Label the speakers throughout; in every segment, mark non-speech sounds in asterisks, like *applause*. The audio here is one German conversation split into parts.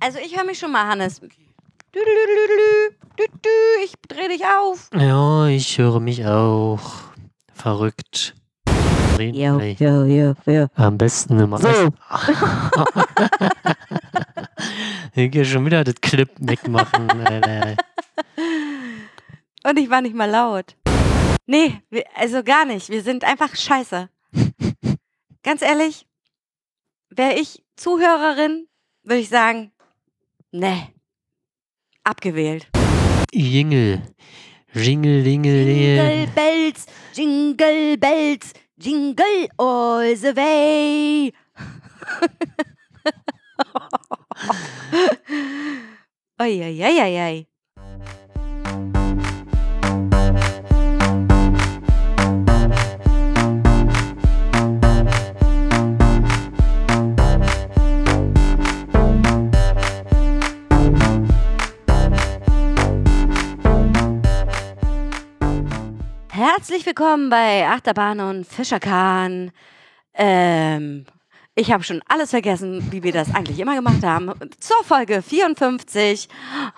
Speaker 1: Also ich höre mich schon mal, Hannes. Düdelüdelüdelü, düdü, Ich drehe dich auf.
Speaker 2: Ja, ich höre mich auch. Verrückt.
Speaker 1: Jo,
Speaker 2: Replay.
Speaker 1: jo, jo, jo.
Speaker 2: Am besten immer.
Speaker 1: So.
Speaker 2: Ich gehe schon wieder das Clip
Speaker 1: *laughs*
Speaker 2: wegmachen. äh, Alter.
Speaker 1: Und ich war nicht mal laut. Nee, wir, also gar nicht. Wir sind einfach scheiße. Ganz ehrlich, wäre ich Zuhörerin, würde ich sagen, nee. Abgewählt.
Speaker 2: Jingle. Jingle, jingle,
Speaker 1: Jingle
Speaker 2: jingle.
Speaker 1: Bells, Jingle Bells, Jingle all the way. *laughs* Eieieiei. Herzlich willkommen bei Achterbahn und Fischerkahn. Ähm, ich habe schon alles vergessen, wie wir das eigentlich immer gemacht haben. Zur Folge 54.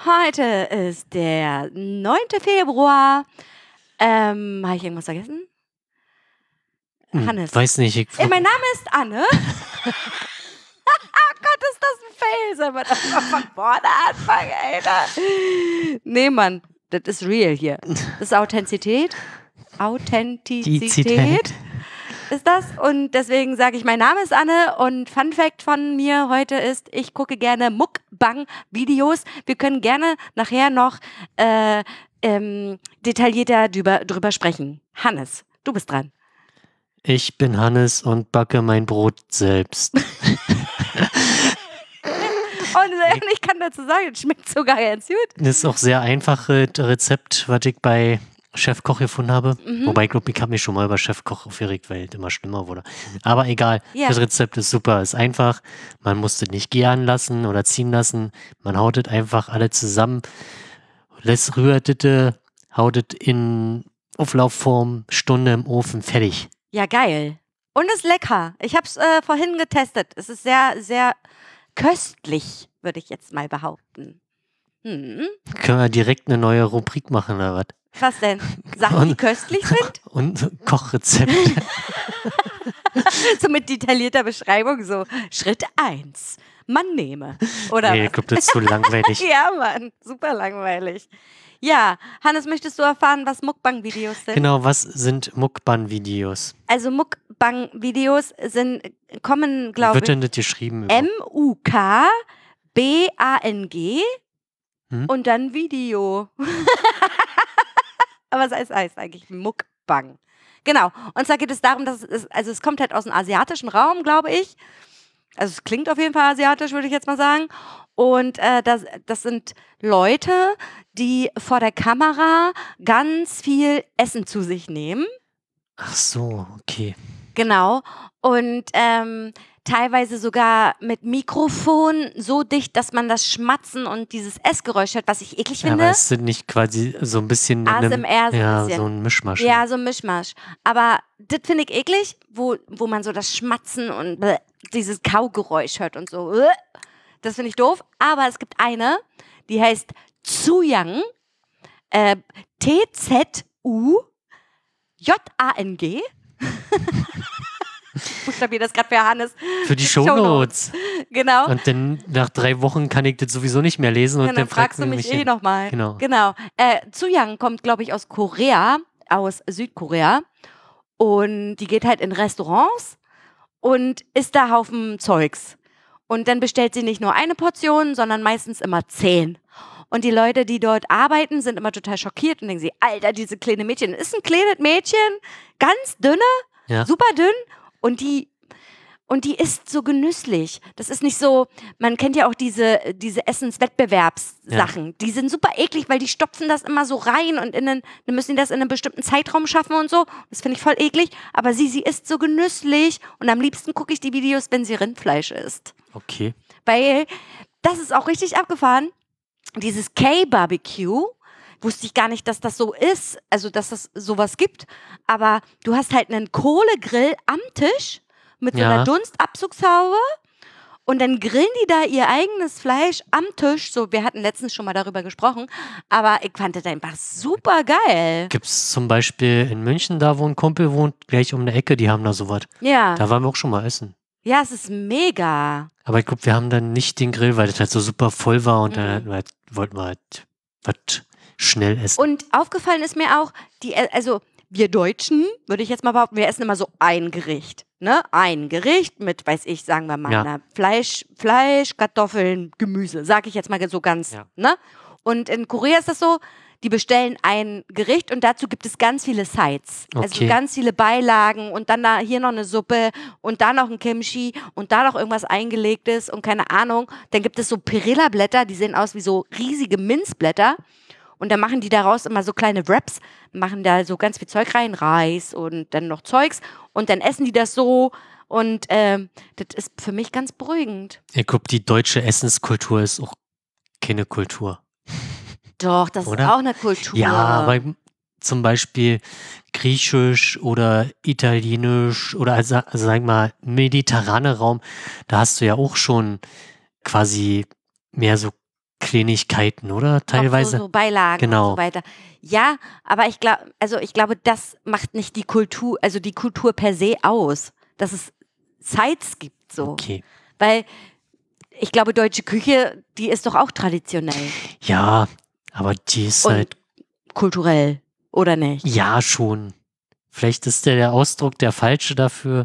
Speaker 1: Heute ist der 9. Februar. Ähm, habe ich irgendwas vergessen?
Speaker 2: Hm.
Speaker 1: Hannes.
Speaker 2: Weiß nicht. Ich,
Speaker 1: Ey, Äh, mein Name ist Anne. *laughs* oh Gott, ist das ein Fail. Sollen wir das mal von vorne anfangen, Alter? Nee, Mann, das ist real hier. Das ist Authentizität. Authentizität
Speaker 2: Dizität.
Speaker 1: ist das. Und deswegen sage ich, mein Name ist Anne und Fun Fact von mir heute ist, ich gucke gerne Mukbang-Videos. Wir können gerne nachher noch äh, ähm, detaillierter drüber, drüber sprechen. Hannes, du bist dran.
Speaker 2: ich bin Hannes und backe mein Brot selbst.
Speaker 1: Und äh, *laughs* ich kann dazu sagen, es schmeckt sogar ganz gut.
Speaker 2: Das ist auch sehr einfaches Rezept, was ich bei Chefkoch gefunden habe.
Speaker 1: Mhm.
Speaker 2: Wobei, ich glaube, ich habe mich schon mal über Chefkoch aufgeregt, weil es immer schlimmer wurde. Aber egal,
Speaker 1: Ja.
Speaker 2: das Rezept ist super, ist einfach. Man muss es nicht gären lassen oder ziehen lassen. Man haut es einfach alle zusammen, lässt rührt es, haut es in Auflaufform, Stunde im Ofen, fertig.
Speaker 1: Ja, geil. Und ist lecker. Ich habe es äh, vorhin getestet. Es ist sehr, sehr köstlich, würde ich jetzt mal behaupten. Hm,
Speaker 2: Können wir direkt eine neue Rubrik machen oder was?
Speaker 1: was denn? Sachen, die
Speaker 2: Und-
Speaker 1: köstlich
Speaker 2: *laughs*
Speaker 1: sind?
Speaker 2: Und Kochrezept.
Speaker 1: So mit detaillierter Beschreibung, so Schritt 1. Man nehme. *laughs* Oder
Speaker 2: Nee, ich
Speaker 1: was?
Speaker 2: glaube, das ist zu langweilig.
Speaker 1: *laughs* Ja, Mann. Super langweilig. Ja, Hannes, möchtest du erfahren, was Mukbang-Videos sind?
Speaker 2: Genau, was sind Mukban-Videos?
Speaker 1: Also Mukbang-Videos sind, kommen, glaube
Speaker 2: Wird
Speaker 1: ich,
Speaker 2: denn das geschrieben? überhaupt?
Speaker 1: M-U-K-B-A-N-G
Speaker 2: Hm?
Speaker 1: und dann Video. *laughs* Aber es heißt, heißt eigentlich Mukbang. Genau. Und zwar geht es darum, dass es, also es kommt halt aus dem asiatischen Raum, glaube ich. Also es klingt auf jeden Fall asiatisch, würde ich jetzt mal sagen. Und äh, das, das sind Leute, die vor der Kamera ganz viel Essen zu sich nehmen.
Speaker 2: Ach so, okay.
Speaker 1: Genau. Und ähm, teilweise sogar mit Mikrofon so dicht, dass man das Schmatzen und dieses Essgeräusch hört, was ich eklig
Speaker 2: Aber
Speaker 1: finde.
Speaker 2: es sind nicht quasi so ein bisschen. mit einem-
Speaker 1: ASMR so ein
Speaker 2: ja,
Speaker 1: bisschen.
Speaker 2: so ein Mischmasch.
Speaker 1: Ja, so ein Mischmasch. Aber das finde ich eklig, wo, wo man so das Schmatzen und bleh, dieses Kaugeräusch hört und so. Bleh. Das finde ich doof. Aber es gibt eine, die heißt Zuyang. Äh, T-Z-U-J-A-N-G. *laughs* Buchstabier das gerade für Hannes.
Speaker 2: Für die
Speaker 1: Shownotes.
Speaker 2: Shownotes.
Speaker 1: Genau.
Speaker 2: Und dann nach drei Wochen kann ich das sowieso nicht mehr lesen und,
Speaker 1: Und dann fragst du mich eh
Speaker 2: noch.
Speaker 1: nochmal.
Speaker 2: Genau.
Speaker 1: genau. Äh, Zuyang kommt, glaube ich, aus Korea, aus Südkorea. Und die geht halt in Restaurants und isst da Haufen Zeugs. Und dann bestellt sie nicht nur eine Portion, sondern meistens immer zehn. Und die Leute, die dort arbeiten, sind immer total schockiert und denken sie, Alter, diese kleine Mädchen, ist ein kleines Mädchen, ganz dünne,
Speaker 2: Ja.
Speaker 1: super dünn und die und die ist so genüsslich. Das ist nicht so, man kennt ja auch diese, diese Essenswettbewerbssachen. Die sind super eklig, weil die stopfen das immer so rein und in einen, dann müssen die das in einem bestimmten Zeitraum schaffen und so. Das finde ich voll eklig. Aber sie, sie ist so genüsslich und am liebsten gucke ich die Videos, wenn sie Rindfleisch isst.
Speaker 2: Okay.
Speaker 1: Weil das ist auch richtig abgefahren. Dieses K-Barbecue wusste ich gar nicht, dass das so ist, also dass es sowas gibt. Aber du hast halt einen Kohlegrill am Tisch mit so
Speaker 2: Ja.
Speaker 1: einer Dunstabzugshaube Und dann grillen die da ihr eigenes Fleisch am Tisch. So, wir hatten letztens schon mal darüber gesprochen, aber ich fand das einfach super geil.
Speaker 2: Gibt es zum Beispiel in München, da wo ein Kumpel wohnt, gleich um eine Ecke, die haben da sowas.
Speaker 1: Ja.
Speaker 2: Da waren wir auch schon mal essen.
Speaker 1: Ja, es ist mega.
Speaker 2: Aber ich glaube, wir haben dann nicht den Grill, weil das halt so super voll war und dann
Speaker 1: Mhm.
Speaker 2: hatten wir halt, wollten wir halt was schnell essen.
Speaker 1: Und aufgefallen ist mir auch, die, also wir Deutschen, würde ich jetzt mal behaupten, wir essen immer so ein Gericht. Ne? Ein Gericht mit, weiß ich, sagen wir mal,
Speaker 2: Ja.
Speaker 1: na, Fleisch, Fleisch, Kartoffeln, Gemüse, sag ich jetzt mal so ganz.
Speaker 2: Ja.
Speaker 1: Ne? Und in Korea ist das so, die bestellen ein Gericht und dazu gibt es ganz viele Sides. Also
Speaker 2: Okay.
Speaker 1: ganz viele Beilagen und dann da hier noch eine Suppe und da noch ein Kimchi und da noch irgendwas eingelegtes und keine Ahnung. Dann gibt es so Perilla-Blätter, die sehen aus wie so riesige Minzblätter. Und dann machen die daraus immer so kleine Wraps, machen da so ganz viel Zeug rein, Reis und dann noch Zeugs. Und dann essen die das so. Und ähm, das ist für mich ganz beruhigend.
Speaker 2: ich glaube, die deutsche Essenskultur ist auch keine Kultur.
Speaker 1: Doch, das ist
Speaker 2: Oder?
Speaker 1: auch eine Kultur.
Speaker 2: Ja, aber zum Beispiel griechisch oder italienisch oder also, also sagen wir mal mediterrane Raum, da hast du ja auch schon quasi mehr so Kleinigkeiten, oder?
Speaker 1: Auch
Speaker 2: Teilweise.
Speaker 1: So, so Beilagen und
Speaker 2: Genau.
Speaker 1: so weiter. Ja, aber ich glaube, also ich glaube, das macht nicht die Kultur, also die Kultur per se aus, dass es Sites gibt so.
Speaker 2: Okay.
Speaker 1: Weil ich glaube, deutsche Küche, die ist doch auch traditionell,
Speaker 2: Ja, aber die ist
Speaker 1: Und-
Speaker 2: halt,
Speaker 1: kulturell, oder nicht?
Speaker 2: ja, schon. Vielleicht ist der, der Ausdruck der falsche dafür.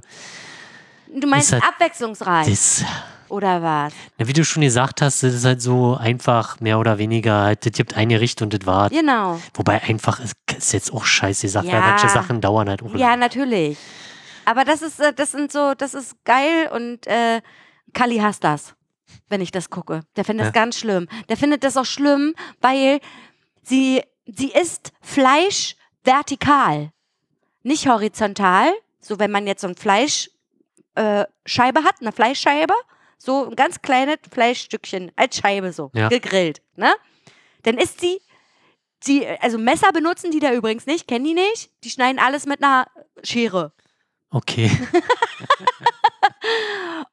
Speaker 1: Du meinst
Speaker 2: Ist halt-
Speaker 1: abwechslungsreich,
Speaker 2: Das,
Speaker 1: oder was?
Speaker 2: na, wie du schon gesagt hast, das ist halt so einfach, mehr oder weniger. Halt, das gibt eine Richtung und das war's.
Speaker 1: Genau.
Speaker 2: Wobei einfach ist, ist jetzt auch scheiße. Ich sag ja.
Speaker 1: Ja.
Speaker 2: manche Sachen dauern halt auch
Speaker 1: Ja,
Speaker 2: lange.
Speaker 1: natürlich. Aber das ist, äh, das sind so, das ist geil und äh, Kali hasst das, wenn ich das gucke. Der findet das
Speaker 2: Ja.
Speaker 1: ganz schlimm. Der findet das auch schlimm, weil sie, sie isst Fleisch vertikal, nicht horizontal. So, wenn man jetzt so ein Fleisch äh, Scheibe hat, eine Fleischscheibe, so ein ganz kleines Fleischstückchen als Scheibe so,
Speaker 2: Ja.
Speaker 1: gegrillt, ne? Dann ist sie, sie, also Messer benutzen die da übrigens nicht, kennen die nicht, die schneiden alles mit einer Schere.
Speaker 2: Okay.
Speaker 1: *laughs*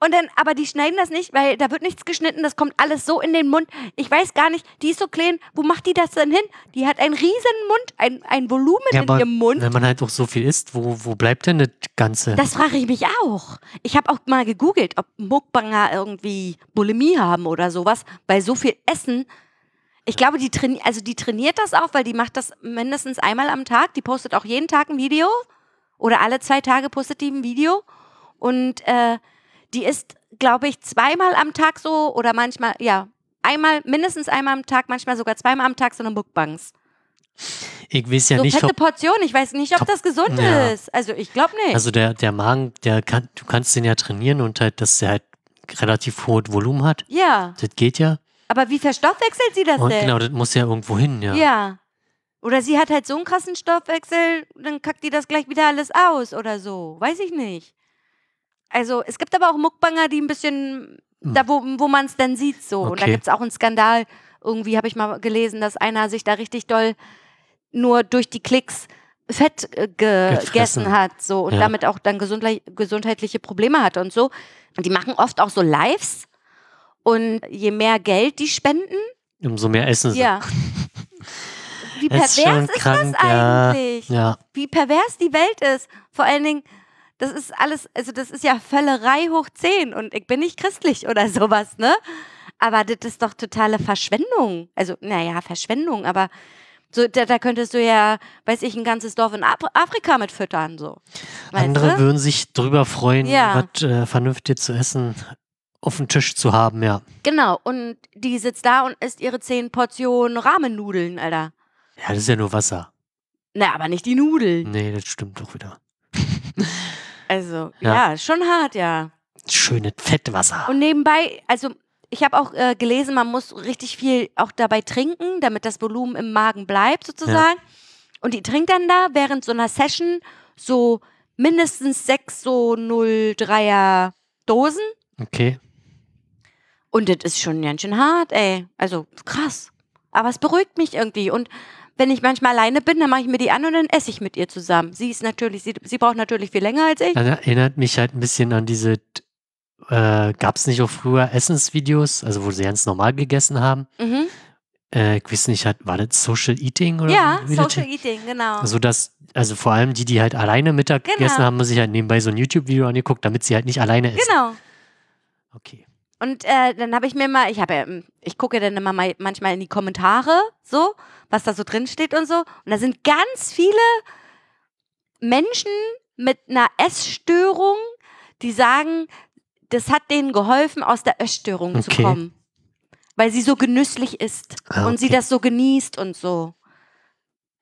Speaker 1: Und dann, aber die schneiden das nicht, weil da wird nichts geschnitten, das kommt alles so in den Mund. Ich weiß gar nicht, die ist so klein, wo macht die das denn hin? Die hat einen riesen Mund, ein, ein Volumen
Speaker 2: Ja,
Speaker 1: in
Speaker 2: aber
Speaker 1: ihrem Mund.
Speaker 2: wenn man halt auch so viel isst, wo, wo bleibt denn das Ganze?
Speaker 1: Das frage ich mich auch. Ich habe auch mal gegoogelt, ob Mukbanger irgendwie Bulimie haben oder sowas, weil so viel Essen. Ich glaube, die, traini also die trainiert das auch, weil die macht das mindestens einmal am Tag. Die postet auch jeden Tag ein Video oder alle zwei Tage postet die ein Video. Und äh, die isst, glaube ich, zweimal am Tag so oder manchmal, ja, einmal, mindestens einmal am Tag, manchmal sogar zweimal am Tag so eine Mukbangs.
Speaker 2: ich weiß ja
Speaker 1: so
Speaker 2: nicht,
Speaker 1: fette
Speaker 2: ob,
Speaker 1: Portion. Ich weiß nicht, ob
Speaker 2: Top-
Speaker 1: das gesund
Speaker 2: Ja.
Speaker 1: ist. Also ich glaube nicht.
Speaker 2: also der, der Magen, der kann, du kannst den ja trainieren und halt, dass der halt relativ hohes Volumen hat.
Speaker 1: ja.
Speaker 2: Das geht ja.
Speaker 1: Aber wie verstoffwechselt sie das
Speaker 2: Und
Speaker 1: denn?
Speaker 2: genau, das muss ja irgendwo hin, ja.
Speaker 1: ja. Oder sie hat halt so einen krassen Stoffwechsel, dann kackt die das gleich wieder alles aus oder so. Weiß ich nicht. Also, es gibt aber auch Muckbanger, die ein bisschen, da wo, wo man es dann sieht, so. Und da
Speaker 2: Hm. Okay.
Speaker 1: gibt es auch einen Skandal. Irgendwie habe ich mal gelesen, dass einer sich da richtig doll nur durch die Klicks Fett äh, ge
Speaker 2: Gefressen.
Speaker 1: gegessen hat, so. Und
Speaker 2: Ja.
Speaker 1: damit auch dann gesundle- gesundheitliche Probleme hatte und so. Und die machen oft auch so Lives. Und je mehr Geld die spenden,
Speaker 2: Umso Um mehr essen sie.
Speaker 1: ja. Wie
Speaker 2: Das
Speaker 1: pervers
Speaker 2: ist schon
Speaker 1: ist
Speaker 2: krank,
Speaker 1: das
Speaker 2: ja.
Speaker 1: eigentlich?
Speaker 2: Ja,
Speaker 1: Wie pervers die Welt ist. Vor allen Dingen, das ist alles, also das ist ja Völlerei hoch 10 und ich bin nicht christlich oder sowas, ne? Aber das ist doch totale Verschwendung. Also, naja, Verschwendung, aber so, da, da könntest du ja, weiß ich, ein ganzes Dorf in Af Afrika mit füttern, so. Weißt
Speaker 2: andere
Speaker 1: du?
Speaker 2: würden sich drüber freuen,
Speaker 1: Ja.
Speaker 2: was äh, vernünftig zu essen auf dem Tisch zu haben, ja.
Speaker 1: Genau, und die sitzt da und isst ihre 10 Portionen Rahmennudeln, Alter.
Speaker 2: Ja, das ist ja nur Wasser.
Speaker 1: Na, aber nicht die Nudeln.
Speaker 2: Nee, das stimmt doch wieder.
Speaker 1: Also,
Speaker 2: Ja.
Speaker 1: ja schon hart, ja.
Speaker 2: Schönes Fettwasser.
Speaker 1: Und nebenbei, also ich habe auch äh, gelesen, man muss richtig viel auch dabei trinken, damit das Volumen im Magen bleibt sozusagen. Und die trinkt dann da während so einer Session so mindestens sechs so 0,3er Dosen.
Speaker 2: Okay.
Speaker 1: Und das ist schon ganz schön hart, ey. Also krass. Aber es beruhigt mich irgendwie. Und wenn ich manchmal alleine bin, dann mache ich mir die an und dann esse ich mit ihr
Speaker 2: Also
Speaker 1: zusammen. Sie ist natürlich, sie, sie braucht natürlich viel länger als ich.
Speaker 2: Dann erinnert mich halt ein bisschen an diese äh, gab es nicht auch früher Essensvideos, also wo sie ganz normal gegessen haben?
Speaker 1: Mhm.
Speaker 2: Äh, ich weiß nicht, hat, war das Social Eating oder
Speaker 1: Ja,
Speaker 2: wie das
Speaker 1: Social Eating, genau.
Speaker 2: Also dass, also vor allem die, die halt alleine Mittag
Speaker 1: Genau.
Speaker 2: gegessen haben, haben sich halt nebenbei so ein YouTube-Video angeguckt, damit sie halt nicht alleine essen.
Speaker 1: Genau.
Speaker 2: Okay.
Speaker 1: Und äh, dann habe ich mir mal, ich habe ja, ähm, ich gucke dann immer mal, manchmal in die Kommentare, so, was da so drin steht und so. Und da sind ganz viele Menschen mit einer Essstörung, die sagen, das hat denen geholfen, aus der Essstörung zu
Speaker 2: Okay.
Speaker 1: kommen. Weil sie so genüsslich ist
Speaker 2: Ah,
Speaker 1: und sie
Speaker 2: okay.
Speaker 1: das so genießt und so.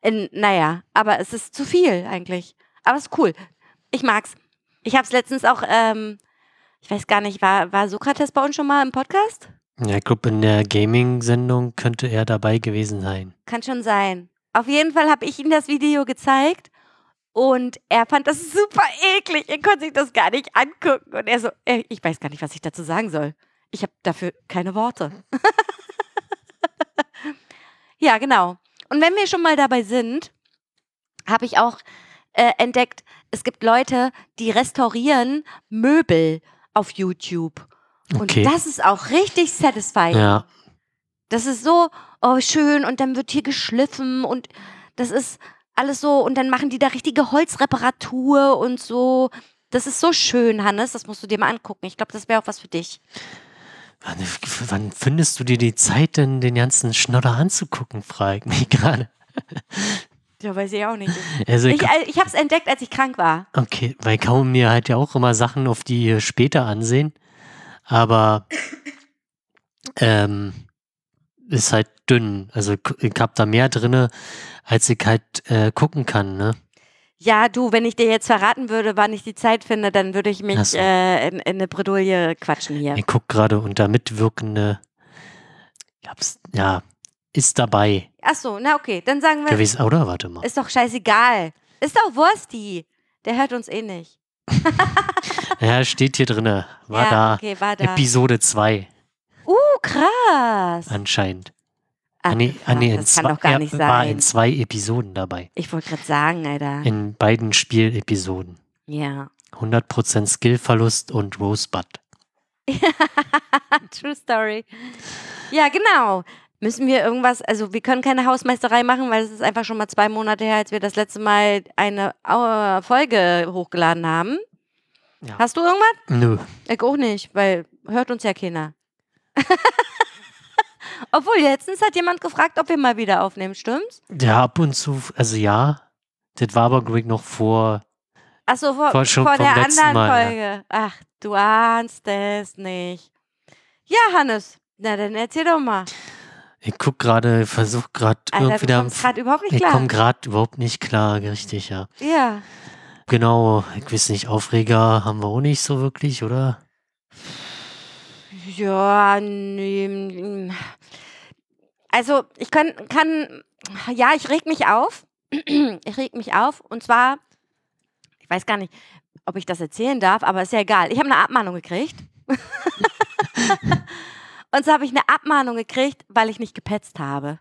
Speaker 1: In, naja, aber es ist zu viel eigentlich. Aber es ist cool. Ich mag's. Ich habe es letztens auch, ähm, ich weiß gar nicht, war, war Sokrates bei uns schon mal im Podcast?
Speaker 2: Ja, ich glaube, in der Gaming-Sendung könnte er dabei gewesen sein.
Speaker 1: Kann schon sein. Auf jeden Fall habe ich ihm das Video gezeigt und er fand das *laughs* super eklig. Er konnte sich das gar nicht angucken. Und er so, "Äh, ich weiß gar nicht, was ich dazu sagen soll. Ich habe dafür keine Worte. *laughs* ja, genau. Und wenn wir schon mal dabei sind, habe ich auch äh, entdeckt, es gibt Leute, die restaurieren Möbel auf YouTube. Und
Speaker 2: Okay.
Speaker 1: das ist auch richtig satisfying.
Speaker 2: Ja,
Speaker 1: Das ist so, oh schön, und dann wird hier geschliffen und das ist alles so, und dann machen die da richtige Holzreparatur und so. Das ist so schön, Hannes, das musst du dir mal angucken. Ich glaube, das wäre auch was für dich.
Speaker 2: wann, wann findest du dir die Zeit denn, den ganzen Schnodder anzugucken, frage ich mich *laughs* gerade.
Speaker 1: Ja, weiß ich
Speaker 2: *laughs*
Speaker 1: auch nicht.
Speaker 2: Also,
Speaker 1: Ich,
Speaker 2: ich,
Speaker 1: äh, ich habe es entdeckt, als ich krank war.
Speaker 2: okay, weil kaum mir halt ja auch immer Sachen auf die hier später ansehen, aber ähm, ist halt dünn. Also, ich hab da mehr drinne, als ich halt äh, gucken kann, ne?
Speaker 1: Ja, du, wenn ich dir jetzt verraten würde, wann ich die Zeit finde, dann würde ich mich
Speaker 2: Ach so.
Speaker 1: äh, in, in eine Bredouille quatschen hier.
Speaker 2: Ich guck gerade unter mitwirkende. Ich hab's, ja, ist dabei
Speaker 1: Ach so, na okay, dann sagen wir,
Speaker 2: gewesen. Oder warte mal.
Speaker 1: ist doch scheißegal. Ist doch Wursti. Der hört uns eh nicht.
Speaker 2: Ja, steht hier drinne. War
Speaker 1: ja,
Speaker 2: da.
Speaker 1: Okay, war da.
Speaker 2: Episode 2
Speaker 1: Oh, krass.
Speaker 2: anscheinend.
Speaker 1: Ach,
Speaker 2: Ah, nee, ah, nee, in
Speaker 1: das kann
Speaker 2: zwei-
Speaker 1: doch gar
Speaker 2: er
Speaker 1: nicht
Speaker 2: war
Speaker 1: sein.
Speaker 2: in zwei Episoden dabei.
Speaker 1: Ich wollte gerade sagen, Alter.
Speaker 2: In beiden Spielepisoden.
Speaker 1: Ja.
Speaker 2: 100% Skillverlust und Rosebud.
Speaker 1: True Story. Ja, genau. Müssen wir irgendwas, also wir können keine Hausmeisterei machen, weil es ist einfach schon mal zwei Monate her, als wir das letzte Mal eine äh, Folge hochgeladen haben.
Speaker 2: Ja.
Speaker 1: Hast du irgendwas?
Speaker 2: Nö.
Speaker 1: Ich auch nicht, weil hört uns ja keiner. *laughs* Obwohl, letztens hat jemand gefragt, ob wir mal wieder aufnehmen, stimmt's?
Speaker 2: Ja, ab und zu, also ja. Das war aber, glaube ich, noch vor.
Speaker 1: Achso, vor,
Speaker 2: Voll schon
Speaker 1: vor
Speaker 2: vom
Speaker 1: der
Speaker 2: letzten
Speaker 1: anderen
Speaker 2: Mal, ja.
Speaker 1: Folge. Ach, du ahnst es nicht. Ja, Hannes, na dann erzähl doch mal.
Speaker 2: Ich guck gerade, versuche gerade
Speaker 1: Alter,
Speaker 2: irgendwie
Speaker 1: du
Speaker 2: da.
Speaker 1: kommst gerade überhaupt nicht
Speaker 2: Ich komme
Speaker 1: klar.
Speaker 2: gerade überhaupt nicht klar, richtig, ja.
Speaker 1: Ja.
Speaker 2: Genau, ich weiß nicht, Aufreger haben wir auch nicht so wirklich, oder?
Speaker 1: Ja, nee. mm. Also, ich kann, kann, ja, ich reg mich auf. *clears throat* Ich reg mich auf. Und zwar, ich weiß gar nicht, ob ich das erzählen darf, aber ist ja egal. Ich habe eine Abmahnung gekriegt. *laughs* Und so habe ich eine Abmahnung gekriegt, weil ich nicht gepetzt habe.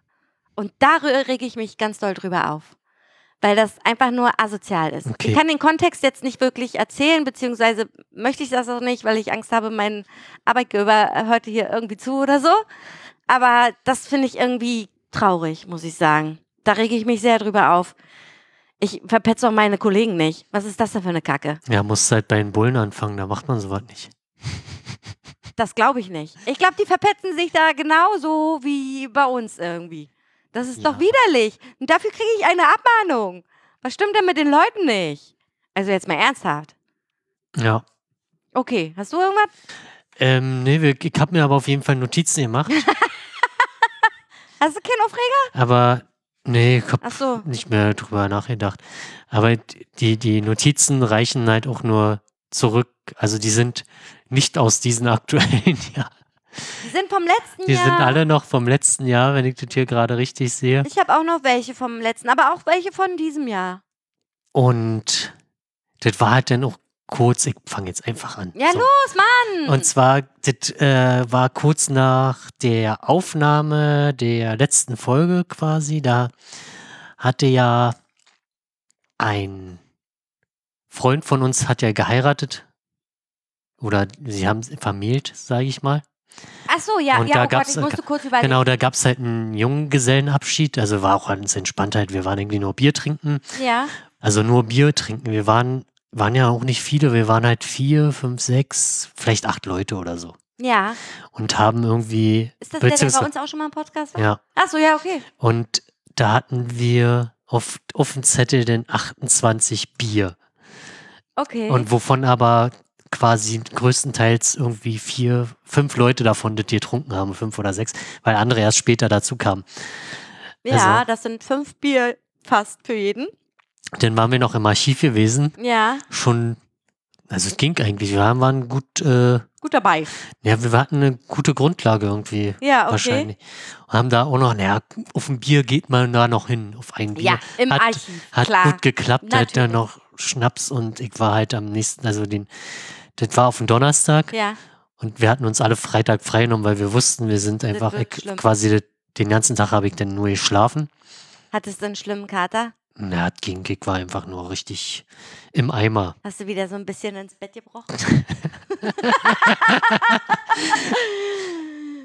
Speaker 1: Und darüber reg ich mich ganz doll drüber auf. Weil das einfach nur asozial ist.
Speaker 2: Okay.
Speaker 1: Ich kann den Kontext jetzt nicht wirklich erzählen, beziehungsweise möchte ich das auch nicht, weil ich Angst habe, meinen Arbeitgeber hört hier irgendwie zu oder so. Aber das finde ich irgendwie traurig, muss ich sagen. Da rege ich mich sehr drüber auf. Ich verpetze auch meine Kollegen nicht. Was ist das denn für eine Kacke?
Speaker 2: Ja, musst halt bei den Bullen anfangen, da macht man sowas nicht.
Speaker 1: Das glaube ich nicht. Ich glaube, die verpetzen sich da genauso wie bei uns irgendwie. Das ist doch
Speaker 2: Ja.
Speaker 1: widerlich. Und dafür kriege ich eine Abmahnung. Was stimmt denn mit den Leuten nicht? Also jetzt mal ernsthaft.
Speaker 2: Ja.
Speaker 1: Okay, hast du irgendwas?
Speaker 2: Ähm, nee, wir, ich habe mir aber auf jeden Fall Notizen gemacht.
Speaker 1: Hast du keinen Aufreger?
Speaker 2: aber nee, ich habe
Speaker 1: Ach so.
Speaker 2: nicht mehr drüber nachgedacht. Aber die, die Notizen reichen halt auch nur zurück. Also die sind nicht aus diesen aktuellen *laughs* Jahren.
Speaker 1: Die sind vom letzten
Speaker 2: Die
Speaker 1: Jahr.
Speaker 2: sind alle noch vom letzten Jahr, wenn ich das hier gerade richtig sehe.
Speaker 1: Ich habe auch noch welche vom letzten, aber auch welche von diesem Jahr.
Speaker 2: Und das war halt dann auch kurz, ich fange jetzt einfach an.
Speaker 1: Ja,
Speaker 2: So.
Speaker 1: los, Mann!
Speaker 2: Und zwar, das äh, war kurz nach der Aufnahme der letzten Folge quasi. Da hatte ja ein Freund von uns hat ja geheiratet. oder sie haben vermählt, sage ich mal.
Speaker 1: Ach so, ja,
Speaker 2: Und
Speaker 1: ja,
Speaker 2: da
Speaker 1: oh Gott,
Speaker 2: gab's-
Speaker 1: ich musste kurz überlegen.
Speaker 2: Genau, da gab es halt einen Junggesellenabschied, also war auch ganz entspannt halt. Wir waren irgendwie nur Bier trinken,
Speaker 1: Ja,
Speaker 2: also nur Bier trinken. Wir waren, waren ja auch nicht viele, wir waren halt vier, fünf, sechs, vielleicht acht Leute oder so.
Speaker 1: ja.
Speaker 2: Und haben irgendwie,
Speaker 1: Ist das der, der bei
Speaker 2: Beziehungsweise-
Speaker 1: uns auch schon mal im Podcast war?
Speaker 2: ja,
Speaker 1: Ach so, ja, okay.
Speaker 2: und da hatten wir auf, auf dem Zettel den 28 Bier.
Speaker 1: Okay.
Speaker 2: Und wovon aber quasi größtenteils irgendwie vier, fünf Leute davon das getrunken haben, fünf oder sechs, weil andere erst später dazu kamen.
Speaker 1: ja,
Speaker 2: also-
Speaker 1: das sind fünf Bier fast für jeden.
Speaker 2: Dann waren wir noch im Archiv gewesen,
Speaker 1: Ja,
Speaker 2: schon, also es ging eigentlich, wir waren- waren gut, äh,
Speaker 1: gut dabei.
Speaker 2: ja, wir hatten eine gute Grundlage irgendwie.
Speaker 1: Ja, okay.
Speaker 2: Wahrscheinlich. Und haben da auch noch, naja, auf ein Bier geht man da noch hin, auf ein Bier.
Speaker 1: Ja, im
Speaker 2: Hat-
Speaker 1: Archiv.
Speaker 2: Hat
Speaker 1: klar.
Speaker 2: gut geklappt, halt dann
Speaker 1: Natürlich.
Speaker 2: noch Schnaps und ich war halt am nächsten, also den, das war auf dem Donnerstag
Speaker 1: ja,
Speaker 2: und wir hatten uns alle Freitag freigenommen, weil wir wussten, wir sind einfach
Speaker 1: wird
Speaker 2: ich,
Speaker 1: schlimm.
Speaker 2: quasi das- den ganzen Tag habe ich dann nur geschlafen.
Speaker 1: hattest du einen schlimmen Kater?
Speaker 2: Na, das ging, ich war einfach nur richtig im Eimer.
Speaker 1: Hast du wieder so ein bisschen ins Bett gebrochen? *laughs*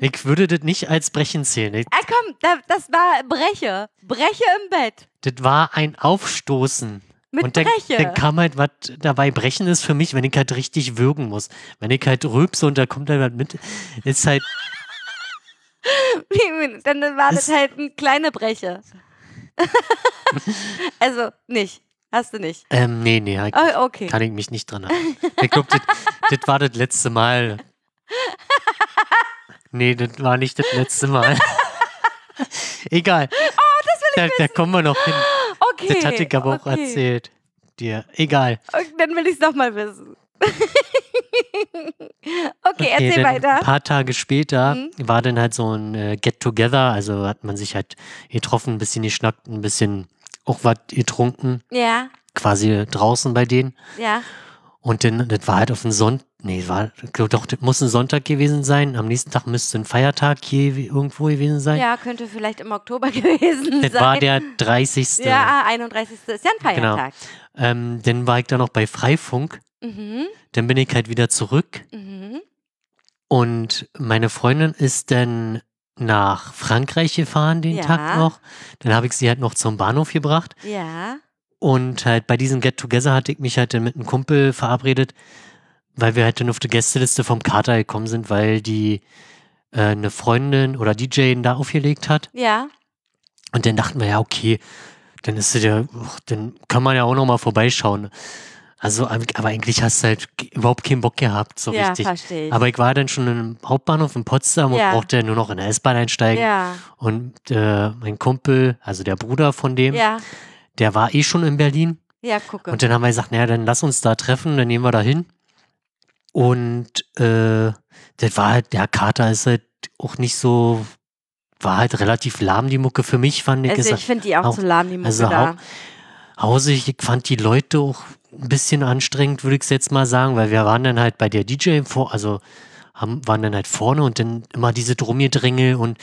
Speaker 2: Ich würde das nicht als Brechen zählen. Ich,
Speaker 1: Ah, komm, da, das war Breche. Breche im Bett. *laughs*
Speaker 2: das war ein Aufstoßen.
Speaker 1: Mit
Speaker 2: und dann,
Speaker 1: Breche.
Speaker 2: dann kam halt was dabei. Brechen ist für mich, wenn ich halt richtig würgen muss. Wenn ich halt rülpse und da kommt halt was mit, ist halt,
Speaker 1: Dann war das
Speaker 2: Es-
Speaker 1: halt eine kleine
Speaker 2: *laughs*
Speaker 1: Breche. also, nicht. Hast du nicht.
Speaker 2: ähm, nee, nee, ich,
Speaker 1: Oh, okay.
Speaker 2: Kann ich mich nicht dran erinnern. Ich glaube, das, das war das letzte Mal. Nee, das war nicht das letzte Mal. *laughs* Egal.
Speaker 1: Oh,
Speaker 2: da, da kommen wir noch hin.
Speaker 1: Okay.
Speaker 2: Das hatte ich aber auch
Speaker 1: okay.
Speaker 2: erzählt. Dir. Egal.
Speaker 1: Okay, dann will ich es nochmal wissen. *laughs* okay, erzähl
Speaker 2: dann Ein
Speaker 1: weiter. Mhm.
Speaker 2: paar Tage später war dann halt so ein äh, Get-Together. Also hat man sich halt getroffen, ein bisschen geschnackt, ein bisschen auch was getrunken.
Speaker 1: Ja,
Speaker 2: Quasi draußen bei denen.
Speaker 1: ja.
Speaker 2: Und dann, das war halt auf den Sonntag, nee, war, doch, das muss ein Sonntag gewesen sein. Am nächsten Tag müsste ein Feiertag hier irgendwo gewesen sein.
Speaker 1: Ja, könnte vielleicht im Oktober *laughs* gewesen
Speaker 2: das
Speaker 1: sein.
Speaker 2: war der 30.
Speaker 1: ja, ah, 31. ist ja ein
Speaker 2: Genau.
Speaker 1: Feiertag.
Speaker 2: Ähm, dann war ich da noch bei Freifunk.
Speaker 1: Mhm,
Speaker 2: Dann bin ich halt wieder zurück.
Speaker 1: mhm.
Speaker 2: Und meine Freundin ist dann nach Frankreich gefahren den
Speaker 1: Ja.
Speaker 2: Tag noch. Dann habe ich sie halt noch zum Bahnhof gebracht.
Speaker 1: Ja,
Speaker 2: Und halt bei diesem Get-Together hatte ich mich halt dann mit einem Kumpel verabredet, weil wir halt dann auf die Gästeliste vom Kater gekommen sind, weil die äh, eine Freundin oder DJ ihn da aufgelegt hat.
Speaker 1: ja.
Speaker 2: Und dann dachten wir, ja, okay, dann ist es ja, uch, dann kann man ja auch nochmal vorbeischauen. Also, aber aber eigentlich hast du halt g- überhaupt keinen Bock gehabt, so
Speaker 1: ja,
Speaker 2: richtig.
Speaker 1: verstehe ich.
Speaker 2: Aber ich war dann schon im Hauptbahnhof in Potsdam
Speaker 1: Ja.
Speaker 2: und brauchte ja nur noch in der S-Bahn einsteigen.
Speaker 1: ja,
Speaker 2: Und äh, mein Kumpel, also der Bruder von dem,
Speaker 1: ja,
Speaker 2: der war eh schon in Berlin.
Speaker 1: ja, gucke.
Speaker 2: Und dann haben wir gesagt, naja, dann lass uns da treffen, dann gehen wir da hin. Und äh, das war halt, der Kater ist halt auch nicht so, war halt relativ lahm, die Mucke für mich, fand ich.
Speaker 1: also
Speaker 2: Ist
Speaker 1: ich finde die auch,
Speaker 2: auch-
Speaker 1: zu lahm, die Mucke
Speaker 2: also
Speaker 1: da.
Speaker 2: hau- hausig, ich fand die Leute auch ein bisschen anstrengend, würde ich jetzt mal sagen, weil wir waren dann halt bei der DJ vor, also haben, waren dann halt vorne und dann immer diese Drumgedrängel und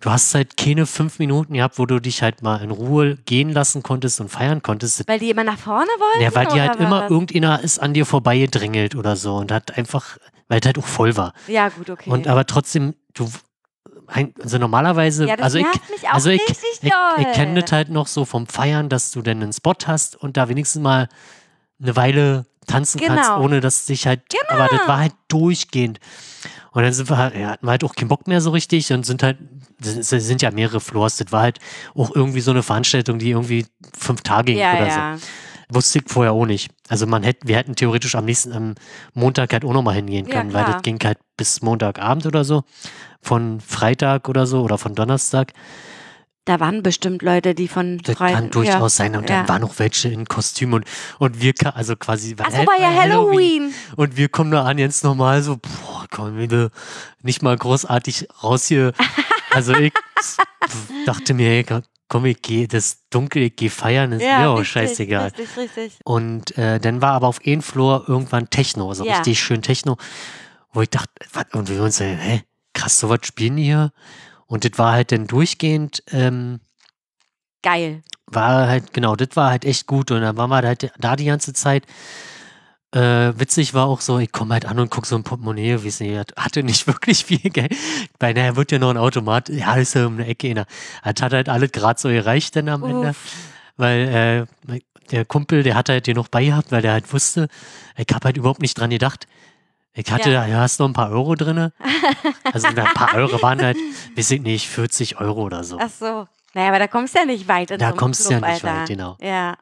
Speaker 2: du hast halt keine fünf Minuten gehabt, wo du dich halt mal in Ruhe gehen lassen konntest und feiern konntest. Das
Speaker 1: Weil die immer nach vorne wollten?
Speaker 2: ja, weil die
Speaker 1: oder
Speaker 2: halt
Speaker 1: war
Speaker 2: immer
Speaker 1: das?
Speaker 2: irgendeiner ist an dir vorbeigedrängelt oder so und hat einfach, weil es halt auch voll war.
Speaker 1: Ja, gut, okay.
Speaker 2: Und aber trotzdem, du, ein- also normalerweise,
Speaker 1: ja, das
Speaker 2: also ich,
Speaker 1: nervt mich auch
Speaker 2: also ich,
Speaker 1: richtig
Speaker 2: ich,
Speaker 1: doll.
Speaker 2: ich kenne das halt noch so vom Feiern, dass du dann einen Spot hast und da wenigstens mal eine Weile tanzen kannst,
Speaker 1: Genau.
Speaker 2: ohne dass dich halt, aber das war halt durchgehend. Und dann sind wir halt, ja, hatten wir halt auch keinen Bock mehr so richtig und sind halt, das sind- sind ja mehrere Floors, das war halt auch irgendwie so eine Veranstaltung, die irgendwie fünf Tage ging
Speaker 1: ja,
Speaker 2: oder so.
Speaker 1: ja.
Speaker 2: Wusste ich vorher auch nicht. Also man hätte, wir hätten theoretisch am nächsten am Montag halt auch nochmal hingehen
Speaker 1: Ja,
Speaker 2: können, weil
Speaker 1: klar.
Speaker 2: das ging halt bis Montagabend oder so, von Freitag oder so oder von Donnerstag.
Speaker 1: Da waren bestimmt Leute, die von
Speaker 2: Das
Speaker 1: Frei-
Speaker 2: kann durchaus
Speaker 1: ja.
Speaker 2: sein. Und
Speaker 1: ja.
Speaker 2: dann waren noch welche in Kostüm und, und wir, ka- also quasi, weil
Speaker 1: Ach so, war ja Halloween.
Speaker 2: Und wir kommen da an, jetzt normal so, boah, komm wieder, nicht mal großartig
Speaker 1: *laughs*
Speaker 2: raus hier. Also ich dachte mir, ey, komm, ich gehe, das ist dunkel, ich gehe feiern, ist mir auch
Speaker 1: richtig,
Speaker 2: scheißegal.
Speaker 1: Richtig, richtig.
Speaker 2: Und äh, dann war aber auf einen Floor irgendwann Techno, also
Speaker 1: Ja.
Speaker 2: richtig schön Techno, wo ich dachte, was, und wir uns, äh, hä, krass, so was spielen die hier? Und das war halt dann durchgehend, ähm,
Speaker 1: Geil.
Speaker 2: halt war halt, genau, das war halt echt gut und dann waren wir halt da die ganze Zeit. Äh, witzig war auch so, ich komme halt an und gucke so ein Portemonnaie, wie sie hat. Hatte nicht *laughs* wirklich viel Geld. Bei naja, wird ja noch ein Automat. Ja, ist ja um eine Ecke. Einer. Hat halt alles gerade so erreicht dann am Ende. Weil äh, der Kumpel, der hat halt den noch bei gehabt, weil der halt wusste, ich habe halt überhaupt nicht dran gedacht. Ich hatte,
Speaker 1: Ja.
Speaker 2: da ja, hast noch ein paar Euro drinne. Also na, ein paar Euro waren halt, weiß ich nicht, 40 Euro oder so.
Speaker 1: Ach so. Naja, aber da kommst du ja nicht weit in
Speaker 2: Da
Speaker 1: so einem
Speaker 2: kommst du
Speaker 1: Club,
Speaker 2: ja nicht
Speaker 1: Alter.
Speaker 2: weit, genau.
Speaker 1: Ja.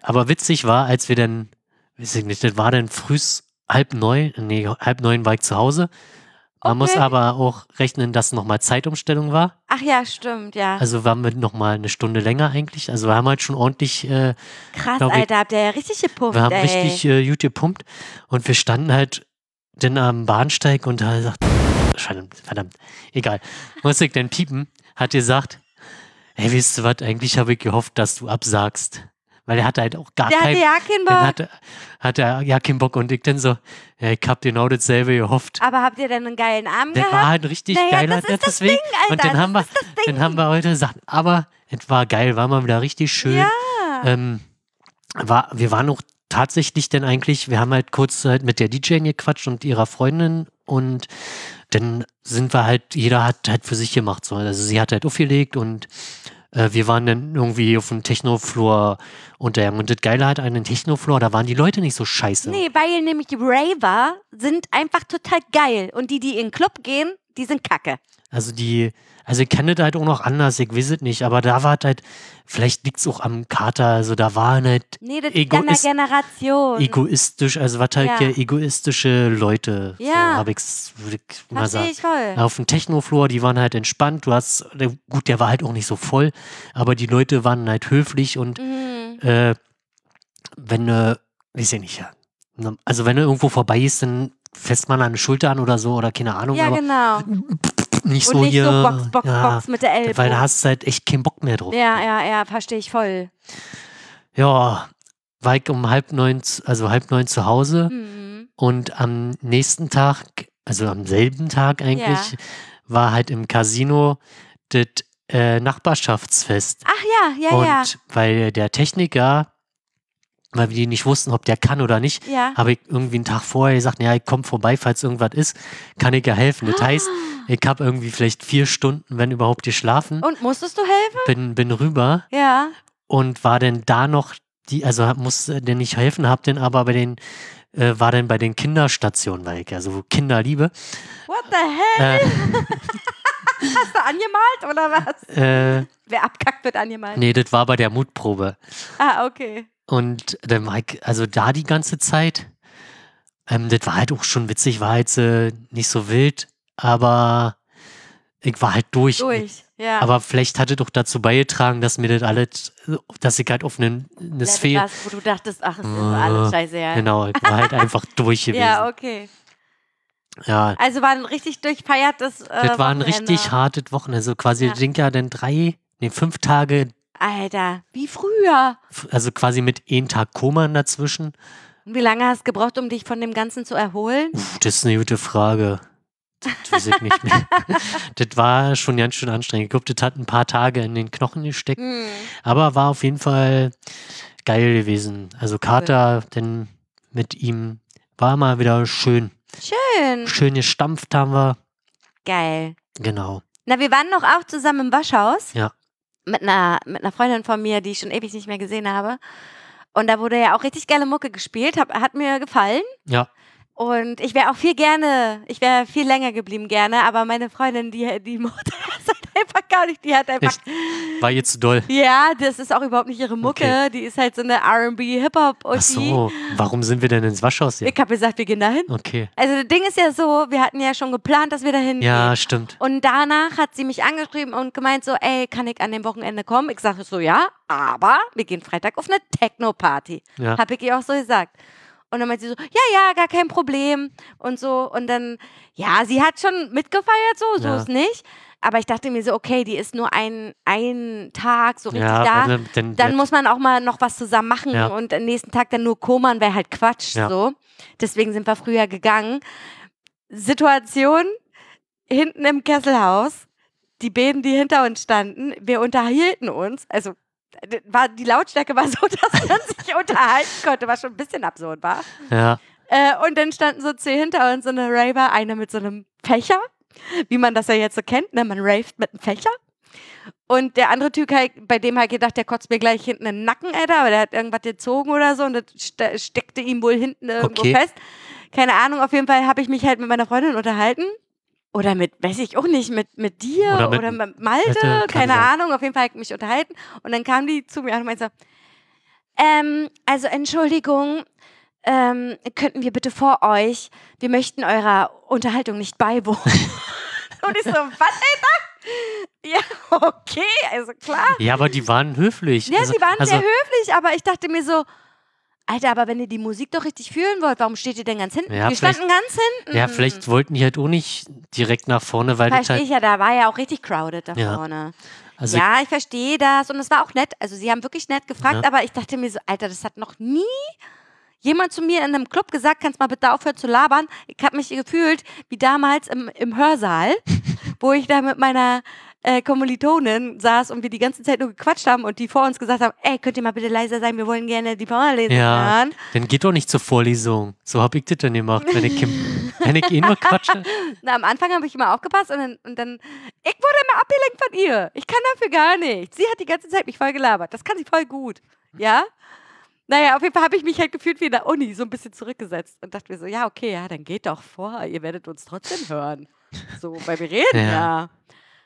Speaker 2: Aber witzig war, als wir dann, weiß ich nicht, das war dann frühs halb neun, nee, halb neun war ich zu Hause. Man muss
Speaker 1: Okay.
Speaker 2: aber auch rechnen, dass nochmal Zeitumstellung war.
Speaker 1: Ach ja, stimmt, ja.
Speaker 2: Also waren wir nochmal eine Stunde länger eigentlich. Also wir haben halt schon ordentlich, äh,
Speaker 1: Krass,
Speaker 2: glaub ich-
Speaker 1: Alter, habt ihr ja richtig gepumpt,
Speaker 2: wir haben
Speaker 1: ey.
Speaker 2: richtig äh, gut gepumpt. Und wir standen halt dann am Bahnsteig und hat gesagt, verdammt, verdammt, egal. Muss ich denn piepen? Hat gesagt, ey, weißt du was, eigentlich habe ich gehofft, dass du absagst. Weil er hatte halt auch gar
Speaker 1: der
Speaker 2: keinen
Speaker 1: hatte ja keinen
Speaker 2: Dann
Speaker 1: Bock.
Speaker 2: hat, hat er ja keinen Bock und ich dann so, ja, ich hab genau dasselbe gehofft.
Speaker 1: Aber habt ihr denn einen geilen Abend
Speaker 2: Das war
Speaker 1: gehabt?
Speaker 2: halt ein richtig
Speaker 1: Naja,
Speaker 2: geiler
Speaker 1: das ist das
Speaker 2: nettes Weg.
Speaker 1: Alter,
Speaker 2: und dann haben, wir, dann haben wir heute gesagt, aber es war geil, war mal wieder richtig schön.
Speaker 1: Ja.
Speaker 2: Ähm, war, wir waren auch tatsächlich denn eigentlich, wir haben halt kurz halt mit der DJ gequatscht und ihrer Freundin und dann sind wir halt, jeder hat halt für sich gemacht. So. Also sie hat halt aufgelegt und äh, wir waren dann irgendwie auf dem Technofloor untergegangen. Und das Geile hat einen Technofloor, da waren die Leute nicht so scheiße.
Speaker 1: Nee, weil nämlich die Raver sind einfach total geil. Und die, die in den Club gehen, die sind kacke.
Speaker 2: Also die, also ich kenne das halt auch noch anders, ich weiß es nicht, aber da war es halt, vielleicht liegt es auch am Kater, also da waren halt
Speaker 1: Nee, das
Speaker 2: Ego
Speaker 1: ist
Speaker 2: ist-
Speaker 1: deiner Generation.
Speaker 2: egoistisch, also was halt
Speaker 1: Ja.
Speaker 2: hier egoistische Leute,
Speaker 1: Ja.
Speaker 2: so habe ich es, würde ich mal
Speaker 1: Verstehe
Speaker 2: sagen.
Speaker 1: ich voll.
Speaker 2: Auf dem Technofloor, die waren halt entspannt, du hast, der- gut, der war halt auch nicht so voll, aber die Leute waren halt höflich und
Speaker 1: Mhm.
Speaker 2: äh, wenn du, weiß ich nicht, ja, ne, also wenn du irgendwo vorbei ist, dann fässt man an die Schulter an oder so oder keine Ahnung,
Speaker 1: Ja,
Speaker 2: aber
Speaker 1: genau.
Speaker 2: nicht
Speaker 1: Und
Speaker 2: so
Speaker 1: nicht
Speaker 2: hier.
Speaker 1: so Box, Box,
Speaker 2: ja.
Speaker 1: Box mit der Elbe.
Speaker 2: Weil da hast du halt echt keinen Bock mehr drauf.
Speaker 1: ja, ja, ja, verstehe ich voll.
Speaker 2: Ja, war ich um halb neun, z- also halb neun zu Hause
Speaker 1: Mhm.
Speaker 2: und am nächsten Tag, also am selben Tag eigentlich, war halt im Casino das äh, Nachbarschaftsfest.
Speaker 1: Ach ja, Ah, ja,
Speaker 2: und
Speaker 1: ja.
Speaker 2: weil der Techniker, weil wir die nicht wussten, ob der kann oder nicht,
Speaker 1: Ja.
Speaker 2: habe ich irgendwie einen Tag vorher gesagt, ja, ich komme vorbei, falls irgendwas ist, kann ich ja helfen. Das heißt,
Speaker 1: Ah.
Speaker 2: ich habe irgendwie vielleicht vier Stunden, wenn überhaupt, geschlafen,
Speaker 1: *gasps* Und musstest du helfen?
Speaker 2: bin, bin rüber
Speaker 1: Ja.
Speaker 2: und war denn da noch die, also hab- musste denn nicht helfen, hab denn aber bei den, äh, war denn bei den Kinderstationen, weil ich ja so Kinder liebe.
Speaker 1: What the hell?
Speaker 2: Äh,
Speaker 1: Hast du angemalt oder
Speaker 2: *laughs*
Speaker 1: was?
Speaker 2: äh,
Speaker 1: Wer abkackt, wird angemalt.
Speaker 2: nee, das war bei der Mutprobe.
Speaker 1: Ah, okay.
Speaker 2: Und dann war ich, also da die ganze Zeit, ähm, das war halt auch schon witzig, war jetzt äh, nicht so wild, aber ich war halt durch.
Speaker 1: Durch. Ja.
Speaker 2: Aber vielleicht hatte doch dazu beigetragen, dass mir das alles, dass ich halt auf eine, eine
Speaker 1: Level
Speaker 2: Sphäre.
Speaker 1: das, wo du dachtest, ach, es ist
Speaker 2: Äh,
Speaker 1: alles scheiße, ja.
Speaker 2: Genau, ich war
Speaker 1: *laughs*
Speaker 2: halt einfach durch gewesen.
Speaker 1: Ja, okay.
Speaker 2: ja,
Speaker 1: Also war ein richtig durchfeiertes. Äh,
Speaker 2: Das war ein
Speaker 1: Wochenende.
Speaker 2: richtig hartes Wochenende. Also quasi,
Speaker 1: Ja.
Speaker 2: ich denke ja, dann drei, nee, fünf Tage,
Speaker 1: Alter, wie früher.
Speaker 2: f- also quasi mit einem Tag Koma dazwischen.
Speaker 1: Und wie lange hast du gebraucht, um dich von dem Ganzen zu erholen?
Speaker 2: Uff, das ist eine gute Frage. Das weiß ich
Speaker 1: *laughs*
Speaker 2: nicht *laughs* mehr. das war schon ganz schön anstrengend. Ich glaube, das hat ein paar Tage in den Knochen gesteckt.
Speaker 1: Hm.
Speaker 2: Aber war auf jeden Fall geil gewesen. Also Kater, denn mit ihm war mal wieder schön.
Speaker 1: Schön.
Speaker 2: Schön gestampft haben wir.
Speaker 1: Geil.
Speaker 2: Genau.
Speaker 1: Na, wir waren noch auch zusammen im Waschhaus.
Speaker 2: Ja.
Speaker 1: Mit einer, mit einer Freundin von mir, die ich schon ewig nicht mehr gesehen habe. Und da wurde ja auch richtig geile Mucke gespielt. Hab, hat mir gefallen.
Speaker 2: Ja.
Speaker 1: Und ich wäre auch viel gerne, ich wäre viel länger geblieben gerne, aber meine Freundin, die, die *laughs* mochte das halt einfach gar nicht. Die hat einfach. *laughs*
Speaker 2: War jetzt zu doll.
Speaker 1: Ja, das ist auch überhaupt nicht ihre Mucke.
Speaker 2: Okay.
Speaker 1: Die ist halt so eine RB-Hip-Hop-Oschi.
Speaker 2: Ach so, warum sind wir denn ins Waschhaus hier?
Speaker 1: Ich habe gesagt, wir gehen dahin.
Speaker 2: Okay.
Speaker 1: Also das Ding ist ja so, wir hatten ja schon geplant, dass wir dahin
Speaker 2: Ja,
Speaker 1: gehen.
Speaker 2: stimmt.
Speaker 1: Und danach hat sie mich angeschrieben und gemeint so, ey, kann ich an dem Wochenende kommen? Ich sage so, ja, aber wir gehen Freitag auf eine Techno-Party.
Speaker 2: Ja.
Speaker 1: Hab ich ihr auch so gesagt. Und dann meint sie so, ja, ja, gar kein Problem und so. Und dann, ja, sie hat schon mitgefeiert, so, so
Speaker 2: Ja.
Speaker 1: ist nicht. Aber ich dachte mir so, okay, die ist nur ein, ein Tag so richtig
Speaker 2: ja,
Speaker 1: da.
Speaker 2: dann, dann,
Speaker 1: Dann muss man auch mal noch was zusammen machen
Speaker 2: Ja.
Speaker 1: und am nächsten Tag dann nur Koman wäre halt Quatsch
Speaker 2: Ja.
Speaker 1: so. Deswegen sind wir früher gegangen. Situation hinten im Kesselhaus, die beiden, die hinter uns standen, wir unterhielten uns, also d- war, die Lautstärke war so, *laughs* dass man sich unterhalten konnte, was schon ein bisschen absurd war.
Speaker 2: Ja.
Speaker 1: Äh, und dann standen so zehn hinter uns in der Raver, einer mit so einem Fächer, wie man das ja jetzt so kennt, ne? man raved mit einem Fächer. Und der andere Typ, halt, bei dem halt gedacht, der kotzt mir gleich hinten in den Nacken, Alter, aber der hat irgendwas gezogen oder so und das ste steckte ihm wohl hinten irgendwo
Speaker 2: Okay.
Speaker 1: fest. Keine Ahnung, auf jeden Fall habe ich mich halt mit meiner Freundin unterhalten. Oder mit, weiß ich auch nicht, mit, mit dir
Speaker 2: Oder
Speaker 1: oder
Speaker 2: mit-
Speaker 1: mit, Malte,
Speaker 2: Hätte- kann
Speaker 1: keine
Speaker 2: sein.
Speaker 1: Ahnung, auf jeden Fall habe ich mich unterhalten. Und dann kam die zu mir und meinte so, ähm, also Entschuldigung, ähm, könnten wir bitte vor euch, wir möchten eurer Unterhaltung nicht beiwohnen. *laughs* und ich so, was, Alter? Ja, okay, also klar.
Speaker 2: ja, aber die waren höflich.
Speaker 1: Ja,
Speaker 2: also,
Speaker 1: sie waren
Speaker 2: also,
Speaker 1: sehr höflich, aber ich dachte mir so, Alter, aber wenn ihr die Musik doch richtig fühlen wollt, warum steht ihr denn ganz hinten?
Speaker 2: Ja,
Speaker 1: wir
Speaker 2: vielleicht-
Speaker 1: standen ganz hinten.
Speaker 2: Ja, vielleicht wollten die halt auch nicht direkt nach vorne, weil das
Speaker 1: Mhm. Verstehe
Speaker 2: halt.
Speaker 1: ich ja, da war ja auch richtig crowded da
Speaker 2: Ja.
Speaker 1: vorne.
Speaker 2: Also,
Speaker 1: ja, ich verstehe das und es war auch nett. Also sie haben wirklich nett gefragt,
Speaker 2: Ja.
Speaker 1: aber ich dachte mir so, Alter, das hat noch nie jemand zu mir in einem Club gesagt, kannst mal bitte aufhören zu labern. Ich habe mich gefühlt wie damals im, im
Speaker 2: *laughs*
Speaker 1: Hörsaal, wo ich da mit meiner äh, Kommilitonin saß und wir die ganze Zeit nur gequatscht haben und die vor uns gesagt haben, ey, könnt ihr mal bitte leiser sein, wir wollen gerne die Vorlesung
Speaker 2: Ja.
Speaker 1: hören.
Speaker 2: dann geht doch nicht zur Vorlesung. So hab ich das dann gemacht, wenn
Speaker 1: *laughs*
Speaker 2: ich, im- wenn ich eh nur quatsche.
Speaker 1: Na, am Anfang habe ich immer aufgepasst und dann, und dann, ich wurde immer abgelenkt von ihr. Ich kann dafür gar nichts. Sie hat die ganze Zeit mich voll gelabert. Das kann sie voll gut. Ja? Naja, auf jeden Fall habe ich mich halt gefühlt wie in der Uni, so ein bisschen zurückgesetzt und dachte mir so, ja, okay, ja, dann geht doch vor. Ihr werdet uns trotzdem hören. So, weil wir reden
Speaker 2: Ja.
Speaker 1: ja.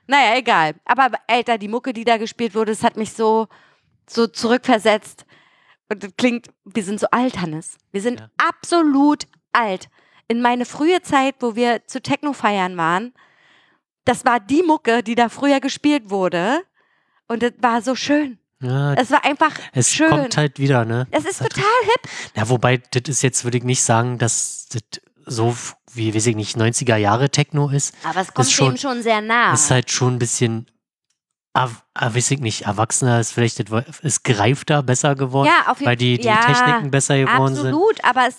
Speaker 1: Naja, egal. Aber Alter, die Mucke, die da gespielt wurde, das hat mich so, so zurückversetzt. Und das klingt, wir sind so alt, Hannes. Wir sind
Speaker 2: Ja.
Speaker 1: absolut alt. In meine frühe Zeit, wo wir zu Techno-Feiern waren, das war die Mucke, die da früher gespielt wurde. Und das war so schön.
Speaker 2: Ja,
Speaker 1: Es war einfach
Speaker 2: es
Speaker 1: schön.
Speaker 2: kommt halt wieder, ne?
Speaker 1: es ist
Speaker 2: hat-
Speaker 1: total hip.
Speaker 2: Ja, wobei, das ist jetzt, würde ich nicht sagen, dass das so f- wie, weiß ich nicht, 90er Jahre Techno ist.
Speaker 1: Aber es kommt
Speaker 2: schon-
Speaker 1: dem schon sehr nah.
Speaker 2: Ist halt schon ein bisschen, ah, ah, weiß ich nicht, erwachsener, ist vielleicht, das Wo- ist greifter, besser geworden,
Speaker 1: ja, auf jeden
Speaker 2: weil die, die
Speaker 1: ja,
Speaker 2: Techniken besser geworden sind.
Speaker 1: Absolut, aber es,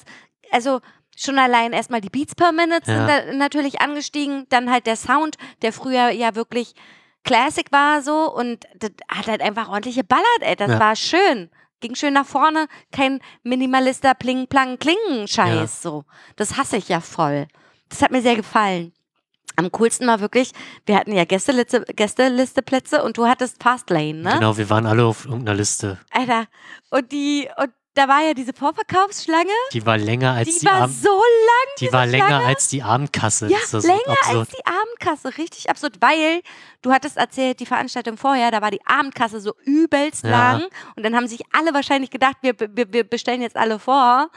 Speaker 1: also schon allein erstmal die Beats per Minute sind
Speaker 2: Ja.
Speaker 1: da natürlich angestiegen, dann halt der Sound, der früher ja wirklich Classic war so und das hat halt einfach ordentlich geballert, ey, das
Speaker 2: Ja.
Speaker 1: war schön. Ging schön nach vorne, kein Minimalister Pling Plang Klingen Scheiß
Speaker 2: Ja.
Speaker 1: so. Das hasse ich ja voll. Das hat mir sehr gefallen. Am coolsten war wirklich, wir hatten ja Gästeliste, Gästelisteplätze und du hattest Fastlane, ne?
Speaker 2: Genau, wir waren alle auf irgendeiner Liste.
Speaker 1: Alter, und die und da war ja diese Vorverkaufsschlange
Speaker 2: Die war länger als
Speaker 1: die,
Speaker 2: die,
Speaker 1: war
Speaker 2: Abend.
Speaker 1: so lang.
Speaker 2: Die war länger als die Abendkasse.
Speaker 1: Ja,
Speaker 2: das ist
Speaker 1: länger
Speaker 2: absurd.
Speaker 1: als die Abendkasse. Richtig absurd, weil du hattest erzählt, die Veranstaltung vorher, da war die Abendkasse so übelst
Speaker 2: Ja.
Speaker 1: lang. Und dann haben sich alle wahrscheinlich gedacht, wir, wir, wir bestellen jetzt alle vor.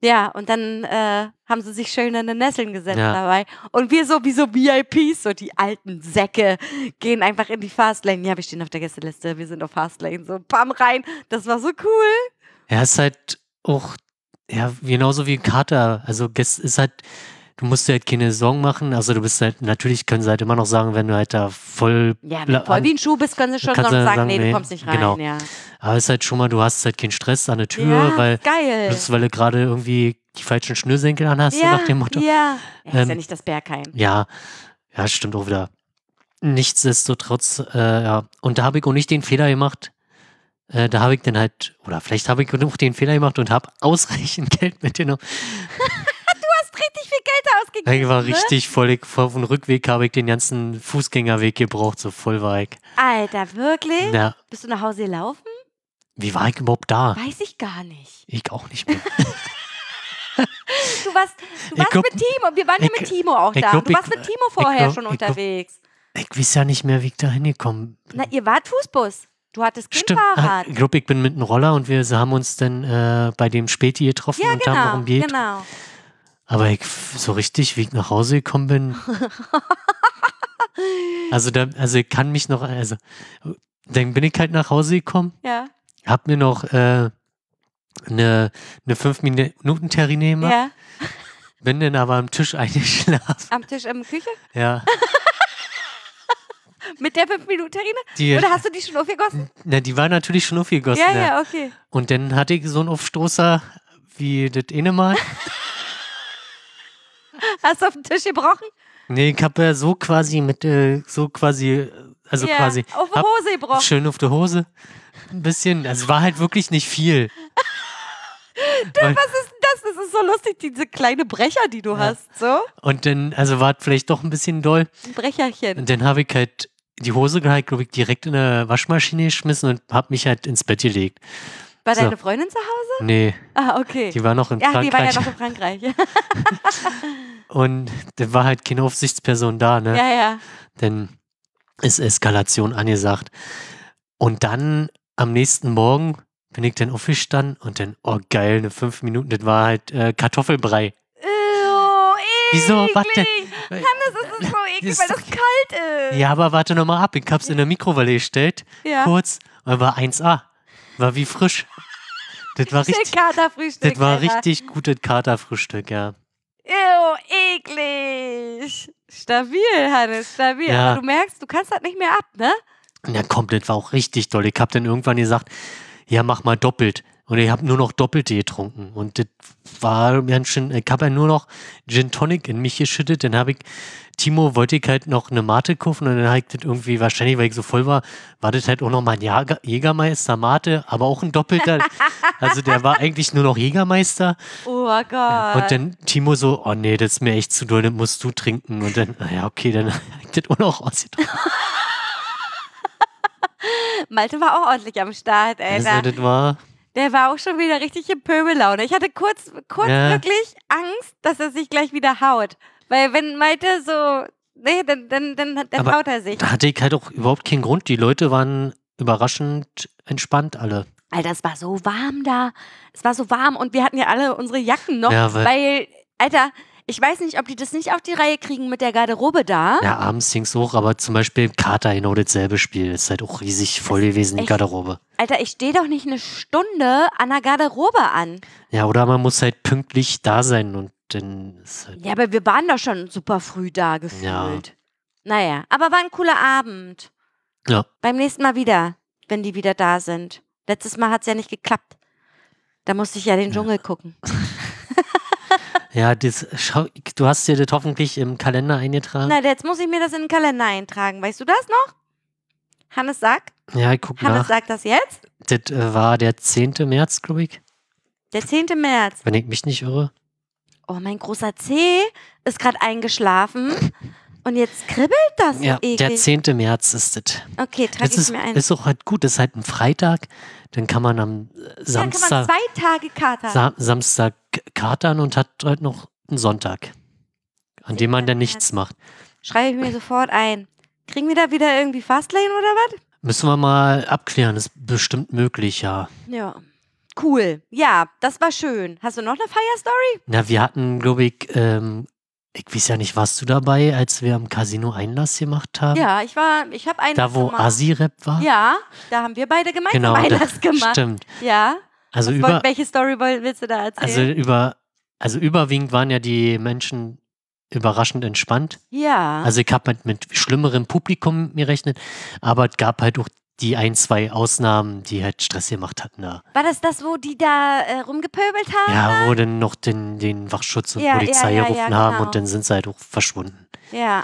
Speaker 1: Ja, und dann äh, haben sie sich schön in den Nesseln gesetzt
Speaker 2: Ja.
Speaker 1: dabei. Und wir so wie so VIPs, so die alten Säcke, gehen einfach in die Fastlane. Ja, wir stehen auf der Gästeliste, wir sind auf Fastlane. So, bam, rein. Das war so cool.
Speaker 2: Ja, ist halt auch, ja, genauso wie Kater. Also, es ist halt, du musst dir halt keine Sorgen machen. Also, du bist halt, natürlich können sie halt immer noch sagen, wenn du halt da voll,
Speaker 1: Ja,
Speaker 2: La-
Speaker 1: wenn du voll
Speaker 2: an-
Speaker 1: wie ein Schuh bist, können sie schon noch
Speaker 2: Kannst du
Speaker 1: sagen,
Speaker 2: sagen,
Speaker 1: nee,
Speaker 2: nee,
Speaker 1: du kommst nicht rein.
Speaker 2: genau.
Speaker 1: Ja.
Speaker 2: aber es ist halt schon mal, du hast halt keinen Stress an der Tür,
Speaker 1: ja,
Speaker 2: weil,
Speaker 1: geil.
Speaker 2: bloß weil du gerade irgendwie die falschen Schnürsenkel anhast, so
Speaker 1: ja,
Speaker 2: nach dem Motto. Ja.
Speaker 1: Ja. ja ist
Speaker 2: Ähm,
Speaker 1: ja nicht das Bergheim.
Speaker 2: ja, stimmt auch wieder. Nichtsdestotrotz, äh, ja. Und da habe ich auch nicht den Fehler gemacht. Äh, da habe ich dann halt, oder vielleicht habe ich auch den Fehler gemacht und habe ausreichend *laughs* Geld mitgenommen.
Speaker 1: Du hast richtig viel Geld da ausgegeben.
Speaker 2: Ich war
Speaker 1: ne?
Speaker 2: richtig voll. Ich, auf dem Rückweg habe ich den ganzen Fußgängerweg gebraucht, so voll war ich.
Speaker 1: Alter, wirklich?
Speaker 2: Äh, Na,
Speaker 1: Bist du nach Hause gelaufen?
Speaker 2: wie war ich überhaupt da?
Speaker 1: Weiß ich gar nicht.
Speaker 2: Ich auch
Speaker 1: *laughs*
Speaker 2: nicht mehr.
Speaker 1: Du warst, du
Speaker 2: Ich
Speaker 1: warst
Speaker 2: glaub-
Speaker 1: mit Timo. Wir waren ja
Speaker 2: ich-
Speaker 1: mit Timo auch
Speaker 2: ich
Speaker 1: da.
Speaker 2: glaub,
Speaker 1: du warst
Speaker 2: ich-
Speaker 1: mit Timo vorher
Speaker 2: glaub,
Speaker 1: schon
Speaker 2: ich glaub-
Speaker 1: unterwegs.
Speaker 2: Ich weiß ja nicht mehr, wie ich da hingekommen bin.
Speaker 1: Na, ihr wart Fußbus. Du hattest kein
Speaker 2: Stimmt.
Speaker 1: Fahrrad.
Speaker 2: Ich glaube, ich bin mit einem Roller und wir haben uns dann äh, bei dem Späti getroffen
Speaker 1: ja,
Speaker 2: und haben noch
Speaker 1: genau.
Speaker 2: ein Bier. getrunken.
Speaker 1: Genau.
Speaker 2: Aber ich, so richtig, wie ich nach Hause
Speaker 1: *laughs*
Speaker 2: gekommen bin. also, da, also ich kann mich noch, also dann bin ich halt nach Hause gekommen,
Speaker 1: Ja.
Speaker 2: hab mir noch äh, ne, eine, eine 5-Minuten-Terrine gemacht.
Speaker 1: ja.
Speaker 2: Bin dann aber am Tisch *laughs* eingeschlafen.
Speaker 1: Am Tisch in der Küche?
Speaker 2: Ja.
Speaker 1: Mit der 5-Minuten-Terrine?
Speaker 2: Die,
Speaker 1: Oder hast du die schon aufgegossen?
Speaker 2: na, die war natürlich schon aufgegossen.
Speaker 1: Ja,
Speaker 2: ja.
Speaker 1: ja, okay.
Speaker 2: Und dann hatte ich so einen Aufstoßer wie das eine
Speaker 1: *laughs*
Speaker 2: Mal.
Speaker 1: Hast du auf den Tisch gebrochen?
Speaker 2: Nee, ich hab ja so quasi mit, äh, so quasi, äh, also
Speaker 1: ja.
Speaker 2: quasi.
Speaker 1: Auf die
Speaker 2: hab
Speaker 1: Hose gebrochen.
Speaker 2: Schön auf der Hose. ein bisschen, also es war halt wirklich
Speaker 1: *laughs*
Speaker 2: nicht viel. Und-
Speaker 1: Was ist denn das? Das ist so lustig, diese kleine Brecher, die du hast. So,
Speaker 2: Und dann, also war vielleicht doch ein bisschen doll.
Speaker 1: ein Brecherchen.
Speaker 2: Und dann habe ich halt die Hose halt, glaube ich, direkt in eine Waschmaschine geschmissen und habe mich halt ins Bett gelegt.
Speaker 1: War
Speaker 2: so.
Speaker 1: deine Freundin zu Hause?
Speaker 2: Nee,
Speaker 1: Ah, okay.
Speaker 2: die war noch in
Speaker 1: ja, die war ja
Speaker 2: Frankreich.
Speaker 1: noch in
Speaker 2: *laughs*
Speaker 1: Frankreich. ja,
Speaker 2: Und da war halt keine Aufsichtsperson da, ne?
Speaker 1: ja.
Speaker 2: Dann ist Eskalation angesagt. Und dann am nächsten Morgen bin ich dann aufgestanden und dann, oh geil, eine fünf Minuten, das war halt äh, Kartoffelbrei.
Speaker 1: Oh,
Speaker 2: Wieso?
Speaker 1: eklig.
Speaker 2: Warte.
Speaker 1: Hannes, es ist so eklig,
Speaker 2: Ist
Speaker 1: weil
Speaker 2: doch-
Speaker 1: das kalt ist.
Speaker 2: Ja, aber warte nochmal ab, ich hab's in der Mikrowelle gestellt,
Speaker 1: Ja.
Speaker 2: kurz, und war 1A. War
Speaker 1: *laughs*
Speaker 2: wie frisch. Das war richtig,
Speaker 1: Katerfrühstück.
Speaker 2: das war
Speaker 1: Alter.
Speaker 2: richtig gutes Katerfrühstück, ja.
Speaker 1: Ew, eklig. Stabil, Hannes, stabil.
Speaker 2: Ja.
Speaker 1: Aber du merkst, du kannst das nicht mehr ab, ne?
Speaker 2: Na komm, das war auch richtig doll. Ich hab dann irgendwann gesagt, ja, mach mal doppelt. Und ich hab nur noch Doppelte getrunken. Und das war ganz schön, ich hab ja nur noch Gin Tonic in mich geschüttet. Dann hab ich, Timo wollte ich halt noch eine Mate kaufen und dann hab ich das irgendwie, wahrscheinlich weil ich so voll war, war das halt auch noch mal ein Jager, Jägermeister Mate, aber auch ein Doppelter. also der war eigentlich nur noch Jägermeister.
Speaker 1: Oh Gott.
Speaker 2: Und dann Timo so, oh nee, das ist mir echt zu doll, das musst du trinken. Und dann, naja, okay, dann hab ich das auch noch ausgetrunken.
Speaker 1: Malte war auch ordentlich am Start, ey.
Speaker 2: Also das war...
Speaker 1: Der war auch schon wieder richtig in Pöbellaune. Ich hatte kurz, kurz
Speaker 2: Ja.
Speaker 1: wirklich Angst, dass er sich gleich wieder haut. Weil wenn Malte so, nee, dann, dann, dann, dann
Speaker 2: Aber
Speaker 1: haut er sich.
Speaker 2: Da hatte ich halt auch überhaupt keinen Grund. Die Leute waren überraschend entspannt alle.
Speaker 1: Alter, es war so warm da. Es war so warm und wir hatten ja alle unsere Jacken noch.
Speaker 2: Ja, weil-
Speaker 1: weil, Alter, ich weiß nicht, ob die das nicht auf die Reihe kriegen mit der Garderobe da.
Speaker 2: Ja, abends ging es hoch, aber zum Beispiel Kater genau dasselbe Spiel. Ist halt auch riesig voll gewesen, die
Speaker 1: echt-
Speaker 2: Garderobe.
Speaker 1: Alter, ich stehe doch nicht eine Stunde an der Garderobe an.
Speaker 2: Ja, oder man muss halt pünktlich da sein und dann ist halt.
Speaker 1: Ja, aber wir waren doch schon super früh da gefühlt. Naja, aber war ein cooler Abend.
Speaker 2: Ja.
Speaker 1: Beim nächsten Mal wieder, wenn die wieder da sind. Letztes Mal hat es ja nicht geklappt. Da musste ich ja den Dschungel gucken.
Speaker 2: Ah. Ja, das, schau, du hast dir das hoffentlich im Kalender eingetragen.
Speaker 1: Na, jetzt muss ich mir das in den Kalender eintragen. Weißt du das noch? Hannes sagt?
Speaker 2: Ja, ich guck
Speaker 1: Hannes
Speaker 2: nach.
Speaker 1: sagt das jetzt?
Speaker 2: Das äh, war der 10. März, glaube ich,
Speaker 1: Der 10. März.
Speaker 2: wenn ich mich nicht irre.
Speaker 1: Oh, mein großer C ist gerade eingeschlafen. Und jetzt kribbelt das so
Speaker 2: Ja, der
Speaker 1: eklig.
Speaker 2: 10. März ist das.
Speaker 1: Okay, trage
Speaker 2: Das
Speaker 1: ich
Speaker 2: ist,
Speaker 1: mir ein.
Speaker 2: ist auch halt gut. Das ist halt ein Freitag. Dann kann man am äh,
Speaker 1: Dann kann man
Speaker 2: Samstag.
Speaker 1: zwei Tage Kater.
Speaker 2: Sa Samstag katern und hat halt noch einen Sonntag, an dem man dann nichts macht.
Speaker 1: Schreibe ich mir sofort ein. Kriegen wir da wieder irgendwie Fastlane oder was?
Speaker 2: Müssen wir mal abklären, ist bestimmt möglich, ja.
Speaker 1: Ja. Cool. Ja, das war schön. Hast du noch eine Feierstory?
Speaker 2: Na, wir hatten, glaube ich, ähm, ich weiß ja nicht, warst du dabei, als wir am Casino Einlass gemacht haben?
Speaker 1: Ja, ich war, ich habe einen.
Speaker 2: Da, wo
Speaker 1: gemacht.
Speaker 2: Asi-Rap war?
Speaker 1: Ja, da haben wir beide gemeinsam
Speaker 2: genau. Da,
Speaker 1: Einlass gemacht.
Speaker 2: Stimmt.
Speaker 1: Ja.
Speaker 2: Also
Speaker 1: Über,
Speaker 2: über,
Speaker 1: welche Story woll- willst du da
Speaker 2: also
Speaker 1: erzählen?
Speaker 2: über, also überwiegend waren ja die Menschen überraschend entspannt.
Speaker 1: ja.
Speaker 2: Also ich habe mit, mit schlimmerem Publikum gerechnet, aber es gab halt auch die ein, zwei Ausnahmen, die halt Stress gemacht hatten da.
Speaker 1: war das das, wo die da äh, rumgepöbelt haben?
Speaker 2: Ja, wo dann noch den, den Wachschutz und
Speaker 1: Ja, ja,
Speaker 2: Polizei
Speaker 1: ja, ja,
Speaker 2: gerufen haben
Speaker 1: genau.
Speaker 2: und dann sind sie halt auch verschwunden.
Speaker 1: Ja.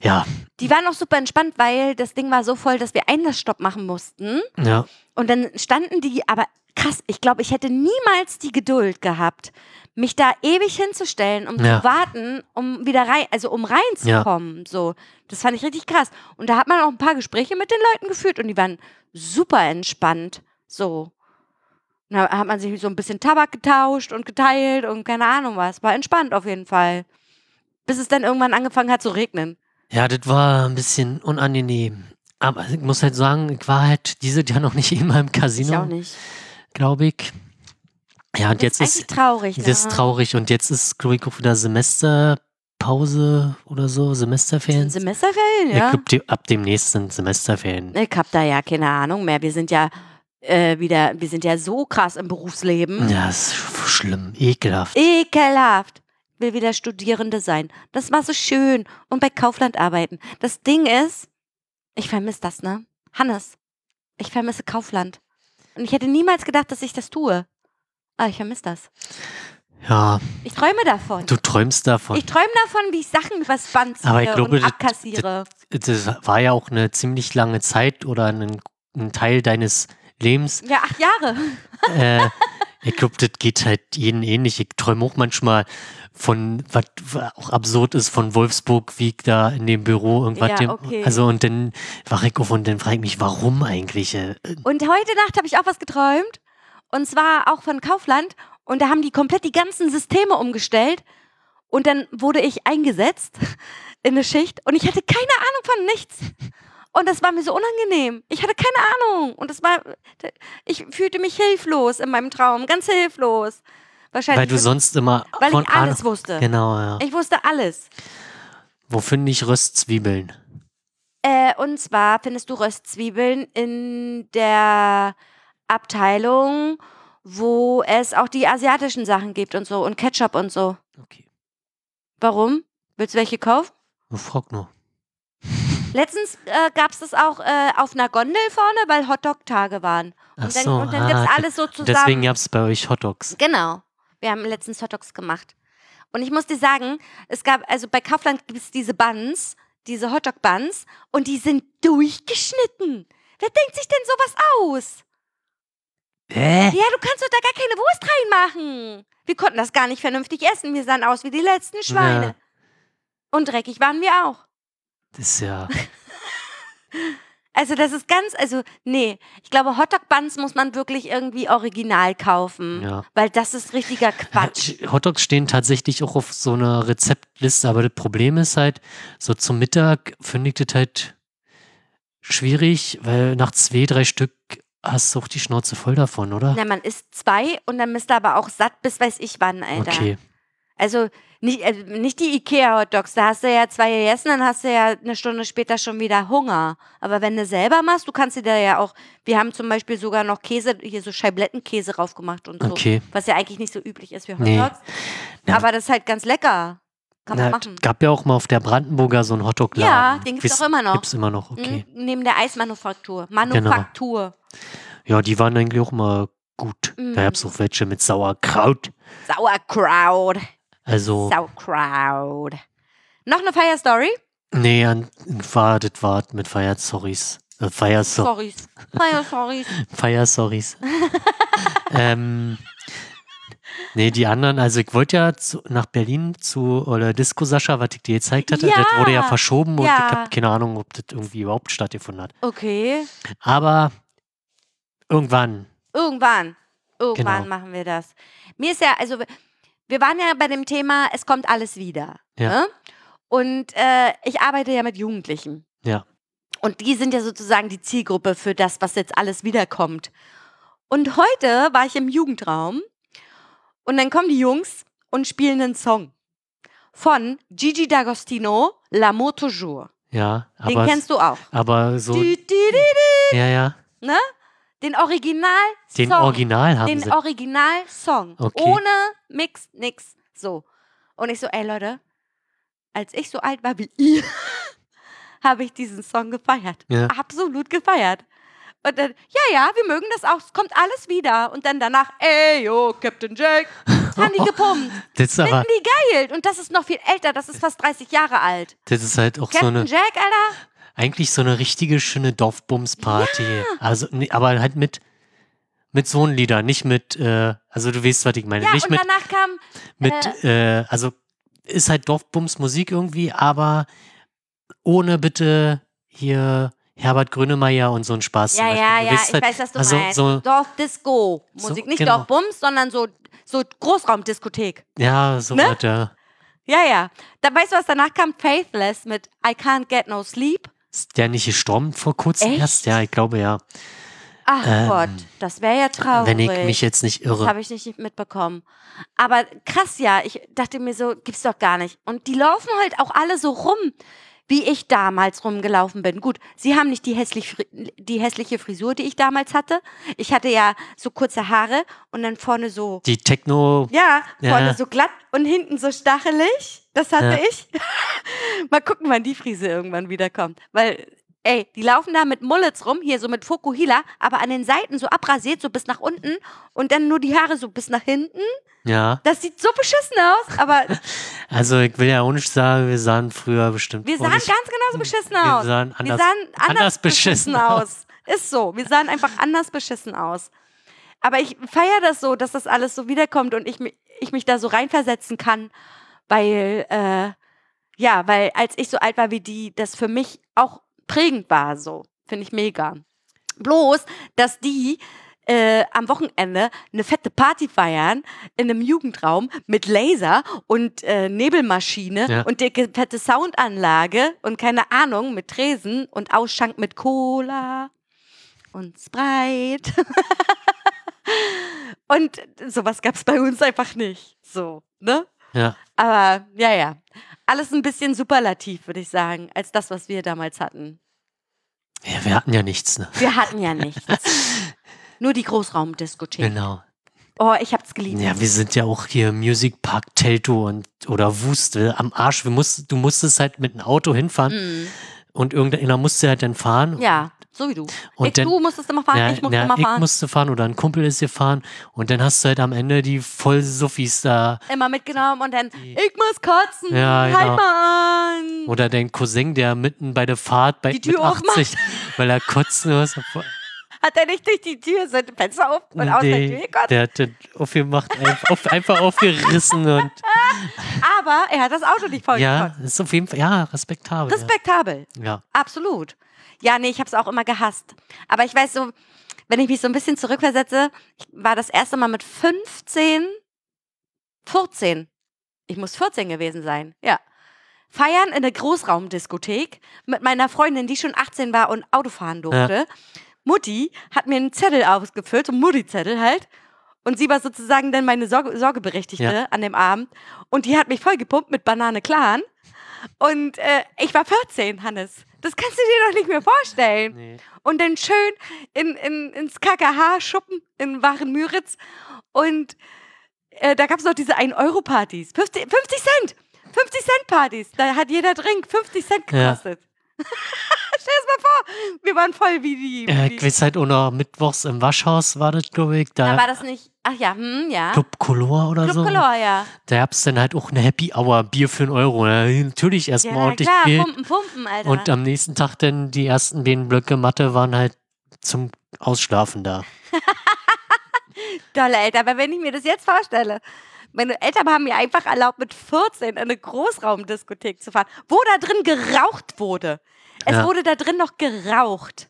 Speaker 2: Ja,
Speaker 1: Die waren auch super entspannt, weil das Ding war so voll, dass wir Einlassstopp machen mussten.
Speaker 2: ja.
Speaker 1: Und dann standen die, aber krass, ich glaube, ich hätte niemals die Geduld gehabt, mich da ewig hinzustellen, um
Speaker 2: Ja.
Speaker 1: zu warten, um wieder rein, also um reinzukommen. So, das fand ich richtig krass. Und da hat man auch ein paar Gespräche mit den Leuten geführt und die waren super entspannt. So. Und Da hat man sich so ein bisschen Tabak getauscht und geteilt und keine Ahnung was. War entspannt auf jeden Fall. Bis es dann irgendwann angefangen hat zu regnen.
Speaker 2: Ja, das war ein bisschen unangenehm. Aber ich muss halt sagen, ich war halt diese Jahr noch nicht *laughs* immer im
Speaker 1: Ich auch
Speaker 2: Casino,
Speaker 1: nicht.
Speaker 2: glaube ich. Ja, und jetzt
Speaker 1: das
Speaker 2: ist,
Speaker 1: eigentlich traurig.
Speaker 2: das ist
Speaker 1: ne?
Speaker 2: traurig und jetzt ist, glaube ich, auch wieder Semesterpause oder so, Semesterferien.
Speaker 1: Semesterferien,
Speaker 2: Ich
Speaker 1: ja.
Speaker 2: glaube, die- ab demnächst sind Semesterferien.
Speaker 1: Ne, Ich hab da ja keine Ahnung mehr. Wir sind ja äh, wieder, wir sind ja so krass im Berufsleben.
Speaker 2: Ja, ist sch- schlimm, ekelhaft.
Speaker 1: Ekelhaft. Will wieder Studierende sein. Das war so schön. Und bei Kaufland arbeiten. Das Ding ist, ich vermisse das, ne? Hannes, ich vermisse Kaufland. Und ich hätte niemals gedacht, dass ich das tue. Aber ich vermisse das.
Speaker 2: Ja,
Speaker 1: Ich träume davon.
Speaker 2: du träumst davon.
Speaker 1: Ich träume davon, wie ich Sachen übers Band ziehe
Speaker 2: Aber ich glaube,
Speaker 1: und
Speaker 2: das-
Speaker 1: abkassiere.
Speaker 2: das war ja auch eine ziemlich lange Zeit oder ein, ein Teil deines Lebens.
Speaker 1: Ja, acht Jahre. *laughs*
Speaker 2: Äh, ich glaube, das geht halt jeden ähnlich. Ich träume auch manchmal von, was auch absurd ist, von Wolfsburg, wie ich da in dem Büro irgendwas.
Speaker 1: Ja,
Speaker 2: dem,
Speaker 1: okay.
Speaker 2: Also und dann wache ich auf und dann frage ich mich, warum eigentlich? Äh,
Speaker 1: Und heute Nacht habe ich auch was geträumt. Und zwar auch von Kaufland. Und da haben die komplett die ganzen Systeme umgestellt. Und dann wurde ich eingesetzt *laughs* in eine Schicht. Und ich hatte keine Ahnung von nichts. Und das war mir so unangenehm. Ich hatte keine Ahnung. Und das war, ich fühlte mich hilflos in meinem Traum. Ganz hilflos. Wahrscheinlich.
Speaker 2: Weil du sonst immer
Speaker 1: weil
Speaker 2: von
Speaker 1: ich alles
Speaker 2: Ahnung-
Speaker 1: wusste.
Speaker 2: Genau, ja.
Speaker 1: Ich wusste alles.
Speaker 2: Wo finde ich Röstzwiebeln?
Speaker 1: Äh, und zwar findest du Röstzwiebeln in der Abteilung, wo es auch die asiatischen Sachen gibt und so und Ketchup und so.
Speaker 2: Okay.
Speaker 1: Warum? Willst du welche kaufen?
Speaker 2: Frag nur.
Speaker 1: Letztens äh, gab es das auch äh, auf einer Gondel vorne, weil Hotdog-Tage waren.
Speaker 2: Ach
Speaker 1: Und dann,
Speaker 2: so,
Speaker 1: und dann
Speaker 2: ah,
Speaker 1: gibt
Speaker 2: de-
Speaker 1: es alles so zusammen.
Speaker 2: Deswegen gab es bei euch Hotdogs.
Speaker 1: Genau. Wir haben letztens Hotdogs gemacht. Und ich muss dir sagen, es gab, also bei Kaufland gibt es diese Buns, diese Hotdog-Buns, und die sind durchgeschnitten. Wer denkt sich denn sowas aus?
Speaker 2: Hä?
Speaker 1: Ja, du kannst doch da gar keine Wurst reinmachen. Wir konnten das gar nicht vernünftig essen. Wir sahen aus wie die letzten Schweine.
Speaker 2: Ja.
Speaker 1: Und dreckig waren wir auch.
Speaker 2: Das ist ja.
Speaker 1: Also das ist ganz, also nee, ich glaube Hotdog-Buns muss man wirklich irgendwie original kaufen,
Speaker 2: ja.
Speaker 1: weil das ist richtiger Mhm.
Speaker 2: *laughs*
Speaker 1: Quatsch.
Speaker 2: Hotdogs stehen tatsächlich auch auf so einer Rezeptliste, aber das Problem ist halt, so zum Mittag finde ich das halt schwierig, weil nach zwei, drei Stück hast du auch die Schnauze voll davon, oder?
Speaker 1: Na, man isst zwei und dann bist du aber auch satt bis weiß ich wann, Alter.
Speaker 2: okay.
Speaker 1: Also nicht, äh, nicht die Ikea-Hotdogs, da hast du ja zwei gegessen, dann hast du ja eine Stunde später schon wieder Hunger. Aber wenn du selber machst, du kannst dir da ja auch, wir haben zum Beispiel sogar noch Käse, hier so Scheiblettenkäse raufgemacht und so.
Speaker 2: Okay.
Speaker 1: Was ja eigentlich nicht so üblich ist für
Speaker 2: Nee.
Speaker 1: Hotdogs.
Speaker 2: Ja.
Speaker 1: Aber das ist halt ganz lecker. Kann man
Speaker 2: Na,
Speaker 1: machen.
Speaker 2: gab ja auch mal auf der Brandenburger so einen Hotdog-Laden.
Speaker 1: Ja, den gibt's
Speaker 2: Wisst-
Speaker 1: auch immer noch.
Speaker 2: Gibt's immer noch, okay. Genau.
Speaker 1: Mhm, Neben der Eismanufaktur. Manufaktur.
Speaker 2: Ja, die waren eigentlich auch mal gut.
Speaker 1: Mhm.
Speaker 2: Da gab's auch welche mit Sauerkraut.
Speaker 1: Sauerkraut.
Speaker 2: Also,
Speaker 1: Sauerkraut. Noch eine Feierstory?
Speaker 2: nee, an, war, das war mit Fire Sorries. Äh, Fire Sorries.
Speaker 1: Stories. Feierstories.
Speaker 2: Fire Sorries. ähm, nee, die anderen, also ich wollte ja zu, nach Berlin zu oder Disco Sascha, was ich dir gezeigt hatte, das
Speaker 1: Ja.
Speaker 2: wurde ja verschoben und
Speaker 1: Ja.
Speaker 2: ich habe keine Ahnung, ob das irgendwie überhaupt stattgefunden hat.
Speaker 1: Okay.
Speaker 2: Aber irgendwann,
Speaker 1: Irgendwann. Irgendwann
Speaker 2: Genau.
Speaker 1: machen wir das. Mir ist ja, also, wir waren ja bei dem Thema, es kommt alles wieder.
Speaker 2: Ja.
Speaker 1: Ne? Und äh, ich arbeite ja mit Jugendlichen.
Speaker 2: Ja.
Speaker 1: Und die sind ja sozusagen die Zielgruppe für das, was jetzt alles wiederkommt. Und heute war ich im Jugendraum und dann kommen die Jungs und spielen einen Song von Gigi D'Agostino, L'amour toujours.
Speaker 2: ja,
Speaker 1: Den
Speaker 2: aber,
Speaker 1: kennst du auch.
Speaker 2: aber so,
Speaker 1: Du, du, du,
Speaker 2: ja, ja,
Speaker 1: du. Den Original
Speaker 2: den
Speaker 1: Song.
Speaker 2: Original haben
Speaker 1: den
Speaker 2: sie.
Speaker 1: Original-Song.
Speaker 2: Okay.
Speaker 1: Ohne Mix, nix. So. Und ich so, ey Leute, als ich so alt war wie ihr, *laughs* habe ich diesen Song gefeiert.
Speaker 2: Ja.
Speaker 1: Absolut gefeiert. Und dann, ja, ja, wir mögen das auch, es kommt alles wieder. Und dann danach, ey, yo, Captain
Speaker 2: *laughs*
Speaker 1: Jake, haben die gepumpt.
Speaker 2: Das ist aber,
Speaker 1: Finden die geil. Und das ist noch viel älter, das ist fast 30 Jahre alt.
Speaker 2: das ist halt auch so
Speaker 1: Captain
Speaker 2: eine,
Speaker 1: Jack, Alter,
Speaker 2: eigentlich so eine richtige schöne Dorfbums-Party. Also, nee, aber halt mit, mit so einem Lieder, nicht mit, äh, also du weißt, was ich meine.
Speaker 1: ja,
Speaker 2: nicht
Speaker 1: und
Speaker 2: mit
Speaker 1: danach kam,
Speaker 2: mit, äh, also ist halt Dorfbums Musik irgendwie, aber ohne bitte hier Herbert Grönemeyer und so einen Spaß. zum
Speaker 1: ja,
Speaker 2: Beispiel.
Speaker 1: ja,
Speaker 2: Du
Speaker 1: ja,
Speaker 2: weißt
Speaker 1: ich
Speaker 2: halt,
Speaker 1: weiß, was du
Speaker 2: also,
Speaker 1: meinst.
Speaker 2: So,
Speaker 1: Dorfdisco. Musik,
Speaker 2: So,
Speaker 1: nicht
Speaker 2: genau.
Speaker 1: Dorfbums, sondern so, so Großraumdiskothek.
Speaker 2: ja, so
Speaker 1: Ne?
Speaker 2: was, ja.
Speaker 1: Ja, ja. Da weißt du, was danach kam? Faithless mit I can't get no sleep.
Speaker 2: Ist der nicht gestorben vor kurzem
Speaker 1: Echt?
Speaker 2: erst? Ja, ich glaube ja.
Speaker 1: Ach
Speaker 2: Ähm,
Speaker 1: Gott, das wäre ja traurig.
Speaker 2: Wenn ich mich jetzt nicht
Speaker 1: das
Speaker 2: irre.
Speaker 1: habe ich nicht mitbekommen. Aber krass, ja. Ich dachte mir so, gibt's doch gar nicht. Und die laufen halt auch alle so rum, wie ich damals rumgelaufen bin. Gut, sie haben nicht die, hässlich, Fri- die hässliche Frisur, die ich damals hatte. Ich hatte ja so kurze Haare und dann vorne so
Speaker 2: Die Techno,
Speaker 1: Ja,
Speaker 2: Ja.
Speaker 1: vorne so glatt und hinten so stachelig. Das hatte
Speaker 2: Ja.
Speaker 1: ich. *laughs* Mal gucken, wann die Frise irgendwann wiederkommt. Weil, ey, die laufen da mit Mullets rum, hier so mit Fokuhila, aber an den Seiten so abrasiert, so bis nach unten und dann nur die Haare so bis nach hinten.
Speaker 2: ja.
Speaker 1: Das sieht so beschissen aus,
Speaker 2: *laughs*
Speaker 1: aber
Speaker 2: Also ich will ja auch nicht sagen, wir sahen früher bestimmt
Speaker 1: wir
Speaker 2: auch
Speaker 1: sahen ganz
Speaker 2: nicht,
Speaker 1: genauso beschissen
Speaker 2: Oh, wir
Speaker 1: aus.
Speaker 2: sahen
Speaker 1: wir
Speaker 2: anders,
Speaker 1: sahen anders,
Speaker 2: anders beschissen
Speaker 1: beschissen aus. Ist so. Wir sahen einfach anders beschissen aus. Aber ich feiere das so, dass das alles so wiederkommt und ich, mi- ich mich da so reinversetzen kann, weil, äh, ja, weil als ich so alt war wie die, das für mich auch prägend war, so. Finde ich mega. Bloß, dass die äh, am Wochenende eine fette Party feiern in einem Jugendraum mit Laser und äh, Nebelmaschine
Speaker 2: Ja.
Speaker 1: und dicke fette Soundanlage und keine Ahnung mit Tresen und Ausschank mit Cola und Sprite. *laughs* und sowas gab es bei uns einfach nicht. So, ne?
Speaker 2: Ja.
Speaker 1: Aber ja, ja. Alles ein bisschen superlativ, würde ich sagen, als das, was wir damals hatten.
Speaker 2: ja, wir hatten ja nichts. Ne?
Speaker 1: Wir hatten ja
Speaker 2: *laughs*
Speaker 1: nichts. Nur die Großraumdiskothek.
Speaker 2: Genau.
Speaker 1: Oh, ich hab's geliebt.
Speaker 2: Ja, wir sind ja auch hier im Music Park Telto und oder Wust äh, am Arsch. Wir musst, du musstest halt mit einem Auto hinfahren
Speaker 1: Mhm.
Speaker 2: und irgendeiner musste halt dann fahren.
Speaker 1: Ja, so wie du.
Speaker 2: Und
Speaker 1: ich,
Speaker 2: dann-
Speaker 1: du musstest immer fahren,
Speaker 2: Ja,
Speaker 1: ich musste
Speaker 2: ja,
Speaker 1: immer
Speaker 2: ich
Speaker 1: fahren.
Speaker 2: musste fahren oder ein Kumpel ist gefahren und dann hast du halt am Ende die Vollsuffis da
Speaker 1: immer mitgenommen und dann, ich muss kotzen,
Speaker 2: Ja,
Speaker 1: halt
Speaker 2: genau.
Speaker 1: mal an.
Speaker 2: oder dein Cousin, der mitten bei der Fahrt bei
Speaker 1: Die Tür
Speaker 2: mit 80, weil er kotzen muss.
Speaker 1: Hat er nicht durch die Tür sein Fenster auf *laughs* und aus der Tür gekotzt?
Speaker 2: der hat das aufgemacht, ein- auf, einfach aufgerissen
Speaker 1: *laughs*
Speaker 2: und
Speaker 1: Aber er hat das Auto nicht voll
Speaker 2: ja,
Speaker 1: gekotzt.
Speaker 2: ist auf jeden Fall ja respektabel.
Speaker 1: Respektabel.
Speaker 2: ja. ja.
Speaker 1: Absolut. Ja, nee, ich habe es auch immer gehasst. Aber ich weiß so, wenn ich mich so ein bisschen zurückversetze, ich war das erste Mal mit 15, 14. Ich muss 14 gewesen sein, ja. Feiern in der Großraumdiskothek mit meiner Freundin, die schon 18 war und Auto fahren durfte. Mutti hat mir einen Zettel ausgefüllt, so einen Mutti-Zettel halt. Und sie war sozusagen dann meine Sorge, Sorgeberechtigte
Speaker 2: Ja.
Speaker 1: an dem Abend. Und die hat mich vollgepumpt mit Banane Clan. Und äh, ich war 14, Hannes. Das kannst du dir doch nicht mehr vorstellen.
Speaker 2: Nee.
Speaker 1: Und dann schön in, in, ins KKH-Schuppen in Waren-Müritz. Und äh, da gab es noch diese 1-Euro-Partys. 50, 50 Cent! 50 Cent-Partys. Da hat jeder Drink 50 Cent
Speaker 2: Ja.
Speaker 1: gekostet. *laughs* Stell es mal vor, wir waren voll wie die.
Speaker 2: Äh,
Speaker 1: Wie
Speaker 2: ich
Speaker 1: die.
Speaker 2: weiß halt auch noch, mittwochs im Waschhaus war das, glaube ich, da
Speaker 1: Da war das nicht. Ach ja, hm, ja. Club,
Speaker 2: Club Color oder so.
Speaker 1: Color, ja.
Speaker 2: Da gab's dann halt auch eine Happy Hour, Bier für einen Euro. Ne? Natürlich
Speaker 1: Ja,
Speaker 2: erstmal
Speaker 1: na
Speaker 2: ordentlich
Speaker 1: klar,
Speaker 2: Bier.
Speaker 1: pumpen, pumpen, Alter.
Speaker 2: Und am nächsten Tag dann die ersten beiden Blöcke Mathe waren halt zum Ausschlafen da.
Speaker 1: dolle älter. Aber wenn ich mir das jetzt vorstelle, meine Eltern haben mir einfach erlaubt, mit 14 in eine Großraumdiskothek zu fahren, wo da drin geraucht wurde. Es
Speaker 2: Ja.
Speaker 1: wurde da drin noch geraucht.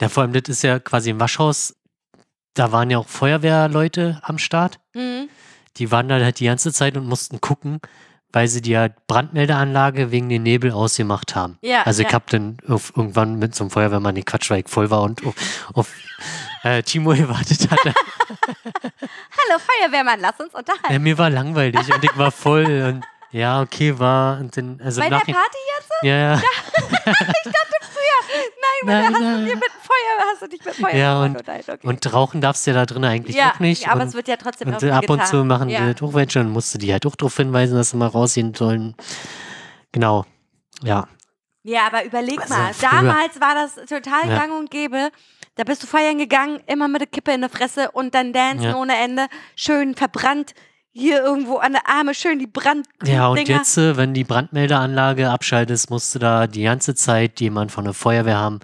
Speaker 2: Ja, vor allem, das ist ja quasi im Waschhaus. Da waren ja auch Feuerwehrleute am Start.
Speaker 1: Hm.
Speaker 2: Die waren dann halt die ganze Zeit und mussten gucken, weil sie die halt Brandmeldeanlage wegen dem Nebel ausgemacht haben.
Speaker 1: Ja,
Speaker 2: also ich
Speaker 1: ja.
Speaker 2: hab dann auf, irgendwann mit so einem Feuerwehrmann den Quatsch, weil ich voll war und auf, auf äh, Timo *laughs* gewartet hatte.
Speaker 1: Hallo Feuerwehrmann, lass uns unterhalten.
Speaker 2: Ja, mir war langweilig und ich war voll und ja, okay, war und dann, also
Speaker 1: Bei der
Speaker 2: nach
Speaker 1: Party jetzt?
Speaker 2: ja, ja,
Speaker 1: *laughs* Nein,
Speaker 2: Nein,
Speaker 1: hast du
Speaker 2: nein.
Speaker 1: dir mit Feuer, hast du dich mit Feuer
Speaker 2: Ja, und-
Speaker 1: unterhalten? Oh Okay.
Speaker 2: und rauchen darfst du ja da drin eigentlich
Speaker 1: ja,
Speaker 2: auch nicht.
Speaker 1: aber
Speaker 2: und,
Speaker 1: es wird ja *laughs* trotzdem
Speaker 2: und äh,
Speaker 1: irgendwie
Speaker 2: ab und zu
Speaker 1: getan.
Speaker 2: machen die
Speaker 1: ja.
Speaker 2: das Hochwäsche und musste die halt auch darauf hinweisen, dass sie mal rausgehen sollen. Genau. Ja.
Speaker 1: Ja, aber überleg
Speaker 2: Also
Speaker 1: mal,
Speaker 2: früher-
Speaker 1: damals war das total
Speaker 2: Ja.
Speaker 1: gang und gäbe. Da bist du feiern gegangen, immer mit der Kippe in der Fresse und dann dancen
Speaker 2: Ja.
Speaker 1: ohne Ende, schön verbrannt, hier irgendwo an der Arme, schön die Brand.
Speaker 2: Ja, und
Speaker 1: Dinger.
Speaker 2: jetzt, äh, wenn die Brandmeldeanlage abschaltest, musst du da die ganze Zeit jemand von der Feuerwehr haben,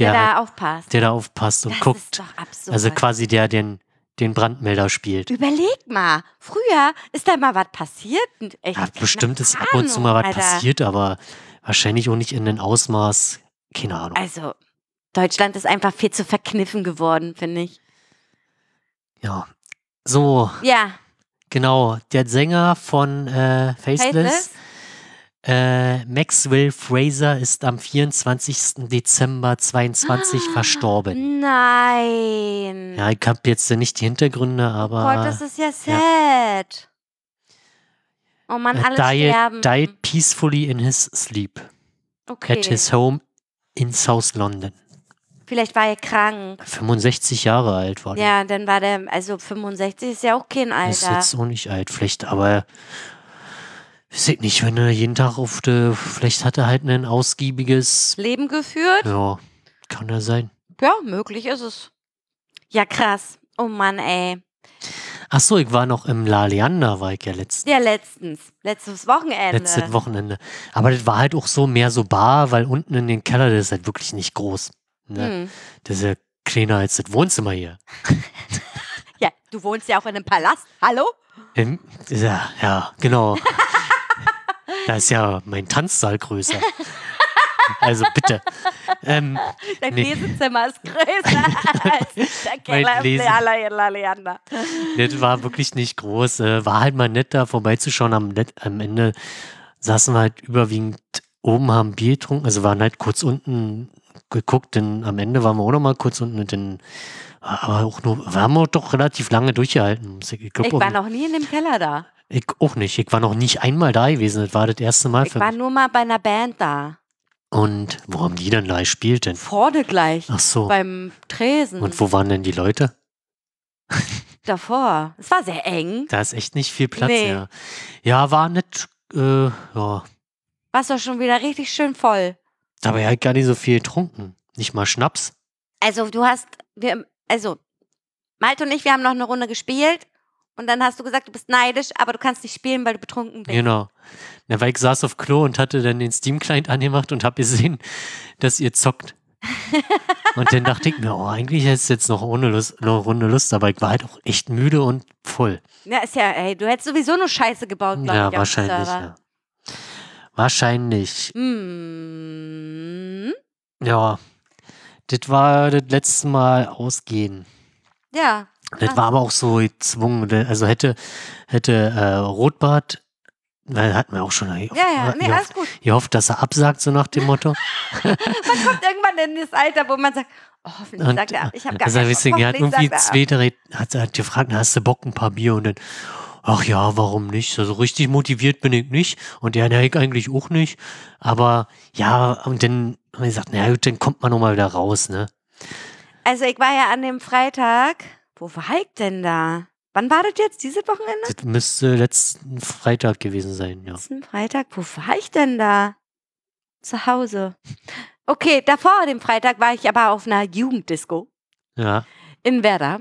Speaker 2: der, halt,
Speaker 1: Der
Speaker 2: der, da,
Speaker 1: da aufpasst.
Speaker 2: aufpasst und
Speaker 1: das ist
Speaker 2: guckt.
Speaker 1: doch absurd.
Speaker 2: Also quasi der den, den Brandmelder spielt.
Speaker 1: überleg mal, früher ist da mal was passiert. und echt
Speaker 2: Ja,
Speaker 1: keine
Speaker 2: bestimmt ist ab und zu mal was
Speaker 1: Ahnung, Alter.
Speaker 2: passiert, aber wahrscheinlich auch nicht in den Ausmaß. Keine Ahnung.
Speaker 1: Also, Deutschland ist einfach viel zu verkniffen geworden, finde ich.
Speaker 2: Ja. So,
Speaker 1: Ja,
Speaker 2: genau. Der Sänger von äh, Faceless,
Speaker 1: Faceless?
Speaker 2: Äh, Maxwell Fraser, ist am 24. Dezember 22
Speaker 1: Ah.
Speaker 2: verstorben.
Speaker 1: Hm. Nein.
Speaker 2: Ja, ich habe jetzt nicht die Hintergründe, aber.
Speaker 1: Oh Gott, das ist ja sad. Oh Mann,
Speaker 2: äh,
Speaker 1: alle sterben.
Speaker 2: died, died peacefully in his sleep
Speaker 1: okay.
Speaker 2: at his home in South London.
Speaker 1: Vielleicht war er krank.
Speaker 2: 65 Jahre alt war der.
Speaker 1: Ja, dann war der, also 65 ist ja auch kein
Speaker 2: Ist
Speaker 1: Alter.
Speaker 2: jetzt auch nicht alt, vielleicht, aber sieht nicht, wenn er jeden Tag auf der, vielleicht hat er halt ein ausgiebiges,
Speaker 1: Leben geführt?
Speaker 2: ja, kann er sein.
Speaker 1: Ja, möglich ist es. Ja, krass. Oh Mann, ey.
Speaker 2: Ach so, ich war noch im La Leander, war ich ja letzt,
Speaker 1: Ja, letztens. Letztes Wochenende.
Speaker 2: letztes Wochenende. Aber das war halt auch so mehr so bar, weil unten in den Keller, der ist halt wirklich nicht groß. Ne?
Speaker 1: Hm.
Speaker 2: Das ist ja kleiner als das Wohnzimmer hier.
Speaker 1: Ja, du wohnst ja auch in einem Palast. Hallo?
Speaker 2: Im, ja, ja,
Speaker 1: *laughs*
Speaker 2: genau. da ist ja mein Tanzsaal größer. Also bitte. Ähm,
Speaker 1: Dein
Speaker 2: Nee.
Speaker 1: Lesezimmer
Speaker 2: *laughs*
Speaker 1: ist größer als der Keller
Speaker 2: Lesen-
Speaker 1: der Leander.
Speaker 2: das war wirklich nicht groß. Äh, war halt mal nett, da vorbeizuschauen. Am, Let- am Ende saßen wir halt überwiegend oben, haben Bier getrunken. Also waren halt kurz unten geguckt. Denn am Ende waren wir auch noch mal kurz unten. Und dann, aber auch nur, wir haben auch doch relativ lange durchgehalten. muss Ich, ich, glaub,
Speaker 1: Ich war
Speaker 2: um-
Speaker 1: noch nie in dem Keller da.
Speaker 2: ich auch nicht. Ich war noch nicht einmal da gewesen. Das war das erste Mal
Speaker 1: Ich
Speaker 2: für
Speaker 1: war
Speaker 2: mich.
Speaker 1: nur mal bei einer Band da.
Speaker 2: Und wo haben die denn da gespielt denn?
Speaker 1: Vorne gleich.
Speaker 2: Ach so.
Speaker 1: Beim Tresen.
Speaker 2: Und wo waren denn die Leute?
Speaker 1: davor. Es war sehr eng.
Speaker 2: Da ist echt nicht viel Platz,
Speaker 1: Nee.
Speaker 2: ja. Ja, war nicht, äh, ja.
Speaker 1: War es doch schon wieder richtig schön voll.
Speaker 2: Dabei halt gar nicht so viel getrunken. Nicht mal Schnaps.
Speaker 1: Also du hast, wir, also Malte und ich, wir haben noch eine Runde gespielt und dann hast du gesagt, du bist neidisch, aber du kannst nicht spielen, weil du betrunken bist.
Speaker 2: Genau. Na, weil ich saß auf Klo und hatte dann den Steam-Client angemacht und hab gesehen, dass
Speaker 1: *laughs*
Speaker 2: ihr zockt. und dann dachte ich mir, oh, eigentlich hättest du jetzt noch ohne Lust, noch eine Runde Lust, aber ich war halt auch echt müde und voll.
Speaker 1: Ja, ist ja, ey, du hättest sowieso nur Scheiße gebaut, glaube ich.
Speaker 2: Ja,
Speaker 1: auf dem
Speaker 2: wahrscheinlich,
Speaker 1: Server.
Speaker 2: ja. Wahrscheinlich.
Speaker 1: Hm,
Speaker 2: Ja. Das war das letzte Mal ausgehen.
Speaker 1: ja.
Speaker 2: Das
Speaker 1: Ah.
Speaker 2: war aber auch so gezwungen. da- Also hätte, hätte äh, Rotbart, weil hatten wir auch schon geho-
Speaker 1: Ja, ja, nee, alles
Speaker 2: gehofft,
Speaker 1: gut.
Speaker 2: gehofft, dass er absagt, so nach dem Motto.
Speaker 1: Kommt irgendwann in das Alter, wo man sagt, oh, hoffentlich
Speaker 2: Und
Speaker 1: sagt er, *laughs* ich habe gar
Speaker 2: also
Speaker 1: keinen
Speaker 2: deswegen,
Speaker 1: Bock,
Speaker 2: er hat
Speaker 1: hoffentlich
Speaker 2: irgendwie
Speaker 1: sagt er ab.
Speaker 2: zwei, drei, hat, hat gefragt, na, hast du Bock, ein paar Bier? Und dann, ach ja, warum nicht? Also richtig motiviert bin ich nicht. Und er, na, ich eigentlich auch nicht. Aber ja, und dann haben wir gesagt, na gut, dann kommt man nochmal wieder raus, ne?
Speaker 1: Also ich war ja an dem Freitag, wo war ich denn da? Wann war das jetzt, dieses Wochenende?
Speaker 2: Das müsste letzten Freitag gewesen sein, ja.
Speaker 1: letzten Freitag, wo war ich denn da? Zu Hause. Okay, davor dem Freitag war ich aber auf einer Jugenddisco
Speaker 2: Ja,
Speaker 1: in Werder.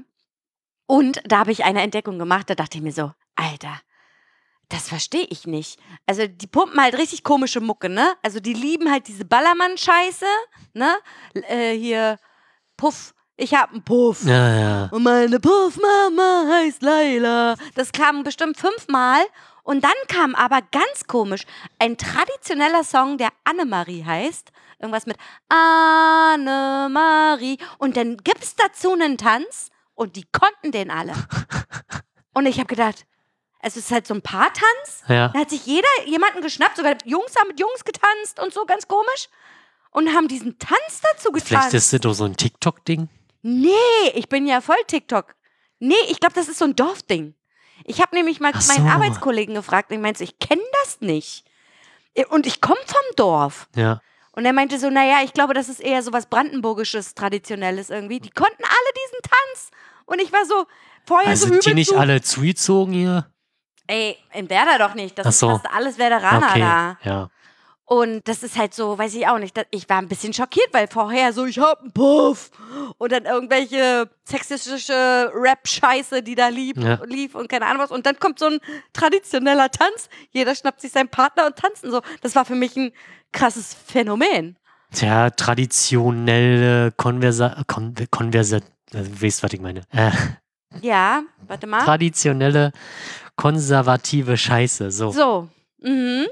Speaker 1: Und da habe ich eine Entdeckung gemacht, da dachte ich mir so, Alter, das verstehe ich nicht. Also die pumpen halt richtig komische Mucke, ne? Also die lieben halt diese Ballermann-Scheiße, ne? L- Äh, hier, Puff, ich hab einen Puff.
Speaker 2: ja, ja.
Speaker 1: Und meine Puffmama heißt Laila. Das kam bestimmt fünfmal. Und dann kam aber ganz komisch ein traditioneller Song, der Annemarie heißt. Irgendwas mit Annemarie. Und dann gibt es dazu einen Tanz und die konnten den *laughs* alle. Und ich habe gedacht, es ist halt so ein Paartanz.
Speaker 2: ja.
Speaker 1: Da hat sich jeder jemanden geschnappt, sogar Jungs haben mit Jungs getanzt und so, ganz komisch. Und haben diesen Tanz dazu getanzt.
Speaker 2: Vielleicht ist das doch so ein TikTok-Ding.
Speaker 1: Nee, ich bin ja voll TikTok. Nee, ich glaube, das ist so ein Dorfding. Ich habe nämlich mal
Speaker 2: Ach
Speaker 1: meinen
Speaker 2: so.
Speaker 1: Arbeitskollegen gefragt und ich meinte, so, ich kenne das nicht. Und ich komme vom Dorf.
Speaker 2: Ja.
Speaker 1: Und er meinte so, naja, ich glaube, das ist eher so was Brandenburgisches, Traditionelles irgendwie. Die konnten alle diesen Tanz. Und ich war so, vorher
Speaker 2: Also
Speaker 1: so
Speaker 2: sind
Speaker 1: übel
Speaker 2: die nicht
Speaker 1: zu.
Speaker 2: alle zugezogen hier?
Speaker 1: Ey, in Werder doch nicht.
Speaker 2: Ach
Speaker 1: Das
Speaker 2: so.
Speaker 1: ist fast alles Werderaner
Speaker 2: okay.
Speaker 1: da.
Speaker 2: Ja.
Speaker 1: Und das ist halt so, weiß ich auch nicht. da- Ich war ein bisschen schockiert, weil vorher so, ich hab einen Puff. Und dann irgendwelche sexistische Rap-Scheiße, die da lieb,
Speaker 2: Ja.
Speaker 1: lief und keine Ahnung was. Und dann kommt so ein traditioneller Tanz. Jeder schnappt sich seinen Partner und tanzt und so. Das war für mich ein krasses Phänomen.
Speaker 2: Tja, traditionelle Konversa Kon Konversa also, du weißt, was ich meine. Äh,
Speaker 1: Ja, warte mal.
Speaker 2: traditionelle konservative Scheiße. So.
Speaker 1: So. Mhm.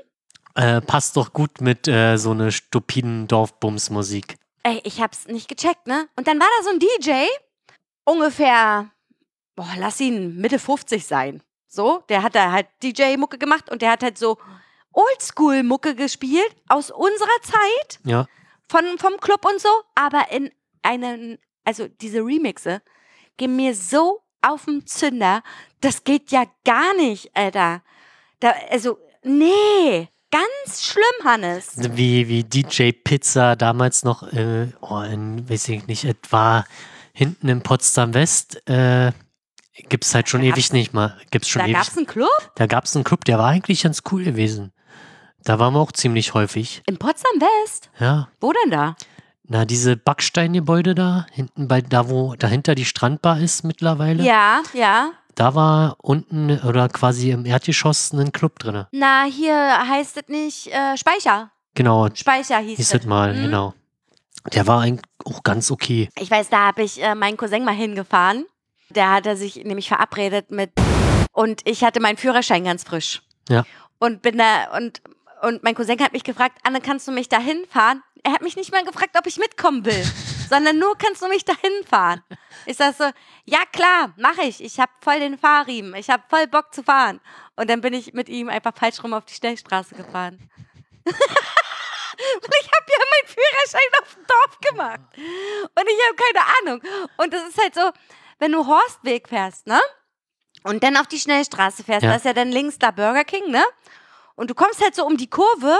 Speaker 2: Äh, passt doch gut mit äh, so einer stupiden Dorfbums-Musik.
Speaker 1: Ey, ich hab's nicht gecheckt, ne? Und dann war da so ein DJ, ungefähr, boah, lass ihn Mitte 50 sein. So, der hat da halt DJ-Mucke gemacht und der hat halt so Oldschool-Mucke gespielt aus unserer Zeit
Speaker 2: Ja.
Speaker 1: von, vom Club und so, aber in einen, also diese Remixe gehen mir so auf den Zünder. Das geht ja gar nicht, Alter. Da, also, nee, ganz schlimm, Hannes.
Speaker 2: Wie, wie DJ Pizza damals noch, äh, oh, in, weiß ich nicht, etwa hinten in Potsdam West. Äh, Gibt's halt schon
Speaker 1: Da gab's-
Speaker 2: ewig nicht mal. Gibt's schon
Speaker 1: Da
Speaker 2: ewig
Speaker 1: gab's einen Club
Speaker 2: Da gab es einen Club, der war eigentlich ganz cool gewesen. Da waren wir auch ziemlich häufig.
Speaker 1: in Potsdam West.
Speaker 2: Ja.
Speaker 1: Wo denn da?
Speaker 2: Na, diese Backsteingebäude da, hinten bei, da wo dahinter die Strandbar ist mittlerweile.
Speaker 1: Ja, ja.
Speaker 2: Da war unten oder quasi im Erdgeschoss ein Club drin.
Speaker 1: Na, hier heißt es nicht äh, Speicher.
Speaker 2: Genau,
Speaker 1: Speicher hieß
Speaker 2: hieß
Speaker 1: es.
Speaker 2: das mal,
Speaker 1: Mhm.
Speaker 2: genau. Der war eigentlich auch auch ganz okay.
Speaker 1: Ich weiß, da habe ich äh, meinen Cousin mal hingefahren. Der hatte sich nämlich verabredet mit und ich hatte meinen Führerschein ganz frisch.
Speaker 2: Ja.
Speaker 1: Und bin da und und mein Cousin hat mich gefragt, Anne, kannst du mich da hinfahren? Er hat mich nicht mal gefragt, ob ich mitkommen will, sondern nur kannst du mich da hinfahren. Ich sag so, ja klar, mache ich. Ich habe voll den Fahrriemen. Ich habe voll Bock zu fahren. Und dann bin ich mit ihm einfach falsch rum auf die Schnellstraße gefahren. Und *laughs* ich habe ja meinen Führerschein auf dem Dorf gemacht. Und ich habe keine Ahnung. Und das ist halt so, wenn du Horstweg fährst, ne? Und dann auf die Schnellstraße fährst,
Speaker 2: Ja.
Speaker 1: da ist ja dann links da Burger King, ne? Und du kommst halt so um die Kurve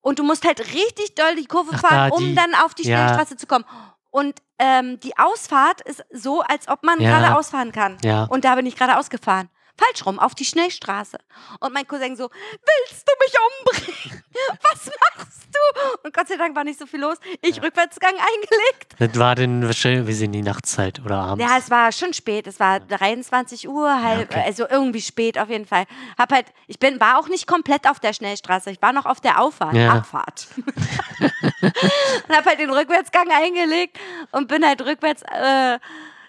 Speaker 1: und du musst halt richtig doll die Kurve
Speaker 2: Ach,
Speaker 1: fahren,
Speaker 2: da
Speaker 1: um
Speaker 2: die-
Speaker 1: dann auf die
Speaker 2: ja.
Speaker 1: Schnellstraße zu kommen. Und ähm, die Ausfahrt ist so, als ob man
Speaker 2: Ja.
Speaker 1: geradeaus fahren kann.
Speaker 2: Ja.
Speaker 1: Und da bin ich geradeaus gefahren. Falsch rum, auf die Schnellstraße. Und mein Cousin so, willst du mich umbringen? *laughs* Was machst du? Und Gott sei Dank war nicht so viel los. Ich rückwärtsgang eingelegt.
Speaker 2: Das war denn wahrscheinlich, wie sind die Nachtzeit oder abends?
Speaker 1: Ja, es war schon spät. Es war 23 Uhr, halb,
Speaker 2: okay.
Speaker 1: also irgendwie spät auf jeden Fall. Hab halt, ich bin, war auch nicht komplett auf der Schnellstraße. Ich war noch auf der Auffahrt,
Speaker 2: Ja.
Speaker 1: Abfahrt. *laughs* und hab halt den Rückwärtsgang eingelegt und bin halt rückwärts äh,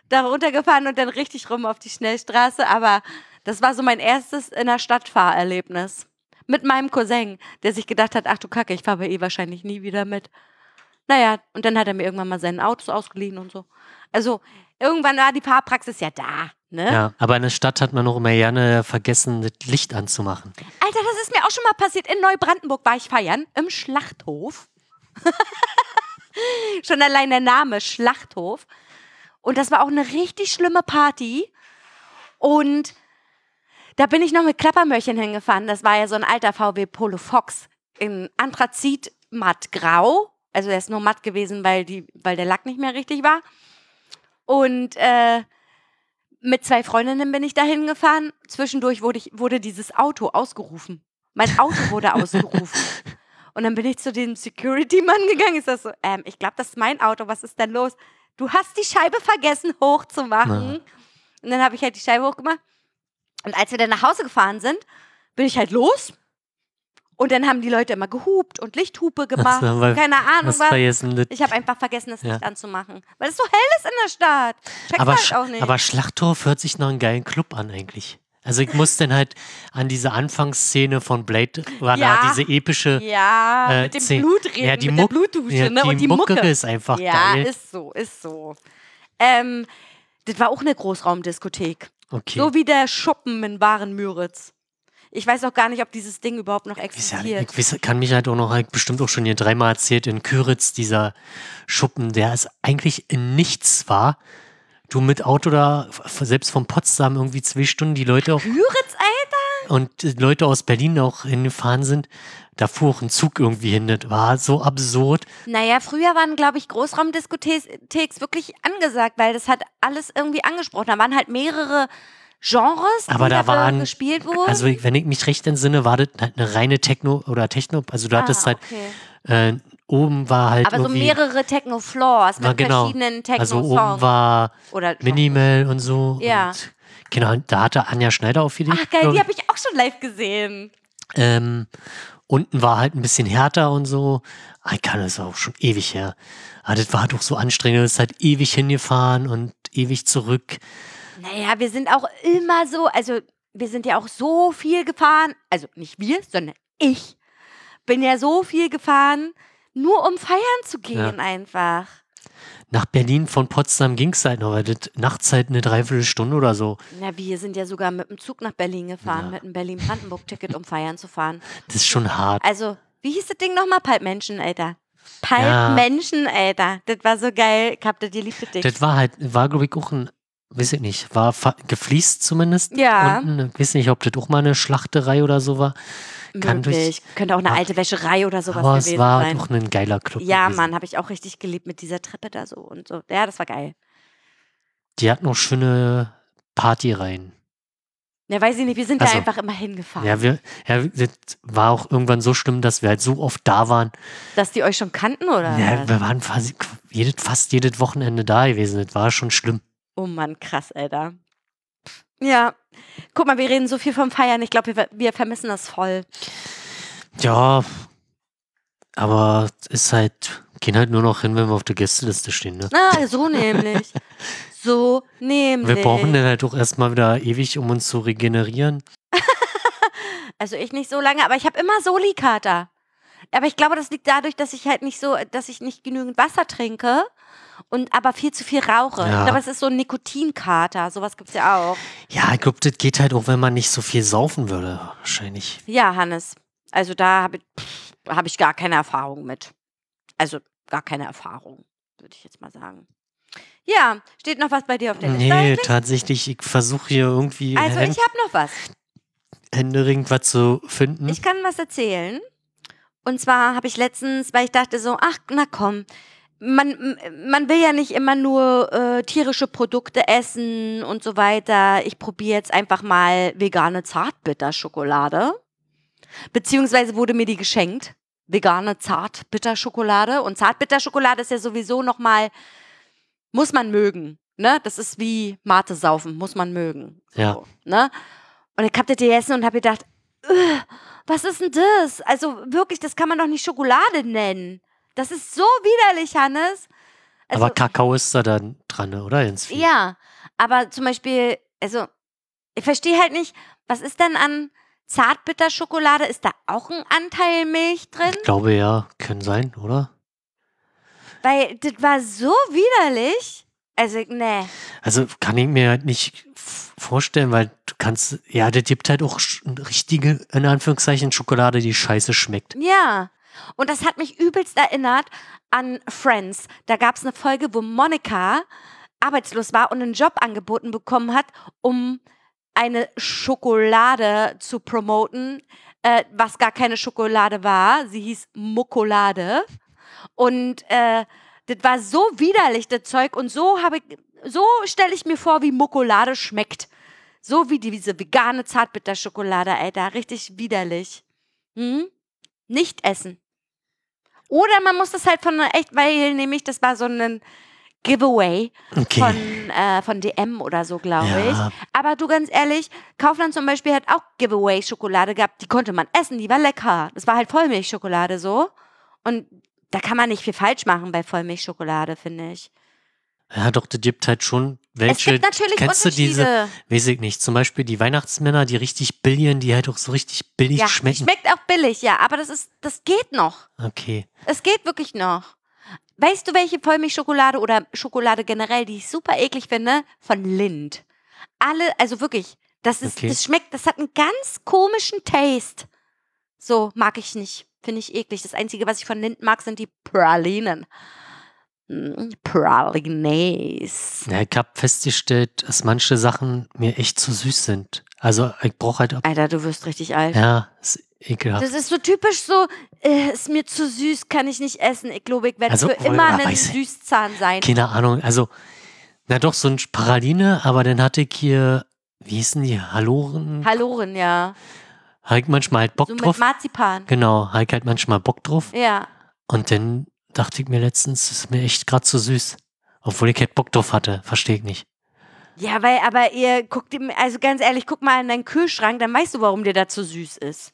Speaker 1: da runtergefahren und dann richtig rum auf die Schnellstraße. Aber das war so mein erstes in der Stadt Fahrerlebnis. Mit meinem Cousin, der sich gedacht hat, ach du Kacke, ich fahre eh wahrscheinlich nie wieder mit. Naja, und dann hat er mir irgendwann mal seinen Autos ausgeliehen und so. Also, irgendwann war die Fahrpraxis ja da, ne?
Speaker 2: Ja, aber in der Stadt hat man auch immer gerne vergessen, das Licht anzumachen.
Speaker 1: Alter, das ist mir auch schon mal passiert. In Neubrandenburg war ich feiern, im Schlachthof. *laughs* schon allein der Name, Schlachthof. Und das war auch eine richtig schlimme Party. Und da bin ich noch mit Klappermöhrchen hingefahren. Das war ja so ein alter VW Polo Fox in Anthrazit matt grau. Also der ist nur matt gewesen, weil, die, weil der Lack nicht mehr richtig war. Und äh, mit zwei Freundinnen bin ich dahin gefahren. Zwischendurch wurde, ich, wurde dieses Auto ausgerufen. Mein Auto wurde ausgerufen. Und dann bin ich zu dem Security-Mann gegangen. Ich sag so, ähm, ich glaube, das ist mein Auto. Was ist denn los? Du hast die Scheibe vergessen hochzumachen. Und dann habe ich halt die Scheibe hochgemacht. Und als wir dann nach Hause gefahren sind, bin ich halt los. Und dann haben die Leute immer gehupt und Lichthupe gemacht.
Speaker 2: so, weil-
Speaker 1: Keine Ahnung,
Speaker 2: Hast
Speaker 1: was.
Speaker 2: vergessen, das
Speaker 1: Ich habe einfach vergessen, das
Speaker 2: Ja.
Speaker 1: Licht anzumachen. Weil es so hell ist in der Stadt. Check's
Speaker 2: aber,
Speaker 1: halt
Speaker 2: Sch-
Speaker 1: auch nicht.
Speaker 2: aber Schlachthof hört sich nach einem geilen Club an eigentlich. Also ich muss dann halt an diese Anfangsszene von Blade Runner,
Speaker 1: Ja.
Speaker 2: diese epische
Speaker 1: ja,
Speaker 2: äh,
Speaker 1: mit dem
Speaker 2: Szene-
Speaker 1: Blutregen,
Speaker 2: ja, die
Speaker 1: mit
Speaker 2: Muck-
Speaker 1: der Blutdusche
Speaker 2: ja,
Speaker 1: ne?
Speaker 2: die
Speaker 1: und die
Speaker 2: Mucke
Speaker 1: Mucke.
Speaker 2: ist einfach
Speaker 1: ja,
Speaker 2: geil.
Speaker 1: ist so, ist so. Ähm, das war auch eine Großraumdiskothek.
Speaker 2: Okay.
Speaker 1: So wie der Schuppen in Waren-Müritz. Ich weiß auch gar nicht, ob dieses Ding überhaupt noch
Speaker 2: Ist ja,
Speaker 1: existiert.
Speaker 2: ich weiß, kann mich halt auch noch, hab ich bestimmt auch schon hier dreimal erzählt, in Küritz, dieser Schuppen, der ist eigentlich in nichts war. Du mit Auto da, f- selbst von Potsdam irgendwie zwei Stunden, die Leute auch
Speaker 1: Müritz, Alter?
Speaker 2: und äh, Leute aus Berlin auch hingefahren sind, da fuhr auch ein Zug irgendwie hin. Das war so absurd.
Speaker 1: Naja, früher waren, glaube ich, Großraumdiskotheks wirklich angesagt, weil das hat alles irgendwie angesprochen. Da waren halt mehrere Genres,
Speaker 2: Aber
Speaker 1: die
Speaker 2: da
Speaker 1: dafür
Speaker 2: waren-
Speaker 1: gespielt wurden.
Speaker 2: Also, ich- wenn ich mich recht entsinne, war das halt eine reine Techno oder Techno. Also, du hattest
Speaker 1: Ah,
Speaker 2: halt,
Speaker 1: okay.
Speaker 2: äh, oben war halt.
Speaker 1: Aber so
Speaker 2: irgendwie,
Speaker 1: mehrere Techno-Floors
Speaker 2: war
Speaker 1: mit
Speaker 2: genau.
Speaker 1: verschiedenen
Speaker 2: Also,
Speaker 1: Techno-Songs.
Speaker 2: oben war
Speaker 1: Oder
Speaker 2: Minimal und so.
Speaker 1: Ja.
Speaker 2: Und, genau, und da hatte Anja Schneider aufgelegt.
Speaker 1: Ach geil,
Speaker 2: glaub
Speaker 1: die
Speaker 2: ich.
Speaker 1: habe ich auch schon live gesehen.
Speaker 2: Ähm, unten war halt ein bisschen härter und so. Ah, Ich kann das ist auch schon ewig her. Aber das war halt auch so anstrengend. Es ist halt ewig hingefahren und ewig zurück.
Speaker 1: Naja, wir sind auch immer so, also wir sind ja auch so viel gefahren, also nicht wir, sondern ich bin ja so viel gefahren, nur um feiern zu gehen einfach.
Speaker 2: Nach Berlin von Potsdam ging es halt noch, weil das nachts halt eine Dreiviertelstunde oder so.
Speaker 1: Na, wir sind ja sogar mit dem Zug nach Berlin gefahren, mit einem Berlin-Brandenburg-Ticket, um feiern zu fahren.
Speaker 2: Das ist schon hart.
Speaker 1: Also, wie hieß das Ding nochmal? Palpmenschen, Alter.
Speaker 2: Ja.
Speaker 1: Palpmenschen, Alter. Das war so geil. Ich hab das geliebt, das Ding.
Speaker 2: Das war halt, war glaube ich auch ein, weiß ich nicht, war fa- gefliest zumindest.
Speaker 1: Ja.
Speaker 2: Unten. Ich weiß nicht, ob das auch mal eine Schlachterei oder so war. kann durch-
Speaker 1: Möglich. Könnte auch eine alte Wäscherei oder sowas
Speaker 2: Aber
Speaker 1: gewesen
Speaker 2: es war
Speaker 1: sein.
Speaker 2: halt auch ein geiler Club.
Speaker 1: Ja,
Speaker 2: gewesen.
Speaker 1: Mann, habe ich auch richtig geliebt mit dieser Treppe da so und so. Ja, das war geil.
Speaker 2: Die hatten auch schöne Partyreihen.
Speaker 1: Ja, weiß ich nicht, wir sind
Speaker 2: Also,
Speaker 1: da einfach immer hingefahren.
Speaker 2: Ja, wir, ja, das war auch irgendwann so schlimm, dass wir halt so oft da waren.
Speaker 1: Dass die euch schon kannten, oder?
Speaker 2: Ja,
Speaker 1: was?
Speaker 2: wir waren quasi jedes, fast jedes Wochenende da gewesen. Das war schon schlimm.
Speaker 1: oh Mann, krass, Alter. Ja. Guck mal, wir reden so viel vom Feiern. Ich glaube, wir, wir vermissen das voll.
Speaker 2: Ja, aber es ist halt Gehen halt nur noch hin, wenn wir auf der Gästeliste stehen, ne?
Speaker 1: Ah, so nämlich. So nämlich.
Speaker 2: Wir brauchen dann halt auch erstmal wieder ewig, um uns zu regenerieren.
Speaker 1: Also ich nicht so lange, aber ich habe immer Soli-Kater. Aber ich glaube, das liegt dadurch, dass ich halt nicht so, dass ich nicht genügend Wasser trinke und aber viel zu viel rauche.
Speaker 2: Ja.
Speaker 1: Ich glaube, es ist so ein Nikotinkater. Sowas gibt es ja auch.
Speaker 2: Ja, ich glaube, das geht halt auch, wenn man nicht so viel saufen würde, wahrscheinlich.
Speaker 1: Ja, Hannes. Also da habe ich, pff, hab ich gar keine Erfahrung mit. Also gar keine Erfahrung, würde ich jetzt mal sagen. Ja, steht noch was bei dir auf der Liste?
Speaker 2: Nee, tatsächlich, ich versuche hier irgendwie
Speaker 1: Also
Speaker 2: hä-
Speaker 1: ich habe noch was.
Speaker 2: händeringend was zu finden.
Speaker 1: Ich kann was erzählen. Und zwar habe ich letztens, weil ich dachte so, ach, na komm, man, m- man will ja nicht immer nur äh, tierische Produkte essen und so weiter. Ich probiere jetzt einfach mal vegane Zartbitterschokolade. Beziehungsweise wurde mir die geschenkt. Vegane Zartbitterschokolade. Und Zartbitterschokolade ist ja sowieso nochmal, muss man mögen. Ne? Das ist wie Mate saufen, muss man mögen.
Speaker 2: Ja.
Speaker 1: So, ne? Und ich hab das gegessen und hab gedacht, "Ugh, was ist denn das? Also wirklich, das kann man doch nicht Schokolade nennen. Das ist so widerlich, Hannes. Also,
Speaker 2: Aber Kakao ist da dann dran, ne, oder? Ins Vieh?
Speaker 1: ja, aber zum Beispiel, also ich verstehe halt nicht, was ist denn an Zartbitterschokolade? Ist da auch ein Anteil Milch drin?
Speaker 2: Ich glaube ja, können sein, oder?
Speaker 1: Weil das war so widerlich. Also, nee.
Speaker 2: Also kann ich mir halt nicht f- vorstellen, weil du kannst, ja, das gibt halt auch sch- richtige, in Anführungszeichen, Schokolade, die scheiße schmeckt.
Speaker 1: Ja. Und das hat mich übelst erinnert an Friends. Da gab es eine Folge, wo Monika arbeitslos war und einen Job angeboten bekommen hat, um eine Schokolade zu promoten, äh, was gar keine Schokolade war. Sie hieß Mokolade. Und äh, das war so widerlich, das Zeug. Und so habe ich, so stelle ich mir vor, wie Mokolade schmeckt. So wie diese vegane Zartbitterschokolade, Alter. Richtig widerlich. Hm? nicht essen. Oder man muss das halt von einer echt, weil nämlich das war so ein Giveaway
Speaker 2: Okay.
Speaker 1: von, äh, von DM oder so, glaube
Speaker 2: Ja.
Speaker 1: ich. Aber du ganz ehrlich, Kaufland zum Beispiel hat auch Giveaway-Schokolade gehabt. Die konnte man essen, die war lecker. Das war halt Vollmilchschokolade so. Und da kann man nicht viel falsch machen bei Vollmilchschokolade, finde ich.
Speaker 2: ja, doch, das gibt halt schon welche.
Speaker 1: es gibt natürlich
Speaker 2: kennst du
Speaker 1: Unterschiede.
Speaker 2: diese, weiß ich nicht, zum Beispiel die Weihnachtsmänner, die richtig billigen, die halt auch so richtig billig
Speaker 1: ja, die
Speaker 2: schmecken.
Speaker 1: schmeckt auch billig, ja. Aber das ist, das geht noch.
Speaker 2: okay.
Speaker 1: Es geht wirklich noch. Weißt du, welche Vollmilchschokolade oder Schokolade generell, die ich super eklig finde? Von Lind. Alle, also wirklich, das ist,
Speaker 2: Okay.
Speaker 1: das schmeckt, das hat einen ganz komischen Taste. So, mag ich nicht. Finde ich eklig. Das Einzige, was ich von Lind mag, sind die Pralinen. Mm, Pralines.
Speaker 2: Ja, ich habe festgestellt, dass manche Sachen mir echt zu süß sind. Also ich brauche halt ab.
Speaker 1: Alter, du wirst richtig alt.
Speaker 2: Ja, ist ekelhaft.
Speaker 1: Das ist so typisch so, äh, ist mir zu süß, kann ich nicht essen. Ich glaube, ich werde
Speaker 2: Also,
Speaker 1: für
Speaker 2: oh,
Speaker 1: immer
Speaker 2: aber
Speaker 1: ein
Speaker 2: weiß ich-
Speaker 1: Süßzahn sein.
Speaker 2: Keine Ahnung. Also, na doch, so ein Praline, aber dann hatte ich hier, wie hießen die, Haloren?
Speaker 1: Halloren, ja.
Speaker 2: Habe ich manchmal halt Bock
Speaker 1: So mit
Speaker 2: drauf.
Speaker 1: Marzipan.
Speaker 2: Genau, habe ich halt manchmal Bock drauf.
Speaker 1: Ja.
Speaker 2: Und dann dachte ich mir letztens, das ist mir echt gerade zu süß. Obwohl ich halt Bock drauf hatte, verstehe ich nicht.
Speaker 1: Ja, weil, aber ihr guckt ihm, also ganz ehrlich, guck mal in deinen Kühlschrank, dann weißt du, warum dir das so süß ist.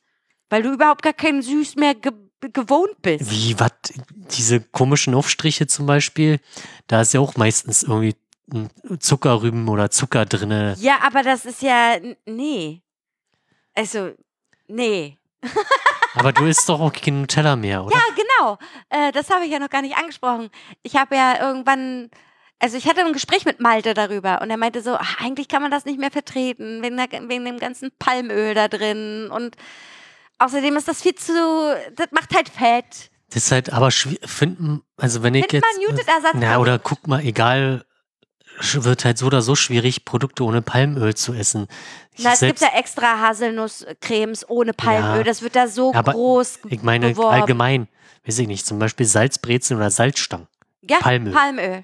Speaker 1: Weil du überhaupt gar keinen Süß mehr ge gewohnt bist.
Speaker 2: Wie, was, diese komischen Aufstriche zum Beispiel, da ist ja auch meistens irgendwie ein Zuckerrüben oder Zucker drinne.
Speaker 1: Ja, aber das ist ja, n- nee. Also, nee.
Speaker 2: Aber du isst doch auch kein Nutella mehr, oder?
Speaker 1: Ja, genau. Äh, das habe ich ja noch gar nicht angesprochen. Ich habe ja irgendwann, also ich hatte ein Gespräch mit Malte darüber und er meinte so, ach, eigentlich kann man das nicht mehr vertreten, wegen, der, wegen dem ganzen Palmöl da drin und außerdem ist das viel zu, das macht halt Fett.
Speaker 2: Das ist halt aber schwierig, finden, also wenn ich
Speaker 1: Findet
Speaker 2: jetzt...
Speaker 1: man Muted-Ersatz
Speaker 2: Na, oder guck mal, egal, sch- wird halt so oder so schwierig, Produkte ohne Palmöl zu essen. Ich
Speaker 1: Na, es gibt
Speaker 2: selbst-
Speaker 1: ja extra Haselnusscremes ohne Palmöl.
Speaker 2: Ja,
Speaker 1: das wird da so
Speaker 2: aber
Speaker 1: groß.
Speaker 2: ich meine
Speaker 1: beworben.
Speaker 2: allgemein, weiß ich nicht, zum Beispiel Salzbrezeln oder Salzstangen.
Speaker 1: Ja,
Speaker 2: Palmöl.
Speaker 1: Palmöl.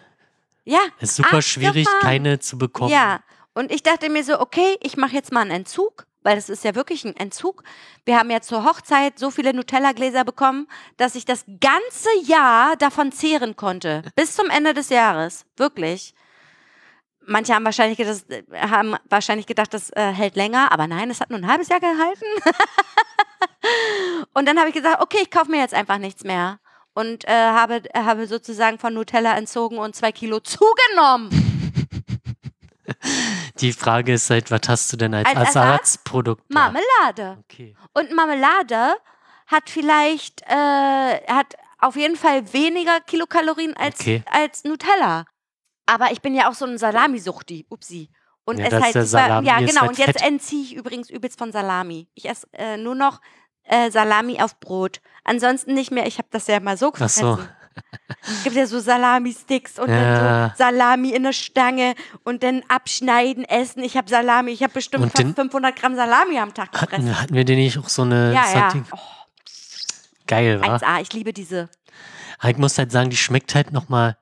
Speaker 1: Ja.
Speaker 2: Es ist super
Speaker 1: Abgefahren.
Speaker 2: schwierig, keine zu bekommen.
Speaker 1: Ja. Und ich dachte mir so, okay, ich mache jetzt mal einen Entzug, weil das ist ja wirklich ein Entzug. Wir haben ja zur Hochzeit so viele Nutella-Gläser bekommen, dass ich das ganze Jahr davon zehren konnte. Bis zum Ende des Jahres. Wirklich. Manche haben wahrscheinlich gedacht, äh, haben wahrscheinlich gedacht das äh, hält länger, aber nein, es hat nur ein halbes Jahr *laughs* gehalten. Und dann habe ich gesagt, okay, ich kaufe mir jetzt einfach nichts mehr. und äh, habe, habe sozusagen von Nutella entzogen und zwei Kilo *laughs* zugenommen.
Speaker 2: Die Frage ist halt, was hast du denn als,
Speaker 1: Als oh
Speaker 2: Ersatzprodukt? da?
Speaker 1: Marmelade.
Speaker 2: Okay.
Speaker 1: Und Marmelade hat vielleicht, äh, hat auf jeden Fall weniger Kilokalorien als,
Speaker 2: Okay.
Speaker 1: als Nutella. Aber ich bin ja auch so ein Salami-Suchti. Upsi. Und
Speaker 2: Ja,
Speaker 1: es
Speaker 2: das ist
Speaker 1: halt
Speaker 2: ja
Speaker 1: super,
Speaker 2: Salami,
Speaker 1: ja
Speaker 2: ist
Speaker 1: genau.
Speaker 2: halt
Speaker 1: und jetzt
Speaker 2: Fett.
Speaker 1: entziehe ich übrigens übelst von Salami. Ich esse äh, nur noch äh, Salami auf Brot. Ansonsten nicht mehr. Ich habe das ja mal so
Speaker 2: Ach
Speaker 1: gefressen.
Speaker 2: so.
Speaker 1: Es gibt ja so Salami-Sticks und dann
Speaker 2: Ja.
Speaker 1: so Salami in der Stange und dann abschneiden, essen. Ich habe Salami. Ich habe bestimmt
Speaker 2: Und
Speaker 1: fast
Speaker 2: den-
Speaker 1: 500 Gramm Salami am Tag gefressen.
Speaker 2: Hatten, hatten wir denn nicht auch so eine
Speaker 1: Ja, ja.
Speaker 2: Something-
Speaker 1: Oh,
Speaker 2: Geil, war.
Speaker 1: 1A, ah, ich liebe diese.
Speaker 2: Ich muss halt sagen, die schmeckt halt nochmal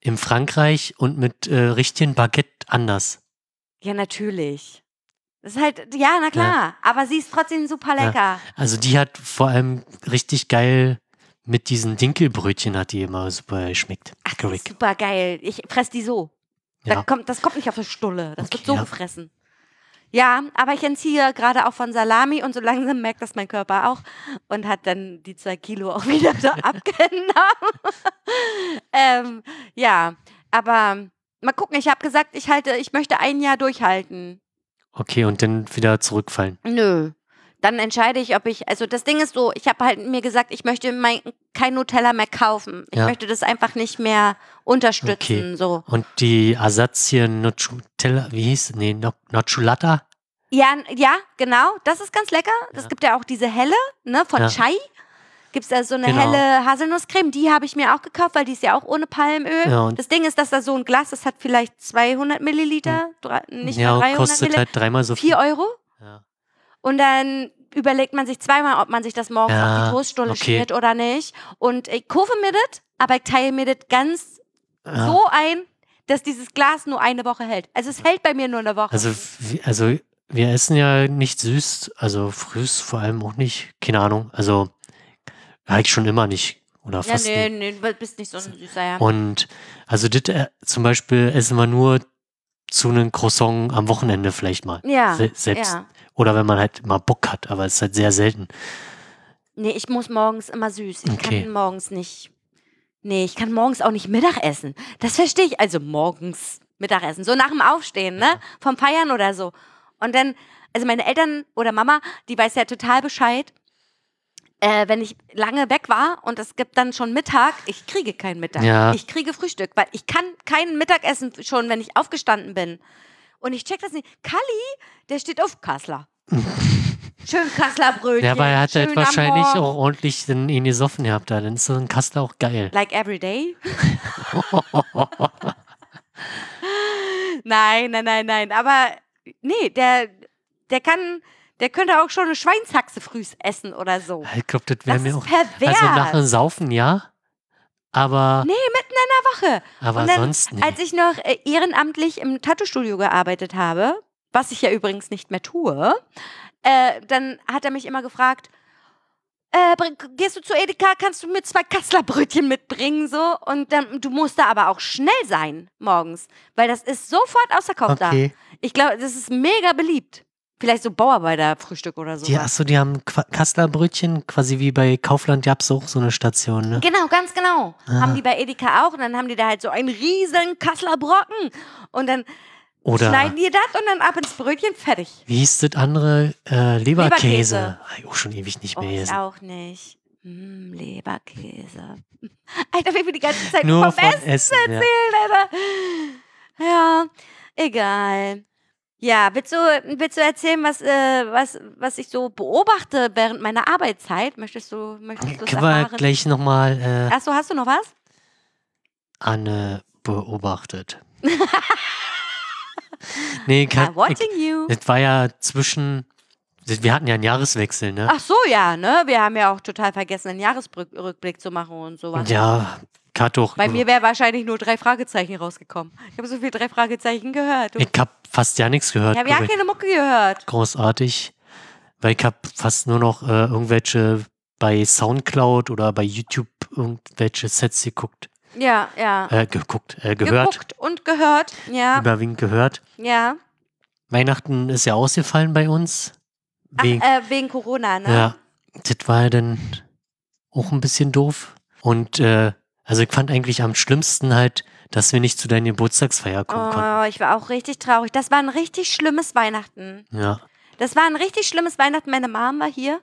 Speaker 2: im Frankreich und mit äh, richtigen Baguette anders.
Speaker 1: Ja, natürlich. Das ist halt, ja, na klar. Aber sie ist trotzdem super
Speaker 2: Ja.
Speaker 1: lecker.
Speaker 2: Also die hat vor allem richtig geil mit diesen Dinkelbrötchen hat die immer super geschmeckt.
Speaker 1: Ach, das ist
Speaker 2: Gerig.
Speaker 1: super geil. Ich fress die so. Da
Speaker 2: Ja.
Speaker 1: kommt, das kommt nicht auf die Stulle. Das
Speaker 2: Okay,
Speaker 1: wird so
Speaker 2: ja.
Speaker 1: gefressen. Ja, aber ich entziehe gerade auch von Salami und so langsam merkt das mein Körper auch und hat dann die zwei Kilo auch *laughs* wieder so abgenommen. *laughs* ähm, ja, aber mal gucken. Ich habe gesagt, ich halte, ich möchte ein Jahr durchhalten.
Speaker 2: Okay, und dann wieder zurückfallen.
Speaker 1: Nö. Dann entscheide ich, ob ich, also das Ding ist so, ich habe halt mir gesagt, ich möchte mein, kein Nutella mehr kaufen. Ich
Speaker 2: Ja.
Speaker 1: möchte das einfach nicht mehr unterstützen. So.
Speaker 2: Und die Ersatz hier Nocciutella, wie hieß? Nee, No- Nocciolata.
Speaker 1: Ja, n- ja, genau. Das ist ganz lecker. Es
Speaker 2: Ja.
Speaker 1: gibt ja auch diese helle, ne, von
Speaker 2: Ja.
Speaker 1: Chai. Gibt es da so eine
Speaker 2: Genau.
Speaker 1: helle Haselnusscreme? Die habe ich mir auch gekauft, weil die ist ja auch ohne Palmöl.
Speaker 2: Ja, und-
Speaker 1: das Ding ist, dass da so ein Glas, das hat vielleicht 200 Milliliter, drei, nicht
Speaker 2: Ja,
Speaker 1: mal 300
Speaker 2: kostet
Speaker 1: Milliliter.
Speaker 2: halt dreimal so viel.
Speaker 1: 4 Euro?
Speaker 2: Ja.
Speaker 1: Und dann überlegt man sich zweimal, ob man sich das morgens auf
Speaker 2: Ja,
Speaker 1: die Toaststulle
Speaker 2: okay.
Speaker 1: schmiert oder nicht. Und ich kaufe mir das, aber ich teile mir das ganz
Speaker 2: Ja.
Speaker 1: so ein, dass dieses Glas nur eine Woche hält. Also es hält bei mir nur eine Woche.
Speaker 2: Also, w- also wir essen ja nicht süß, also frühs vor allem auch nicht, keine Ahnung. Also halt schon immer nicht oder
Speaker 1: ja,
Speaker 2: fast
Speaker 1: nee,
Speaker 2: nie.
Speaker 1: nee, du bist nicht so ein süßer, ja.
Speaker 2: Und also das äh, zum Beispiel essen wir nur zu einem Croissant am Wochenende vielleicht mal.
Speaker 1: Ja,
Speaker 2: Se selbst.
Speaker 1: ja.
Speaker 2: Oder wenn man halt mal Bock hat, aber es ist halt sehr selten.
Speaker 1: Nee, ich muss morgens immer süß. Ich
Speaker 2: Okay.
Speaker 1: kann morgens nicht. Nee, ich kann morgens auch nicht Mittag essen. Das verstehe ich. Also morgens Mittagessen. So nach dem Aufstehen, ne? Vom Feiern oder so. Und dann, also meine Eltern oder Mama, die weiß ja total Bescheid. Äh, wenn ich lange weg war und es gibt dann schon Mittag, ich kriege keinen Mittag.
Speaker 2: Ja.
Speaker 1: Ich kriege Frühstück, weil ich kann kein Mittagessen schon, wenn ich aufgestanden bin. Und ich check das nicht. Kalli, der steht auf
Speaker 2: *laughs*
Speaker 1: Kassler. Schön Kassler Brötchen.
Speaker 2: Ja, aber er hat
Speaker 1: schön am
Speaker 2: halt wahrscheinlich
Speaker 1: Morgen.
Speaker 2: auch ordentlich den ihn gesoffen gehabt. da. Dann ist so ein Kassler auch geil.
Speaker 1: Like every day? *laughs* nein, nein, nein, nein. Aber nee, der, der kann, der könnte auch schon eine Schweinshaxe frühs essen oder so.
Speaker 2: Ich glaube, das wäre
Speaker 1: Das
Speaker 2: mir
Speaker 1: ist
Speaker 2: auch.
Speaker 1: pervers.
Speaker 2: Also nach einem Saufen, ja. Aber,
Speaker 1: nee, mitten in der Woche.
Speaker 2: aber
Speaker 1: und dann,
Speaker 2: sonst nicht.
Speaker 1: Als ich noch äh, ehrenamtlich im Tattoo-Studio gearbeitet habe, was ich ja übrigens nicht mehr tue, äh, dann hat er mich immer gefragt, äh, bring- gehst du zu Edeka, kannst du mir zwei Kasslerbrötchen mitbringen, so? Und dann, du musst da aber auch schnell sein morgens, weil das ist sofort ausverkauft
Speaker 2: okay.
Speaker 1: da. Ich glaube, das ist mega beliebt. Vielleicht so Bauarbeiterfrühstück oder so.
Speaker 2: Die, achso, die haben Qua- Kasslerbrötchen, quasi wie bei Kaufland gab es auch so eine Station, ne?
Speaker 1: Genau, ganz genau.
Speaker 2: Ah.
Speaker 1: Haben die bei Edeka auch und dann haben die da halt so einen riesen Kasslerbrocken und dann
Speaker 2: Oder
Speaker 1: schneiden die das und dann ab ins Brötchen, fertig.
Speaker 2: wie hieß das andere? Äh, Leberkäse.
Speaker 1: Leberkäse.
Speaker 2: Hab ich auch schon ewig nicht
Speaker 1: Oh,
Speaker 2: mehr
Speaker 1: ich
Speaker 2: gegessen.
Speaker 1: auch nicht. Mm, Leberkäse. *laughs* Alter, wie wir die ganze Zeit vom
Speaker 2: Nur von
Speaker 1: Essen
Speaker 2: Essen. Ja.
Speaker 1: Alter. Ja, egal. Ja, willst du, willst du erzählen, was, äh, was, was ich so beobachte während meiner Arbeitszeit? Möchtest du, möchtest du es
Speaker 2: Können wir
Speaker 1: erfahren?
Speaker 2: gleich nochmal äh,
Speaker 1: Achso, hast du noch was?
Speaker 2: Anne
Speaker 1: *laughs*
Speaker 2: beobachtet. nee,
Speaker 1: I'm
Speaker 2: kann, ich,
Speaker 1: watching you.
Speaker 2: das war ja zwischen. das- Wir hatten ja einen Jahreswechsel, ne?
Speaker 1: Ach so, ja, ne? Wir haben ja auch total vergessen, einen Jahresrückblick zu machen und sowas.
Speaker 2: ja, Kato.
Speaker 1: Bei mir wäre wahrscheinlich nur drei Fragezeichen rausgekommen. Ich habe so viel drei Fragezeichen gehört. Du.
Speaker 2: Ich hab fast ja nichts gehört.
Speaker 1: Ich habe ja
Speaker 2: glaub ich.
Speaker 1: keine Mucke gehört.
Speaker 2: großartig, weil ich habe fast nur noch äh, irgendwelche bei Soundcloud oder bei YouTube irgendwelche Sets geguckt,
Speaker 1: Ja, ja.
Speaker 2: äh, geguckt, äh, gehört,
Speaker 1: Geguckt und gehört. Ja,
Speaker 2: überwiegend gehört.
Speaker 1: ja.
Speaker 2: Weihnachten ist ja ausgefallen bei uns.
Speaker 1: Ach,
Speaker 2: Wegen,
Speaker 1: äh, wegen Corona, ne?
Speaker 2: ja, das war ja dann auch ein bisschen doof. Und äh, also ich fand eigentlich am schlimmsten halt, dass wir nicht zu deiner Geburtstagsfeier kommen konnten.
Speaker 1: Oh, ich war auch richtig traurig. Das war ein richtig schlimmes Weihnachten.
Speaker 2: Ja.
Speaker 1: Das war ein richtig schlimmes Weihnachten. Meine Mom war hier.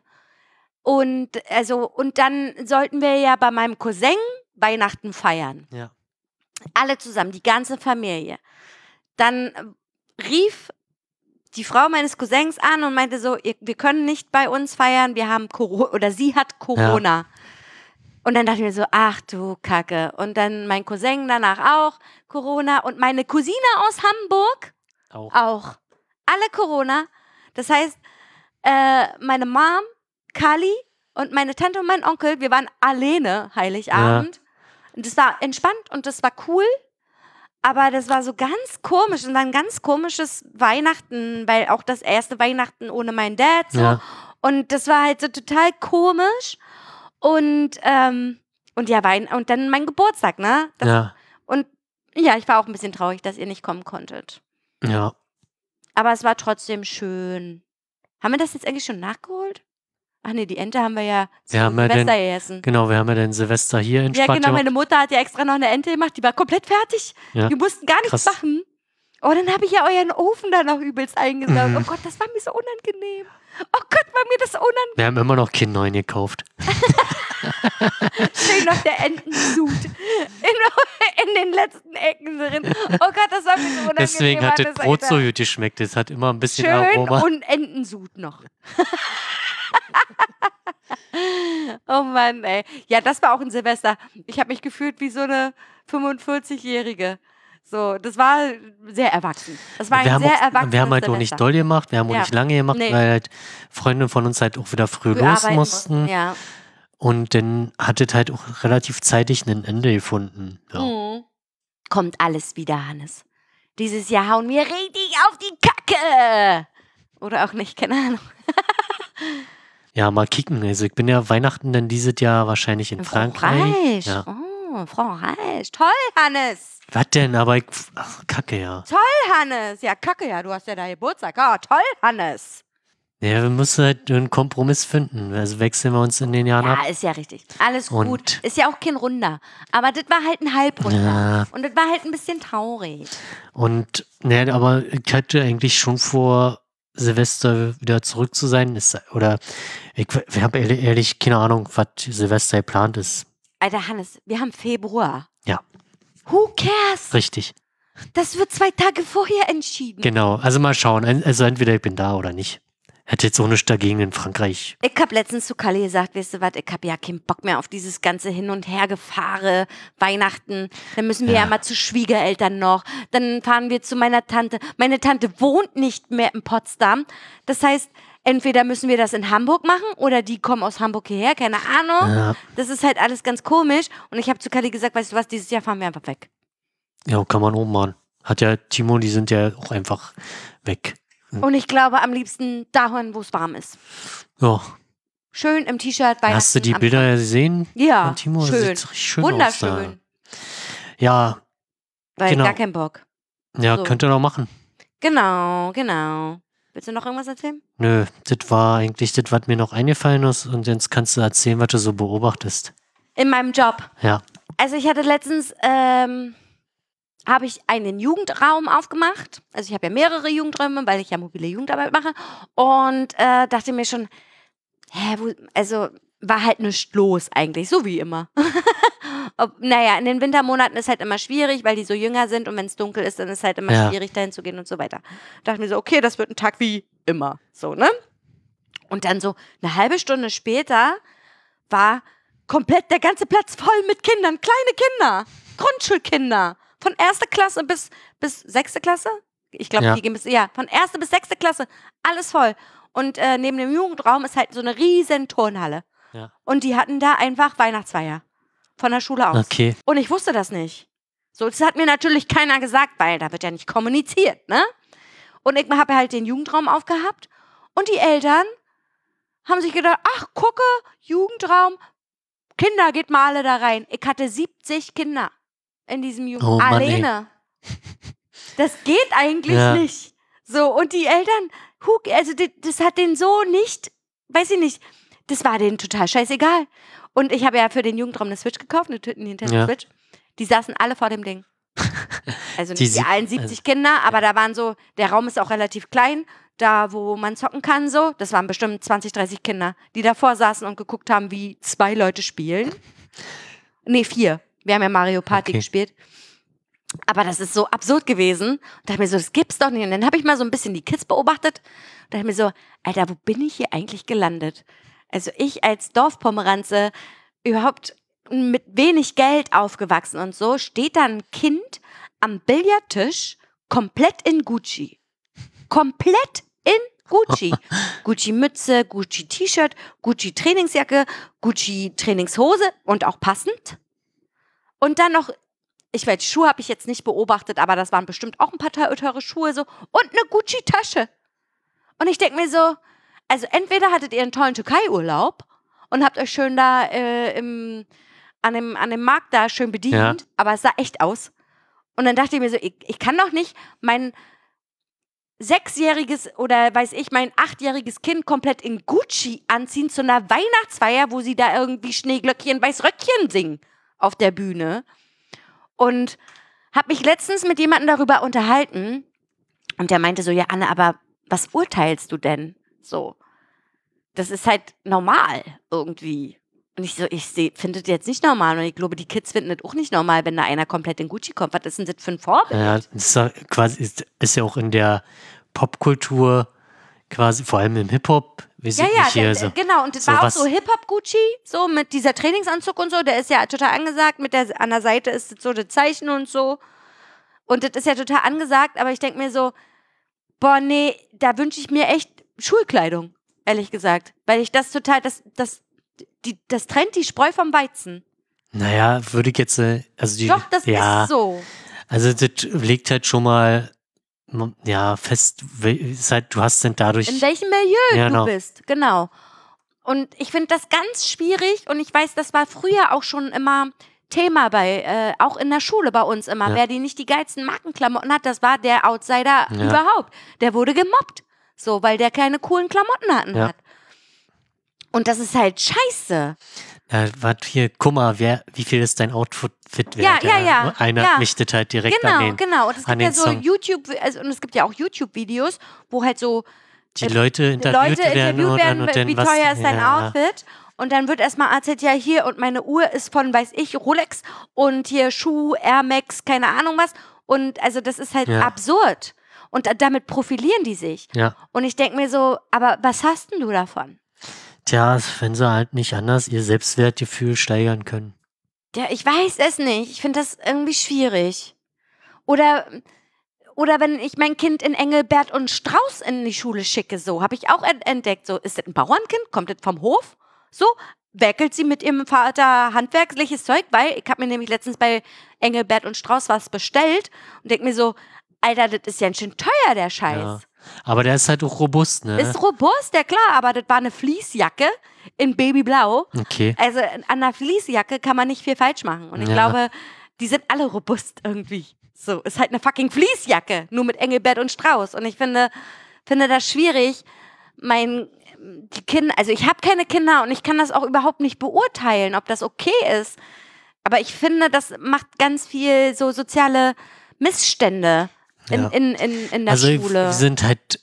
Speaker 1: Und also, und dann sollten wir ja bei meinem Cousin Weihnachten feiern.
Speaker 2: Ja.
Speaker 1: Alle zusammen, die ganze Familie. Dann äh, rief die Frau meines Cousins an und meinte so, ihr, wir können nicht bei uns feiern, wir haben Corona oder sie hat Corona. Und dann dachte ich mir so, ach du Kacke. Und dann mein Cousin danach auch Corona und meine Cousine aus Hamburg
Speaker 2: Auch.
Speaker 1: auch. Alle Corona. Das heißt, äh, meine Mom, Kali und meine Tante und mein Onkel, wir waren alleine Heiligabend. Und das war entspannt und das war cool. Aber das war so ganz komisch und dann ganz komisches Weihnachten, weil auch das erste Weihnachten ohne meinen Dad so.
Speaker 2: Ja.
Speaker 1: Und das war halt so total komisch. Und, ähm, und ja, Wein und dann mein Geburtstag, ne? Das,
Speaker 2: Ja.
Speaker 1: Und ja, ich war auch ein bisschen traurig, dass ihr nicht kommen konntet.
Speaker 2: Ja.
Speaker 1: Aber es war trotzdem schön. Haben wir das jetzt eigentlich schon nachgeholt? Ach nee, die Ente haben wir ja zu
Speaker 2: Wir haben ja
Speaker 1: Silvester
Speaker 2: den-
Speaker 1: gegessen.
Speaker 2: Genau, wir haben ja den Silvester hier in
Speaker 1: Ja,
Speaker 2: Spatio.
Speaker 1: genau, meine Mutter hat ja extra noch eine Ente gemacht, die war komplett fertig.
Speaker 2: Ja.
Speaker 1: Wir mussten gar nichts
Speaker 2: Krass.
Speaker 1: machen. Oh, dann habe ich ja euren Ofen da noch übelst eingesaugt.
Speaker 2: Mhm.
Speaker 1: Oh Gott, das war mir so unangenehm. Oh Gott, war mir das unangenehm.
Speaker 2: wir haben immer noch keinen neuen gekauft.
Speaker 1: noch der Entensud in, *laughs* in den letzten Ecken drin. Oh Gott, das war mir so unangenehm.
Speaker 2: Deswegen hat
Speaker 1: Mann,
Speaker 2: das
Speaker 1: das
Speaker 2: Brot
Speaker 1: Alter.
Speaker 2: so gut geschmeckt. Es hat immer ein bisschen
Speaker 1: Schön
Speaker 2: Aroma.
Speaker 1: und Entensud noch.
Speaker 2: *laughs*
Speaker 1: oh Mann, ey. Ja, das war auch ein Silvester. Ich habe mich gefühlt wie so eine 45-Jährige. So, das war sehr erwachsen. Das war ein
Speaker 2: wir haben,
Speaker 1: sehr
Speaker 2: auch,
Speaker 1: erwachsenes
Speaker 2: wir haben halt noch nicht
Speaker 1: Silvester.
Speaker 2: doll gemacht, wir haben auch
Speaker 1: Ja.
Speaker 2: nicht lange gemacht,
Speaker 1: Nee.
Speaker 2: weil halt Freunde von uns halt auch wieder früh,
Speaker 1: Wir
Speaker 2: los
Speaker 1: arbeiten
Speaker 2: mussten.
Speaker 1: Ja.
Speaker 2: Und dann hat es halt auch relativ zeitig ein Ende gefunden. Ja.
Speaker 1: Mhm. Kommt alles wieder, Hannes. Dieses Jahr hauen wir richtig auf die Kacke. Oder auch nicht, keine Ahnung.
Speaker 2: ja, mal kicken. Also ich bin ja Weihnachten dann dieses Jahr wahrscheinlich in, Frankreich.
Speaker 1: Frankreich.
Speaker 2: Ja.
Speaker 1: Oh, Frankreich. Toll, Hannes.
Speaker 2: Was denn? Aber ich, ach, kacke, ja.
Speaker 1: Toll, Hannes. Ja, kacke, ja, du hast ja da Geburtstag. Ah, toll, Hannes.
Speaker 2: Ja, wir müssen halt einen Kompromiss finden. Also wechseln wir uns in den Jahren ab.
Speaker 1: Ja, ist ja richtig. Alles
Speaker 2: Und-
Speaker 1: gut. Ist ja auch kein Runder. Aber das war halt ein Halbrunder.
Speaker 2: Ja.
Speaker 1: Und das war halt ein bisschen traurig.
Speaker 2: Und, ne, aber ich hatte eigentlich schon vor, Silvester wieder zurück zu sein. Ist, oder ich, ich habe ehrlich, ehrlich keine Ahnung, was Silvester geplant ist.
Speaker 1: Alter, Hannes, wir haben Februar.
Speaker 2: Ja.
Speaker 1: Who cares?
Speaker 2: Richtig.
Speaker 1: Das wird zwei Tage vorher entschieden.
Speaker 2: Genau. Also mal schauen. Ein- Also entweder ich bin da oder nicht. Hätte jetzt auch nichts dagegen in Frankreich.
Speaker 1: Ich hab letztens zu Kalle gesagt, weißt du was, ich hab ja keinen Bock mehr auf dieses ganze Hin- und Hergefahre, Weihnachten. Dann müssen wir ja.
Speaker 2: Ja.
Speaker 1: mal zu Schwiegereltern noch. Dann fahren wir zu meiner Tante. Meine Tante wohnt nicht mehr in Potsdam. Das heißt, entweder müssen wir das in Hamburg machen oder die kommen aus Hamburg hierher, keine Ahnung.
Speaker 2: Ja,
Speaker 1: Das ist halt alles ganz komisch. Und ich hab zu Kalle gesagt, weißt du was, dieses Jahr fahren wir einfach weg.
Speaker 2: ja kann man auch machen. Hat ja Timo, die sind ja auch einfach weg.
Speaker 1: Und ich glaube, am liebsten dahin, wo es warm ist.
Speaker 2: Ja.
Speaker 1: Schön im T-Shirt, Weihnachten.
Speaker 2: Hast du die
Speaker 1: am-
Speaker 2: Bilder gesehen?
Speaker 1: Ja,
Speaker 2: von Timo? Das
Speaker 1: schön.
Speaker 2: Sieht richtig schön
Speaker 1: Wunderschön.
Speaker 2: Aus da. Ja,
Speaker 1: Weil
Speaker 2: Genau.
Speaker 1: gar keinen Bock.
Speaker 2: ja,
Speaker 1: So.
Speaker 2: könnt ihr noch machen.
Speaker 1: Genau, genau. Willst du noch irgendwas erzählen?
Speaker 2: Nö, das war eigentlich das, was mir noch eingefallen ist. Und jetzt kannst du erzählen, was du so beobachtest.
Speaker 1: In meinem Job.
Speaker 2: Ja.
Speaker 1: Also ich hatte letztens, ähm, habe ich einen Jugendraum aufgemacht. Also ich habe ja mehrere Jugendräume, weil ich ja mobile Jugendarbeit mache. Und äh, dachte mir schon, hä, wo, also war halt nichts los eigentlich, so wie immer. *laughs* Ob, naja, in den Wintermonaten ist halt immer schwierig, weil die so jünger sind und wenn es dunkel ist, dann ist halt immer
Speaker 2: Ja.
Speaker 1: schwierig, dahin zu gehen und so weiter. Dachte mir so, okay, das wird ein Tag wie immer. So, ne? Und dann so eine halbe Stunde später war komplett der ganze Platz voll mit Kindern, kleine Kinder, Grundschulkinder. Von erster Klasse bis, bis sechste Klasse? Ich glaube,
Speaker 2: Ja.
Speaker 1: die gehen bis, ja, von erste bis sechste Klasse, alles voll. Und äh, neben dem Jugendraum ist halt so eine riesen Turnhalle.
Speaker 2: Ja.
Speaker 1: Und die hatten da einfach Weihnachtsfeier. Von der Schule aus.
Speaker 2: Okay.
Speaker 1: Und ich wusste das nicht. So, das hat mir natürlich keiner gesagt, weil da wird ja nicht kommuniziert, ne? Und ich habe halt den Jugendraum aufgehabt und die Eltern haben sich gedacht, ach, gucke, Jugendraum, Kinder, geht mal alle da rein. Ich hatte 70 Kinder in diesem Jugendraum.
Speaker 2: Oh Mann, ey.
Speaker 1: Alleine. Das geht eigentlich
Speaker 2: Ja.
Speaker 1: nicht. So, und die Eltern, hu- also das, das hat den so nicht, weiß ich nicht, das war denen total scheißegal. Und ich habe ja für den Jugendraum eine Switch gekauft, eine T- Nintendo
Speaker 2: Ja.
Speaker 1: Switch. Die saßen alle vor dem
Speaker 2: *laughs*
Speaker 1: Ding. Also
Speaker 2: Die
Speaker 1: nicht die,
Speaker 2: sie-
Speaker 1: allen 70 Kinder, aber da waren so, der Raum ist auch relativ klein, da wo man zocken kann so, das waren bestimmt 20, 30 Kinder, die davor saßen und geguckt haben, wie zwei Leute spielen. Nee, vier. Wir haben ja Mario Party
Speaker 2: Okay.
Speaker 1: gespielt. Aber das ist so absurd gewesen. Und dachte mir so, das gibt's doch nicht. Und dann habe ich mal so ein bisschen die Kids beobachtet. Und dachte mir so, Alter, wo bin ich hier eigentlich gelandet? Also ich als Dorfpomeranze, überhaupt mit wenig Geld aufgewachsen und so, steht da ein Kind am Billardtisch komplett in Gucci. Komplett in Gucci. Gucci-Mütze, Gucci-T-Shirt, Gucci-Trainingsjacke, Gucci-Trainingshose und auch passend. Und dann noch, ich weiß, Schuhe habe ich jetzt nicht beobachtet, aber das waren bestimmt auch ein paar teu- teure Schuhe so. Und eine Gucci-Tasche. Und ich denke mir so, also entweder hattet ihr einen tollen Türkei-Urlaub und habt euch schön da äh, im, an, dem, an dem Markt da schön bedient,
Speaker 2: Ja.
Speaker 1: aber es sah echt aus. Und dann dachte ich mir so, ich, ich kann doch nicht mein sechsjähriges oder weiß ich, mein achtjähriges Kind komplett in Gucci anziehen zu einer Weihnachtsfeier, wo sie da irgendwie Schneeglöckchen, Weißröckchen singen auf der Bühne. Und habe mich letztens mit jemandem darüber unterhalten und der meinte so, ja Anne, aber was urteilst du denn so? Das ist halt normal irgendwie. Und ich so, ich seh- finde das jetzt nicht normal. Und ich glaube, die Kids finden das auch nicht normal, wenn da einer komplett in Gucci kommt. Was ist denn das für ein Vorbild?
Speaker 2: Ja, das ist ja quasi ist, ist ja auch in der Popkultur quasi, vor allem im Hip-Hop, weiß
Speaker 1: Ja,
Speaker 2: ich
Speaker 1: ja,
Speaker 2: nicht hier
Speaker 1: der,
Speaker 2: so.
Speaker 1: genau. Und das
Speaker 2: so
Speaker 1: war auch
Speaker 2: was-
Speaker 1: so Hip-Hop-Gucci, so mit dieser Trainingsanzug und so. Der ist ja total angesagt. Mit der, an der Seite ist das so das Zeichen und so. Und das ist ja total angesagt. Aber ich denke mir so, boah, nee, da wünsche ich mir echt Schulkleidung, ehrlich gesagt. Weil ich das total, das, das, die, das trennt die Spreu vom Weizen.
Speaker 2: Naja, würde ich jetzt, äh, also die,
Speaker 1: Doch, das
Speaker 2: ja,
Speaker 1: ist so.
Speaker 2: also das legt halt schon mal, m- ja, fest, wel- ist halt, du hast denn dadurch,
Speaker 1: In welchem Milieu
Speaker 2: Ja,
Speaker 1: du
Speaker 2: genau.
Speaker 1: bist, genau. Und ich finde das ganz schwierig und ich weiß, das war früher auch schon immer Thema bei, äh, auch in der Schule bei uns immer.
Speaker 2: Ja.
Speaker 1: Wer die nicht die geilsten Markenklamotten hat, das war der Outsider
Speaker 2: Ja.
Speaker 1: überhaupt. Der wurde gemobbt. So, weil der keine coolen Klamotten hatten
Speaker 2: Ja.
Speaker 1: hat. Und das ist halt scheiße.
Speaker 2: ja, was hier, guck mal, wer, wie viel ist dein Outfit wert?
Speaker 1: Ja, ja, ja,
Speaker 2: Erinnert
Speaker 1: ja.
Speaker 2: mich das halt direkt
Speaker 1: Genau,
Speaker 2: an den,
Speaker 1: genau. Und es
Speaker 2: an
Speaker 1: gibt ja
Speaker 2: den
Speaker 1: so
Speaker 2: Song.
Speaker 1: YouTube, also, und es gibt ja auch YouTube-Videos, wo halt so
Speaker 2: die Leute interviewt
Speaker 1: Leute
Speaker 2: werden
Speaker 1: interviewt
Speaker 2: und,
Speaker 1: werden,
Speaker 2: dann- und dann
Speaker 1: wie
Speaker 2: was,
Speaker 1: teuer ist dein
Speaker 2: ja,
Speaker 1: Outfit? Und dann wird erstmal erzählt, ja hier und meine Uhr ist von, weiß ich, Rolex und hier Schuh, Air Max, keine Ahnung was. Und also das ist halt
Speaker 2: Ja.
Speaker 1: absurd. Und da- damit profilieren die sich.
Speaker 2: Ja,
Speaker 1: Und ich denke mir so, aber was hast denn du davon?
Speaker 2: tja, wenn sie halt nicht anders ihr Selbstwertgefühl steigern können.
Speaker 1: Ja, ich weiß es nicht. Ich finde das irgendwie schwierig. Oder, oder wenn ich mein Kind in Engelbert und Strauß in die Schule schicke, so habe ich auch ent- entdeckt. So, ist das ein Bauernkind? Kommt das vom Hof? So, werkelt sie mit ihrem Vater handwerkliches Zeug, weil ich habe mir nämlich letztens bei Engelbert und Strauß was bestellt und denke mir so, Alter, das ist ja ein schön teuer, der Scheiß.
Speaker 2: Ja. Aber der ist halt auch robust, ne?
Speaker 1: Ist robust, ja klar, aber das war eine Fließjacke in Babyblau.
Speaker 2: okay.
Speaker 1: Also an einer Fließjacke kann man nicht viel falsch machen. Und ich
Speaker 2: Ja.
Speaker 1: glaube, die sind alle robust irgendwie. So, ist halt eine fucking Fließjacke, nur mit Engelbert und Strauß. Und ich finde, finde das schwierig, mein, die Kinder, also ich habe keine Kinder und ich kann das auch überhaupt nicht beurteilen, ob das okay ist. Aber ich finde, das macht ganz viel so soziale Missstände in,
Speaker 2: Ja.
Speaker 1: in, in, in der
Speaker 2: also
Speaker 1: Schule.
Speaker 2: wir sind halt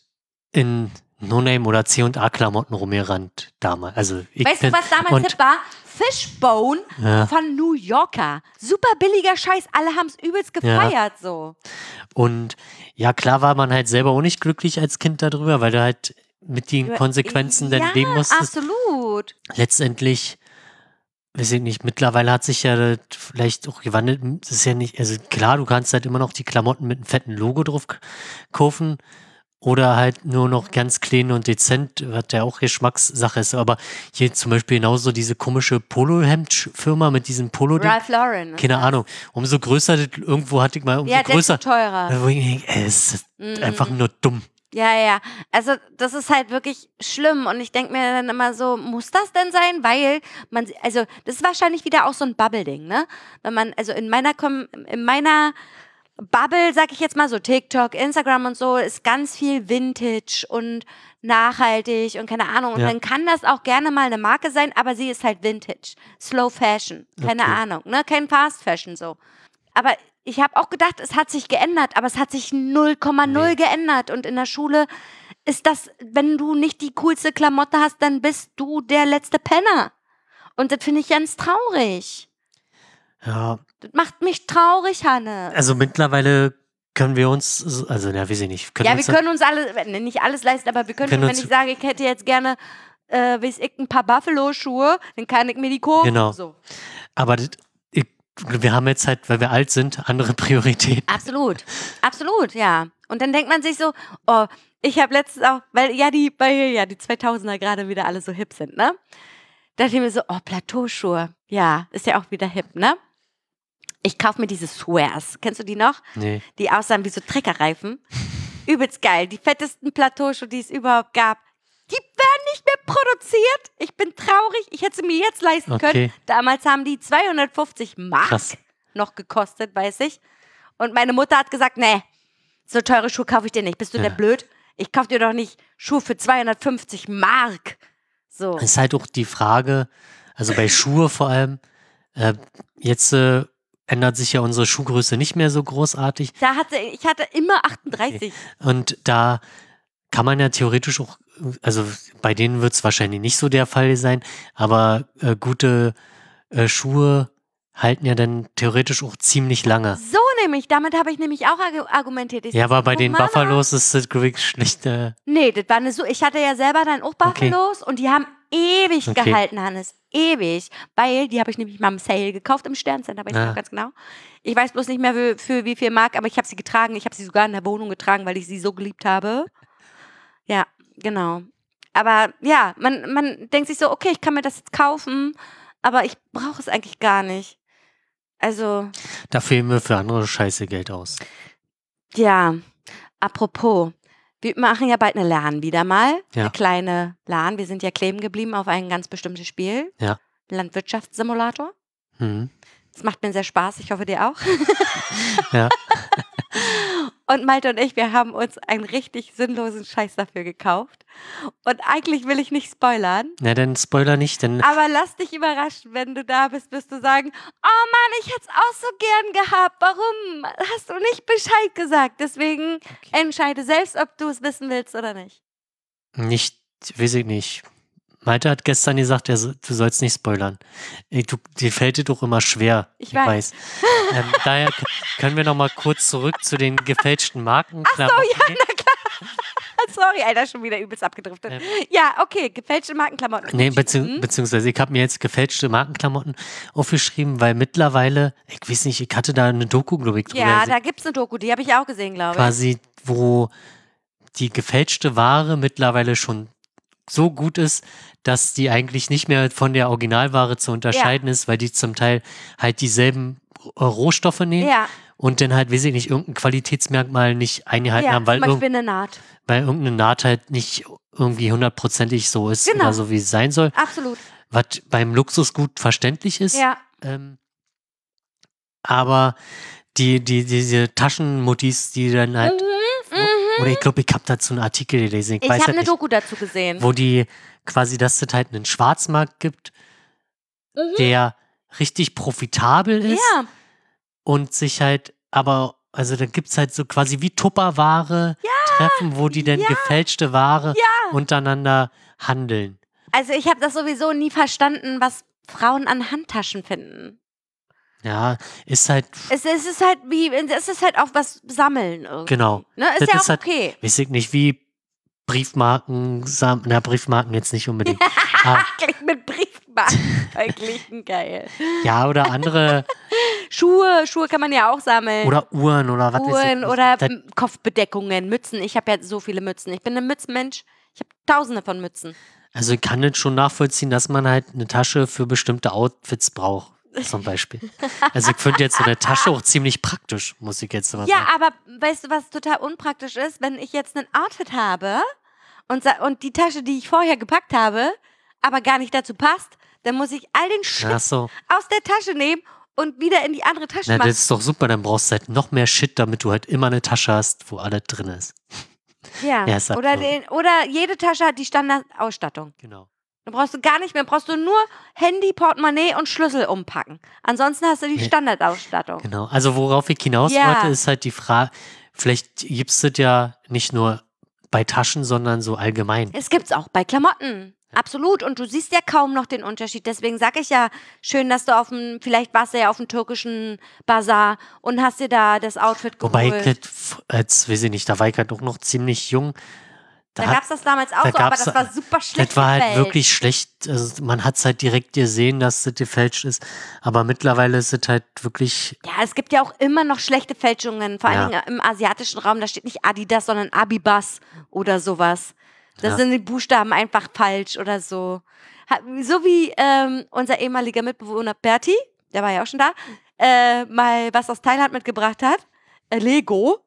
Speaker 2: in No-Name oder C&A-Klamotten rumgerannt damals. Also ich
Speaker 1: Weißt du,
Speaker 2: bin-
Speaker 1: was damals
Speaker 2: und,
Speaker 1: hip war? Fishbone
Speaker 2: Ja.
Speaker 1: von New Yorker. Super billiger Scheiß. Alle haben es übelst gefeiert so.
Speaker 2: Und ja, klar war man halt selber auch nicht glücklich als Kind darüber, weil du halt mit den Konsequenzen dann
Speaker 1: ja,
Speaker 2: leben musstest.
Speaker 1: Absolut.
Speaker 2: Letztendlich, weiß ich nicht, mittlerweile hat sich ja das vielleicht auch gewandelt. Das ist ja nicht, also klar, du kannst halt immer noch die Klamotten mit einem fetten Logo drauf k- kaufen. Oder halt nur noch ganz clean und dezent, was ja auch Geschmackssache ist. Aber hier zum Beispiel genauso diese komische Polo-Hemd-Firma mit diesem Polo-Ding.
Speaker 1: Ralph Lauren.
Speaker 2: Keine Ahnung. Umso größer das irgendwo hatte ich mal, umso
Speaker 1: ja,
Speaker 2: größer.
Speaker 1: desto teurer.
Speaker 2: Wo ich denke, ey, es ist
Speaker 1: Mhm.
Speaker 2: einfach nur dumm.
Speaker 1: Ja, ja. Also das ist halt wirklich schlimm und ich denke mir dann immer so, muss das denn sein? Weil man, also das ist wahrscheinlich wieder auch so ein Bubble-Ding, ne? Wenn man, also in meiner, Kom in meiner Bubble, sag ich jetzt mal so, TikTok, Instagram und so, ist ganz viel Vintage und nachhaltig und keine Ahnung. Und
Speaker 2: Ja.
Speaker 1: dann kann das auch gerne mal eine Marke sein, aber sie ist halt Vintage. Slow Fashion, keine
Speaker 2: Okay.
Speaker 1: Ahnung, ne? Kein Fast Fashion so. Aber ich habe auch gedacht, es hat sich geändert, aber es hat sich 0,0
Speaker 2: Nee.
Speaker 1: geändert. Und in der Schule ist das, wenn du nicht die coolste Klamotte hast, dann bist du der letzte Penner. Und das finde ich ganz traurig.
Speaker 2: Ja,
Speaker 1: Das macht mich traurig, Hanne.
Speaker 2: also mittlerweile können wir uns, so- also ja, weiß ich nicht, können
Speaker 1: ja, wir
Speaker 2: uns
Speaker 1: können uns alle, ne, nicht alles leisten, aber wir können,
Speaker 2: Können
Speaker 1: wenn
Speaker 2: uns-
Speaker 1: ich sage, ich hätte jetzt gerne, äh, weiß ich, ein paar Buffalo-Schuhe, dann kann ich mir die kaufen.
Speaker 2: Genau.
Speaker 1: So.
Speaker 2: aber das- ich, wir haben jetzt halt, weil wir alt sind, andere *laughs* Prioritäten.
Speaker 1: Absolut, absolut, ja. Und dann denkt man sich so, oh, ich habe letztens auch, weil ja die, weil ja die 2000er gerade wieder alle so hip sind, ne? Da dachte ich mir so, oh, Plateauschuhe, ja, ist ja auch wieder hip, ne? Ich kaufe mir diese Swears, kennst du die noch?
Speaker 2: Nee.
Speaker 1: die aussahen wie so Treckerreifen. Übelst geil. Die fettesten Plateauschuhe, die es überhaupt gab. Die werden nicht mehr produziert. Ich bin traurig. Ich hätte sie mir jetzt leisten
Speaker 2: Okay.
Speaker 1: können. Damals haben die 250 Mark
Speaker 2: Krass.
Speaker 1: noch gekostet, weiß ich. Und meine Mutter hat gesagt, nee, so teure Schuhe kaufe ich dir nicht. Bist du
Speaker 2: Ja.
Speaker 1: der blöd? Ich kaufe dir doch nicht Schuhe für 250 Mark. So.
Speaker 2: Es ist halt auch die Frage, also bei Schuhe vor allem, äh, jetzt äh, ändert sich ja unsere Schuhgröße nicht mehr so großartig.
Speaker 1: Da hatte, ich hatte immer 38.
Speaker 2: Und da kann man ja theoretisch auch, also bei denen wird es wahrscheinlich nicht so der Fall sein, aber äh, gute äh, Schuhe halten ja dann theoretisch auch ziemlich lange.
Speaker 1: So nämlich, damit habe ich nämlich auch argu- argumentiert. Ich
Speaker 2: Ja,
Speaker 1: sag so,
Speaker 2: aber bei
Speaker 1: "Du
Speaker 2: den
Speaker 1: Mama."
Speaker 2: Buffalos ist das wirklich schlecht. Äh,
Speaker 1: Nee, das war eine so. Ich hatte ja selber dann auch
Speaker 2: Okay.
Speaker 1: Buffalos und die haben ewig
Speaker 2: Okay.
Speaker 1: gehalten, Hannes. Ewig. Weil die habe ich nämlich mal im Sale gekauft im Sterncenter, weiß ich
Speaker 2: Ah.
Speaker 1: noch ganz genau. Ich weiß bloß nicht mehr für, für wie viel Mark, aber ich habe sie getragen. Ich habe sie sogar in der Wohnung getragen, weil ich sie so geliebt habe. Ja, genau. Aber ja, man, man denkt sich so, okay, ich kann mir das jetzt kaufen, aber ich brauche es eigentlich gar nicht. Also,
Speaker 2: da fehlen wir für andere Scheiße Geld aus.
Speaker 1: ja, apropos, wir machen ja bald eine LAN wieder mal.
Speaker 2: Ja.
Speaker 1: Eine kleine LAN. Wir sind ja kleben geblieben auf ein ganz bestimmtes Spiel.
Speaker 2: Ja.
Speaker 1: Landwirtschaftssimulator.
Speaker 2: Hm.
Speaker 1: Das macht mir sehr Spaß, ich hoffe dir auch.
Speaker 2: Ja.
Speaker 1: *laughs* Und Malte und ich, wir haben uns einen richtig sinnlosen Scheiß dafür gekauft. Und eigentlich will ich nicht spoilern,
Speaker 2: Na, dann Spoiler nicht, dann
Speaker 1: aber lass dich überraschen, wenn du da bist, wirst du sagen, oh Mann, ich hätte es auch so gern gehabt. Warum? Hast du nicht Bescheid gesagt? Deswegen entscheide selbst, ob du es wissen willst oder nicht.
Speaker 2: Nicht, weiß ich nicht. Malte hat gestern gesagt, er, so- du sollst nicht spoilern. Ey, du, dir fällt dir doch immer schwer.
Speaker 1: Ich weiß.
Speaker 2: *laughs* ähm, daher k- können wir noch mal kurz zurück zu den gefälschten Marken. Ach so, ja,
Speaker 1: Ah, Sorry, Alter, schon wieder übelst abgedriftet.
Speaker 2: Ähm.
Speaker 1: Ja, okay, gefälschte Markenklamotten.
Speaker 2: Nee, bezieh
Speaker 1: Hm?
Speaker 2: beziehungsweise ich habe mir jetzt gefälschte Markenklamotten aufgeschrieben, weil mittlerweile, ich weiß nicht, ich hatte da eine Doku, glaube ich, drüber
Speaker 1: Ja,
Speaker 2: gesehen,
Speaker 1: da gibt's eine Doku, die habe ich auch gesehen, glaube ich.
Speaker 2: quasi, wo die gefälschte Ware mittlerweile schon so gut ist, dass die eigentlich nicht mehr von der Originalware zu unterscheiden ist, weil die zum Teil halt dieselben äh, Rohstoffe nehmen
Speaker 1: Ja,
Speaker 2: und dann halt, weiß ich nicht, irgendein Qualitätsmerkmal nicht eingehalten
Speaker 1: ja
Speaker 2: haben, weil,
Speaker 1: zum Beispiel
Speaker 2: irgend,
Speaker 1: eine Naht.
Speaker 2: weil irgendeine Naht halt nicht irgendwie hundertprozentig so ist
Speaker 1: Genau.
Speaker 2: oder so, wie es sein soll,
Speaker 1: Absolut.
Speaker 2: was beim Luxus gut verständlich ist.
Speaker 1: Ja,
Speaker 2: Ähm, aber die, die, diese Taschenmuttis, die dann halt. Oder ich glaube, ich habe dazu einen Artikel gelesen. Ich,
Speaker 1: Mhm, ich
Speaker 2: weiß
Speaker 1: habe
Speaker 2: halt
Speaker 1: eine
Speaker 2: nicht,
Speaker 1: Doku dazu gesehen.
Speaker 2: wo die quasi, dass es halt einen Schwarzmarkt gibt,
Speaker 1: Mhm.
Speaker 2: der richtig profitabel ist
Speaker 1: Ja,
Speaker 2: und sich halt, aber, also da gibt es halt so quasi wie Tupperware Treffen, wo die dann
Speaker 1: Ja!
Speaker 2: gefälschte Ware untereinander handeln.
Speaker 1: also ich habe das sowieso nie verstanden, was Frauen an Handtaschen finden.
Speaker 2: Ja, ist halt,
Speaker 1: Es, es ist halt wie, es ist halt auch was Sammeln irgendwie.
Speaker 2: Genau.
Speaker 1: Ne? Ist
Speaker 2: Das
Speaker 1: ja
Speaker 2: ist
Speaker 1: auch
Speaker 2: halt-
Speaker 1: okay.
Speaker 2: weiß ich nicht, wie Briefmarken, sam- na, Briefmarken jetzt nicht unbedingt. ah,
Speaker 1: Gleich mit Briefmarken
Speaker 2: *laughs*
Speaker 1: verglichen, geil.
Speaker 2: ja, oder
Speaker 1: *laughs*
Speaker 2: andere,
Speaker 1: Schuhe, Schuhe kann man ja auch sammeln.
Speaker 2: oder Uhren oder was weiß ich.
Speaker 1: Uhren
Speaker 2: nicht.
Speaker 1: oder
Speaker 2: Das-
Speaker 1: m, Kopfbedeckungen, Mützen. Ich habe ja so viele Mützen. Ich bin ein Mützenmensch. Ich habe tausende von Mützen.
Speaker 2: Also ich kann das schon nachvollziehen, dass man halt eine Tasche für bestimmte Outfits braucht, zum Beispiel. Also ich finde jetzt so eine Tasche auch ziemlich praktisch, muss ich jetzt mal
Speaker 1: Ja,
Speaker 2: sagen.
Speaker 1: aber weißt du, was total unpraktisch ist? Wenn ich jetzt ein Outfit habe und, sa- und die Tasche, die ich vorher gepackt habe, aber gar nicht dazu passt, dann muss ich all den Shit
Speaker 2: Ach so,
Speaker 1: aus der Tasche nehmen und wieder in die andere Tasche
Speaker 2: Na,
Speaker 1: machen.
Speaker 2: das ist doch super, dann brauchst du halt noch mehr Shit, damit du halt immer eine Tasche hast, wo alles drin ist.
Speaker 1: Ja.
Speaker 2: Ja, ist
Speaker 1: oder,
Speaker 2: absurd.
Speaker 1: den, oder jede Tasche hat die Standardausstattung.
Speaker 2: Genau.
Speaker 1: Dann brauchst du gar nicht mehr, brauchst du nur Handy, Portemonnaie und Schlüssel umpacken. Ansonsten hast du die
Speaker 2: Ja.
Speaker 1: Standardausstattung.
Speaker 2: Genau. Also worauf ich hinaus
Speaker 1: Ja.
Speaker 2: wollte, ist halt die Frage, vielleicht gibt es das ja nicht nur bei Taschen, sondern so allgemein.
Speaker 1: Es gibt's auch bei Klamotten. Absolut. Und du siehst ja kaum noch den Unterschied. Deswegen sage ich ja, schön, dass du auf dem, vielleicht warst du ja auf dem türkischen Bazar und hast dir da das Outfit geholt.
Speaker 2: Wobei ich das, f- als weiß ich nicht, da war ich halt auch noch ziemlich jung.
Speaker 1: da
Speaker 2: hat-
Speaker 1: gab's das damals auch
Speaker 2: da
Speaker 1: so, aber
Speaker 2: gab's-
Speaker 1: das war super schlecht.
Speaker 2: Das war halt
Speaker 1: gefällt.
Speaker 2: wirklich schlecht. Also man hat es halt direkt gesehen, dass das gefälscht ist. Aber mittlerweile ist es halt wirklich.
Speaker 1: Ja, es gibt ja auch immer noch schlechte Fälschungen, vor allen
Speaker 2: Ja.
Speaker 1: Dingen im asiatischen Raum. Da steht nicht Adidas, sondern Abibas oder sowas. Da
Speaker 2: Ja.
Speaker 1: sind die Buchstaben einfach falsch oder so. Ha- So wie ähm, unser ehemaliger Mitbewohner Berti, der war ja auch schon da, äh, mal was aus Thailand mitgebracht hat. Äh, Lego.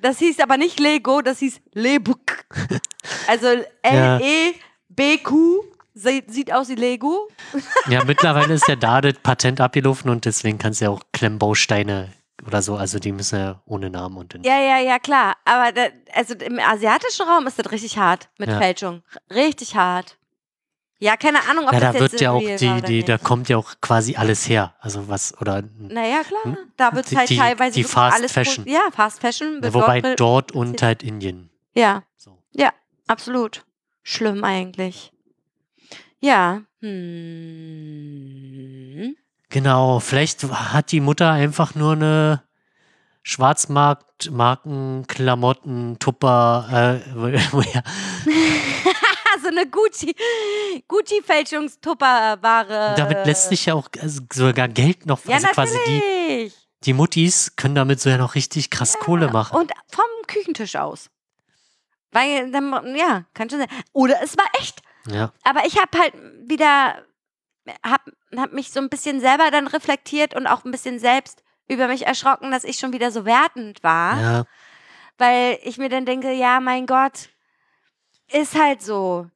Speaker 1: Das hieß aber nicht Lego, das hieß
Speaker 2: *laughs*
Speaker 1: Lebuk. Also
Speaker 2: Ja.
Speaker 1: L-E-B-Q. Sie- Sieht aus wie Lego.
Speaker 2: Ja, mittlerweile ist ja da *laughs* das Patent abgelaufen und deswegen kannst du ja auch Klemmbausteine oder so. Also die müssen ja ohne Namen und den.
Speaker 1: Ja, ja, ja, klar. Aber da, also im asiatischen Raum ist das richtig hart mit
Speaker 2: Ja.
Speaker 1: Fälschung. R- Richtig hart. Ja, keine Ahnung, ob
Speaker 2: Na,
Speaker 1: das
Speaker 2: da
Speaker 1: jetzt
Speaker 2: wird ja auch
Speaker 1: real war
Speaker 2: die,
Speaker 1: oder
Speaker 2: die,
Speaker 1: nicht.
Speaker 2: da kommt ja auch quasi alles her. Also was, oder
Speaker 1: Naja, klar. Da wird
Speaker 2: Hm? Die-
Speaker 1: halt
Speaker 2: die-
Speaker 1: teilweise
Speaker 2: die
Speaker 1: wirklich
Speaker 2: Fast
Speaker 1: alles
Speaker 2: Fashion.
Speaker 1: pro- Ja, Fast Fashion. wird
Speaker 2: wobei
Speaker 1: dort-
Speaker 2: dort und halt Indien.
Speaker 1: ja,
Speaker 2: So.
Speaker 1: absolut. Schlimm eigentlich. Ja. Hm. *laughs*
Speaker 2: Genau, vielleicht hat die Mutter einfach nur eine Schwarzmarkt, Marken, Klamotten, Tupper, äh, *laughs* woher?
Speaker 1: Ah, so eine Gucci, Gucci-Fälschungstupperware.
Speaker 2: damit lässt sich ja auch also sogar Geld noch,
Speaker 1: ja,
Speaker 2: also quasi die,
Speaker 1: natürlich.
Speaker 2: die Muttis können damit so ja noch richtig krass Kohle machen.
Speaker 1: Und vom Küchentisch aus. Weil, dann, ja, kann schon sein. Oder es war echt.
Speaker 2: Ja,
Speaker 1: Aber ich habe halt wieder, hab, hab mich so ein bisschen selber dann reflektiert und auch ein bisschen selbst über mich erschrocken, dass ich schon wieder so wertend war.
Speaker 2: ja,
Speaker 1: Weil ich mir dann denke, ja, mein Gott, ist halt so.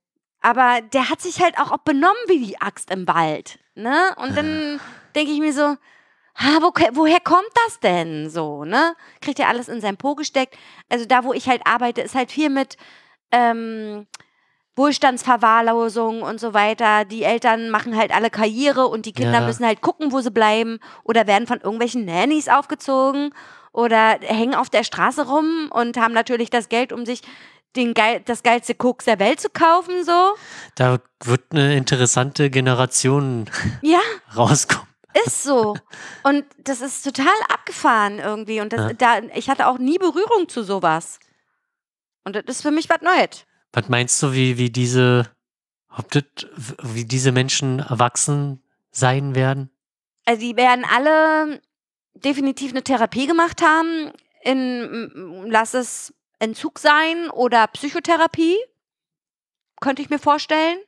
Speaker 1: Aber der hat sich halt auch, auch benommen wie die Axt im Wald. Ne? Und dann denke ich mir so, ha, wo, ke- woher kommt das denn so? Ne? Kriegt er alles in sein Po gesteckt. Also da, wo ich halt arbeite, ist halt viel mit ähm, Wohlstandsverwahrlosung und so weiter. Die Eltern machen halt alle Karriere und die Kinder
Speaker 2: Ja.
Speaker 1: müssen halt gucken, wo sie bleiben oder werden von irgendwelchen Nannies aufgezogen oder hängen auf der Straße rum und haben natürlich das Geld, um sich den geil, das geilste Koks der Welt zu kaufen, so.
Speaker 2: da wird eine interessante Generation *laughs*
Speaker 1: Ja,
Speaker 2: rauskommen.
Speaker 1: ist so. Und das ist total abgefahren irgendwie. Und das,
Speaker 2: Ja.
Speaker 1: da, ich hatte auch nie Berührung zu sowas. Und das ist für mich was Neues.
Speaker 2: Was meinst du, wie, wie diese, ob das, wie diese Menschen erwachsen sein werden?
Speaker 1: Also die werden alle definitiv eine Therapie gemacht haben, in m- m- lass es Entzug sein oder Psychotherapie, könnte ich mir vorstellen.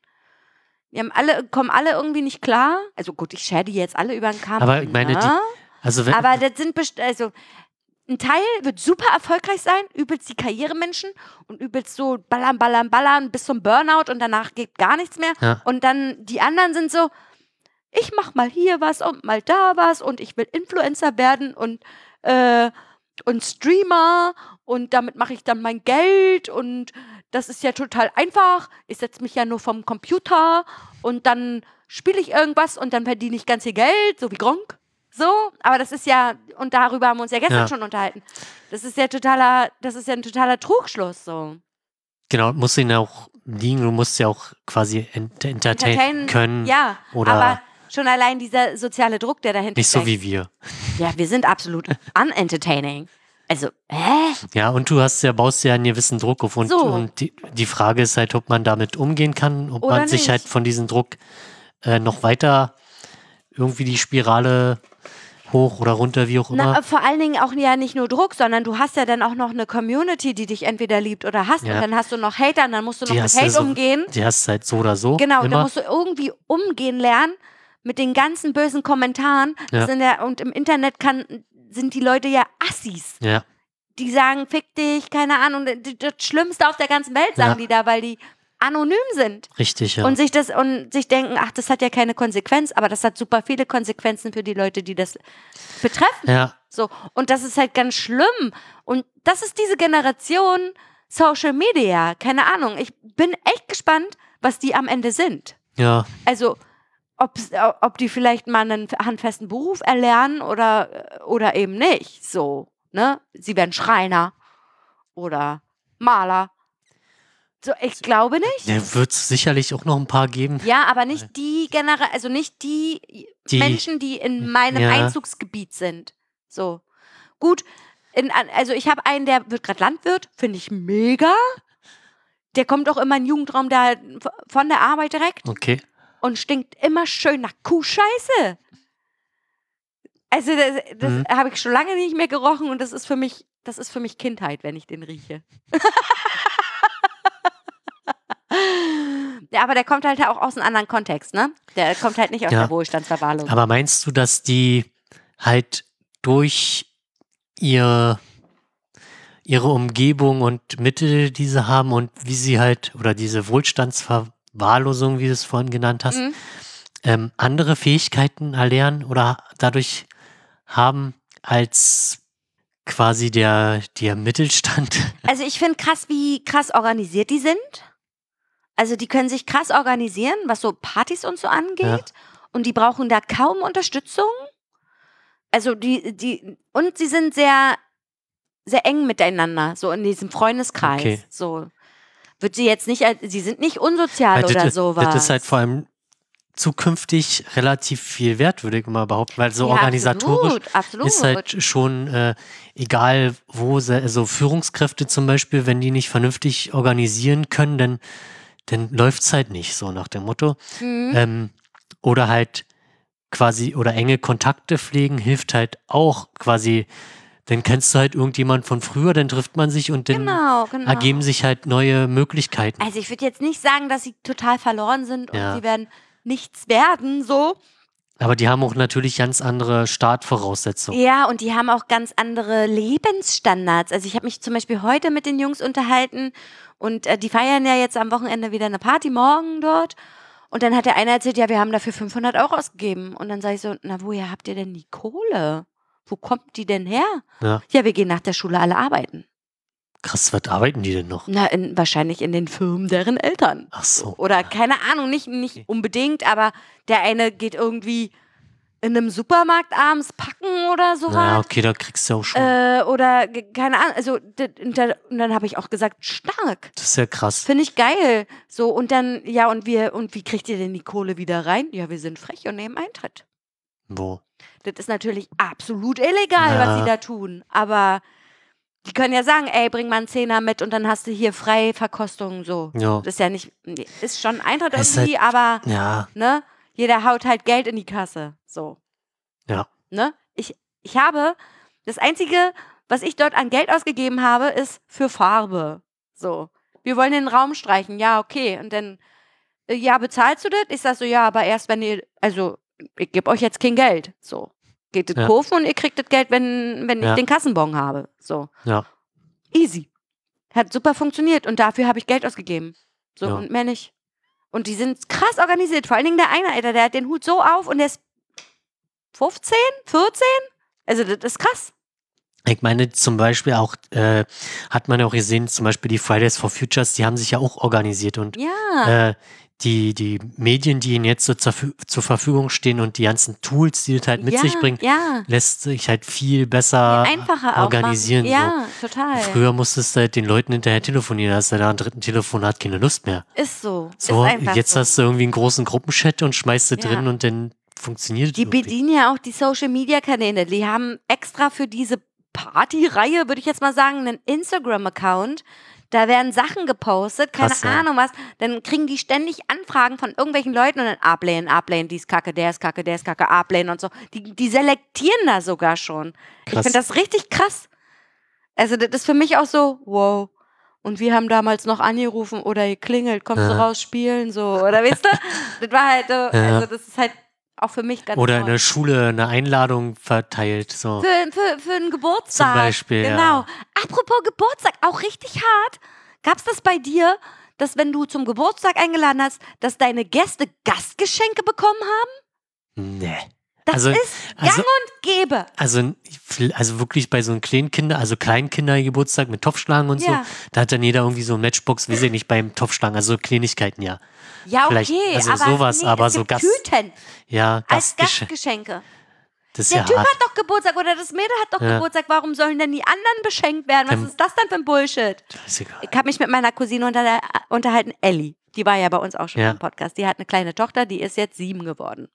Speaker 1: Die haben alle, kommen alle irgendwie nicht klar. Also gut, ich share die jetzt alle über den Kamm.
Speaker 2: Aber ich meine, die-
Speaker 1: ne?
Speaker 2: Also wenn,
Speaker 1: Aber das sind best also ein Teil wird super erfolgreich sein, übelst die Karrieremenschen und übelst so ballern, ballern, ballern bis zum Burnout und danach geht gar nichts mehr.
Speaker 2: Ja.
Speaker 1: Und dann die anderen sind so, ich mach mal hier was und mal da was und ich will Influencer werden und, äh, und Streamer und damit mache ich dann mein Geld und das ist ja total einfach. Ich setze mich ja nur vom Computer und dann spiele ich irgendwas und dann verdiene ich ganz viel Geld, so wie Gronk. So, aber das ist ja, und darüber haben wir uns ja gestern
Speaker 2: Ja.
Speaker 1: schon unterhalten. Das ist ja totaler, das ist ja ein totaler Trugschluss, so.
Speaker 2: Genau, muss ihn auch liegen, du musst ja auch quasi ent entertainen
Speaker 1: Entertainen,
Speaker 2: können.
Speaker 1: Ja,
Speaker 2: Oder-
Speaker 1: aber schon allein dieser soziale Druck, der dahinter
Speaker 2: Nicht so
Speaker 1: steckt.
Speaker 2: wie wir.
Speaker 1: Ja, wir sind
Speaker 2: *laughs*
Speaker 1: absolut unentertaining. Also, hä?
Speaker 2: Ja, und du hast ja, baust ja einen gewissen Druck auf. Und,
Speaker 1: So.
Speaker 2: und die, die Frage ist halt, ob man damit umgehen kann, ob
Speaker 1: Oder
Speaker 2: man sich
Speaker 1: nicht.
Speaker 2: halt von diesem Druck äh, noch weiter irgendwie die Spirale hoch oder runter, wie auch immer.
Speaker 1: Na, äh, vor allen Dingen auch ja nicht nur Druck, sondern du hast ja dann auch noch eine Community, die dich entweder liebt oder hasst.
Speaker 2: Ja.
Speaker 1: Und dann hast du noch Hater und dann musst du noch
Speaker 2: die
Speaker 1: mit
Speaker 2: hast du
Speaker 1: Hate
Speaker 2: so,
Speaker 1: umgehen.
Speaker 2: Die hast du halt so oder so.
Speaker 1: Genau, da
Speaker 2: immer.
Speaker 1: musst du irgendwie umgehen lernen mit den ganzen bösen Kommentaren. Das
Speaker 2: Ja.
Speaker 1: sind ja, und im Internet kann, sind die Leute ja Assis.
Speaker 2: ja,
Speaker 1: Die sagen, fick dich, keine Ahnung. d- d- Das Schlimmste auf der ganzen Welt sagen
Speaker 2: Ja.
Speaker 1: die da, weil die anonym sind
Speaker 2: Richtig, ja.
Speaker 1: und sich das und sich denken, ach, das hat ja keine Konsequenz, aber das hat super viele Konsequenzen für die Leute, die das betreffen.
Speaker 2: ja,
Speaker 1: So und das ist halt ganz schlimm und das ist diese Generation Social Media. Keine Ahnung. Ich bin echt gespannt, was die am Ende sind.
Speaker 2: ja,
Speaker 1: Also ob's- ob die vielleicht mal einen handfesten Beruf erlernen oder, oder eben nicht. So, ne? Sie werden Schreiner oder Maler. So, ich glaube nicht.
Speaker 2: da wird es sicherlich auch noch ein paar geben.
Speaker 1: Ja, aber nicht die generell, also nicht die,
Speaker 2: Hm. Äh. Die- Hm.
Speaker 1: Menschen, die in meinem
Speaker 2: Ja.
Speaker 1: Einzugsgebiet sind. So. Gut, in, also ich habe einen, der wird gerade Landwirt, finde ich mega. Der kommt auch immer in den Jugendraum da von der Arbeit direkt
Speaker 2: Okay.
Speaker 1: und stinkt immer schön nach Kuhscheiße. Also das, das
Speaker 2: Mhm.
Speaker 1: habe ich schon lange nicht mehr gerochen und das ist für mich, das ist für mich Kindheit, wenn ich den
Speaker 2: *laughs*
Speaker 1: rieche. ja, aber der kommt halt auch aus einem anderen Kontext, ne? Der kommt halt nicht aus
Speaker 2: Ja.
Speaker 1: der Wohlstandsverwahrlosung.
Speaker 2: Aber meinst du, dass die halt durch ihr, ihre Umgebung und Mittel, die sie haben und wie sie halt, oder diese Wohlstandsverwahrlosung, wie du es vorhin genannt hast,
Speaker 1: Mhm.
Speaker 2: ähm, andere Fähigkeiten erlernen oder dadurch haben als quasi der, der Mittelstand?
Speaker 1: Also ich finde krass, wie krass organisiert die sind. Also die können sich krass organisieren, was so Partys und so angeht.
Speaker 2: Ja.
Speaker 1: Und die brauchen da kaum Unterstützung. Also die, die, und sie sind sehr, sehr eng miteinander, so in diesem Freundeskreis.
Speaker 2: Okay.
Speaker 1: So wird sie jetzt nicht, als- sie sind nicht unsozial
Speaker 2: Weil
Speaker 1: oder
Speaker 2: das,
Speaker 1: sowas.
Speaker 2: das ist halt vor allem zukünftig relativ viel wert, würde ich mal behaupten, weil so
Speaker 1: Ja,
Speaker 2: organisatorisch
Speaker 1: Absolut, absolut.
Speaker 2: ist halt schon äh, egal, wo, se- also Führungskräfte zum Beispiel, wenn die nicht vernünftig organisieren können, dann, dann läuft es halt nicht, so nach dem Motto.
Speaker 1: Mhm.
Speaker 2: Ähm, oder halt quasi, oder enge Kontakte pflegen hilft halt auch quasi. Dann kennst du halt irgendjemand von früher, dann trifft man sich und dann
Speaker 1: genau, genau.
Speaker 2: ergeben sich halt neue Möglichkeiten.
Speaker 1: Also ich würde jetzt nicht sagen, dass sie total verloren sind und
Speaker 2: Ja.
Speaker 1: sie werden nichts werden, so.
Speaker 2: Aber die haben auch natürlich ganz andere Startvoraussetzungen.
Speaker 1: Ja, und die haben auch ganz andere Lebensstandards. Also ich habe mich zum Beispiel heute mit den Jungs unterhalten und äh, die feiern ja jetzt am Wochenende wieder eine Party morgen dort. Und dann hat der eine erzählt, ja, wir haben dafür 500 Euro ausgegeben. Und dann sage ich so, na, woher habt ihr denn die Kohle? Wo kommt die denn her?
Speaker 2: Ja.
Speaker 1: ja wir gehen nach der Schule alle arbeiten.
Speaker 2: Krass, was arbeiten die denn noch?
Speaker 1: Na, in, wahrscheinlich in den Firmen deren Eltern.
Speaker 2: Ach so.
Speaker 1: Oder keine Ahnung, nicht, nicht unbedingt, aber der eine geht irgendwie in einem Supermarkt abends packen oder sowas.
Speaker 2: Naja, okay, da kriegst du auch schon.
Speaker 1: Äh, oder ge- keine Ahnung, also d- und dann, und dann habe ich auch gesagt, stark.
Speaker 2: das ist ja krass.
Speaker 1: Finde ich geil. So, und dann, ja, und wir, und wie kriegt ihr denn die Kohle wieder rein? Ja, wir sind frech und nehmen Eintritt.
Speaker 2: Wo?
Speaker 1: Das ist natürlich absolut illegal, was
Speaker 2: Ja.
Speaker 1: sie da tun. Aber die können ja sagen, ey, bring mal einen Zehner mit und dann hast du hier frei Verkostung. So.
Speaker 2: Ja.
Speaker 1: Das ist ja nicht, nee, ist schon Eintritt
Speaker 2: Es ist
Speaker 1: irgendwie, aber
Speaker 2: Ja,
Speaker 1: ne? Jeder haut halt Geld in die Kasse. So.
Speaker 2: Ja.
Speaker 1: Ne? Ich, ich habe, das Einzige, was ich dort an Geld ausgegeben habe, ist für Farbe. So. Wir wollen den Raum streichen. Ja, okay. Und dann, äh, ja, bezahlst du das? Ich sag so, ja, aber erst wenn ihr, also, ich gebe euch jetzt kein Geld. So. Geht das
Speaker 2: Ja.
Speaker 1: kaufen und ihr kriegt das Geld, wenn, wenn
Speaker 2: Ja.
Speaker 1: ich den Kassenbon habe. So.
Speaker 2: ja.
Speaker 1: Easy. Hat super funktioniert und dafür habe ich Geld ausgegeben. So
Speaker 2: Ja.
Speaker 1: und mehr nicht. Und die sind krass organisiert. Vor allen Dingen der eine, Alter, der hat den Hut so auf und der ist 15, 14? Also das ist krass.
Speaker 2: Ich meine, zum Beispiel auch, äh, hat man ja auch gesehen, zum Beispiel die Fridays for Futures, die haben sich ja auch organisiert und
Speaker 1: Ja.
Speaker 2: äh, die, die Medien, die ihnen jetzt so zur, Verfü- zur Verfügung stehen und die ganzen Tools, die das halt mit
Speaker 1: ja,
Speaker 2: sich bringen,
Speaker 1: Ja.
Speaker 2: lässt sich halt viel besser
Speaker 1: Einfacher auch.
Speaker 2: organisieren.
Speaker 1: machen. Ja, total.
Speaker 2: so. Früher musstest du halt den Leuten hinterher telefonieren, da hast du da am dritten Telefon, hat keine Lust mehr.
Speaker 1: Ist so.
Speaker 2: So,
Speaker 1: ist einfach
Speaker 2: jetzt
Speaker 1: so.
Speaker 2: hast du irgendwie einen großen Gruppenchat und schmeißt du
Speaker 1: Ja.
Speaker 2: drin und dann funktioniert
Speaker 1: Die
Speaker 2: irgendwie.
Speaker 1: bedienen ja auch die Social Media Kanäle. Die haben extra für diese Partyreihe, würde ich jetzt mal sagen, einen Instagram-Account. Da werden Sachen gepostet, keine
Speaker 2: Krass, ja.
Speaker 1: Ahnung was. Dann kriegen die ständig Anfragen von irgendwelchen Leuten und dann ablehnen, ablehnen, die ist kacke, der ist kacke, der ist kacke, ablehnen und so. Die, die selektieren da sogar schon. Ich
Speaker 2: Krass.
Speaker 1: finde das richtig krass. Also, das ist für mich auch so, wow. Und wir haben damals noch angerufen oder geklingelt, kommst du
Speaker 2: Ja.
Speaker 1: raus spielen, so. Oder weißt
Speaker 2: *laughs*
Speaker 1: du? Das war halt, so, also, das ist halt auch für mich ganz
Speaker 2: Oder in
Speaker 1: neu.
Speaker 2: der Schule eine Einladung verteilt. So.
Speaker 1: Für, für, für einen Geburtstag.
Speaker 2: Zum Beispiel,
Speaker 1: Genau.
Speaker 2: ja.
Speaker 1: Apropos Geburtstag, auch richtig hart. Gab es das bei dir, dass wenn du zum Geburtstag eingeladen hast, dass deine Gäste Gastgeschenke bekommen haben?
Speaker 2: Nee.
Speaker 1: Das
Speaker 2: Also-
Speaker 1: ist gang
Speaker 2: Also,
Speaker 1: und gäbe.
Speaker 2: also, also wirklich bei so einem kleinen Kinder, also kleinen Kindergeburtstag mit Topfschlagen und
Speaker 1: Ja.
Speaker 2: so, da hat dann jeder irgendwie so ein Matchbox, weiß ich nicht, beim Topfschlagen, also Kleinigkeiten, ja.
Speaker 1: Ja,
Speaker 2: vielleicht-
Speaker 1: okay,
Speaker 2: also
Speaker 1: aber
Speaker 2: sowas,
Speaker 1: nee,
Speaker 2: aber
Speaker 1: es
Speaker 2: so
Speaker 1: gibt
Speaker 2: Gast-
Speaker 1: Tüten
Speaker 2: Ja,
Speaker 1: als
Speaker 2: Gastgeschenk.
Speaker 1: Gastgeschenke.
Speaker 2: Das ist
Speaker 1: Der
Speaker 2: ja
Speaker 1: Typ
Speaker 2: hart.
Speaker 1: hat doch Geburtstag oder das Mädel hat doch
Speaker 2: Ja.
Speaker 1: Geburtstag. Warum sollen denn die anderen beschenkt werden? Was
Speaker 2: Dem-
Speaker 1: ist das denn für ein Bullshit?
Speaker 2: Ist egal.
Speaker 1: Ich habe mich mit meiner Cousine unter der, unterhalten, Ellie. Die war ja bei uns auch schon
Speaker 2: Ja.
Speaker 1: im Podcast. Die hat eine kleine Tochter, die ist jetzt sieben geworden.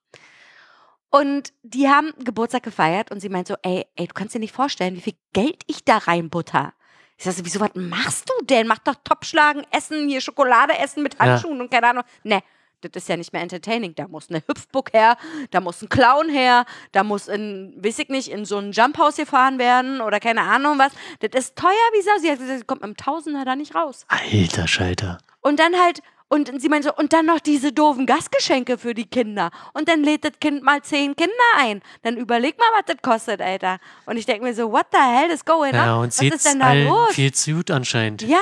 Speaker 1: Und die haben Geburtstag gefeiert und sie meint so, ey, ey, du kannst dir nicht vorstellen, wie viel Geld ich da reinbutter. Ich sag so, wieso, was machst du denn? Mach doch Topschlagen, Essen, hier Schokolade essen mit
Speaker 2: Ja.
Speaker 1: Handschuhen und keine Ahnung. Ne, das ist ja nicht mehr entertaining. Da muss eine Hüpfburg her, da muss ein Clown her, da muss in, weiß ich nicht, in so ein Jumphouse gefahren werden oder keine Ahnung was. Das ist teuer wie Sau. Sie hat gesagt, sie kommt mit einem Tausender da nicht raus.
Speaker 2: Alter Schalter.
Speaker 1: Und dann halt, und sie meinte so, und dann noch diese doofen Gastgeschenke für die Kinder. Und dann lädt das Kind mal zehn Kinder ein. Dann überleg mal, was das kostet, Alter. Und ich denke mir so, what the hell is going on?
Speaker 2: Ja, und
Speaker 1: Genau. was
Speaker 2: sieht
Speaker 1: ist denn da
Speaker 2: allen
Speaker 1: los?
Speaker 2: viel zu gut anscheinend.
Speaker 1: Ja.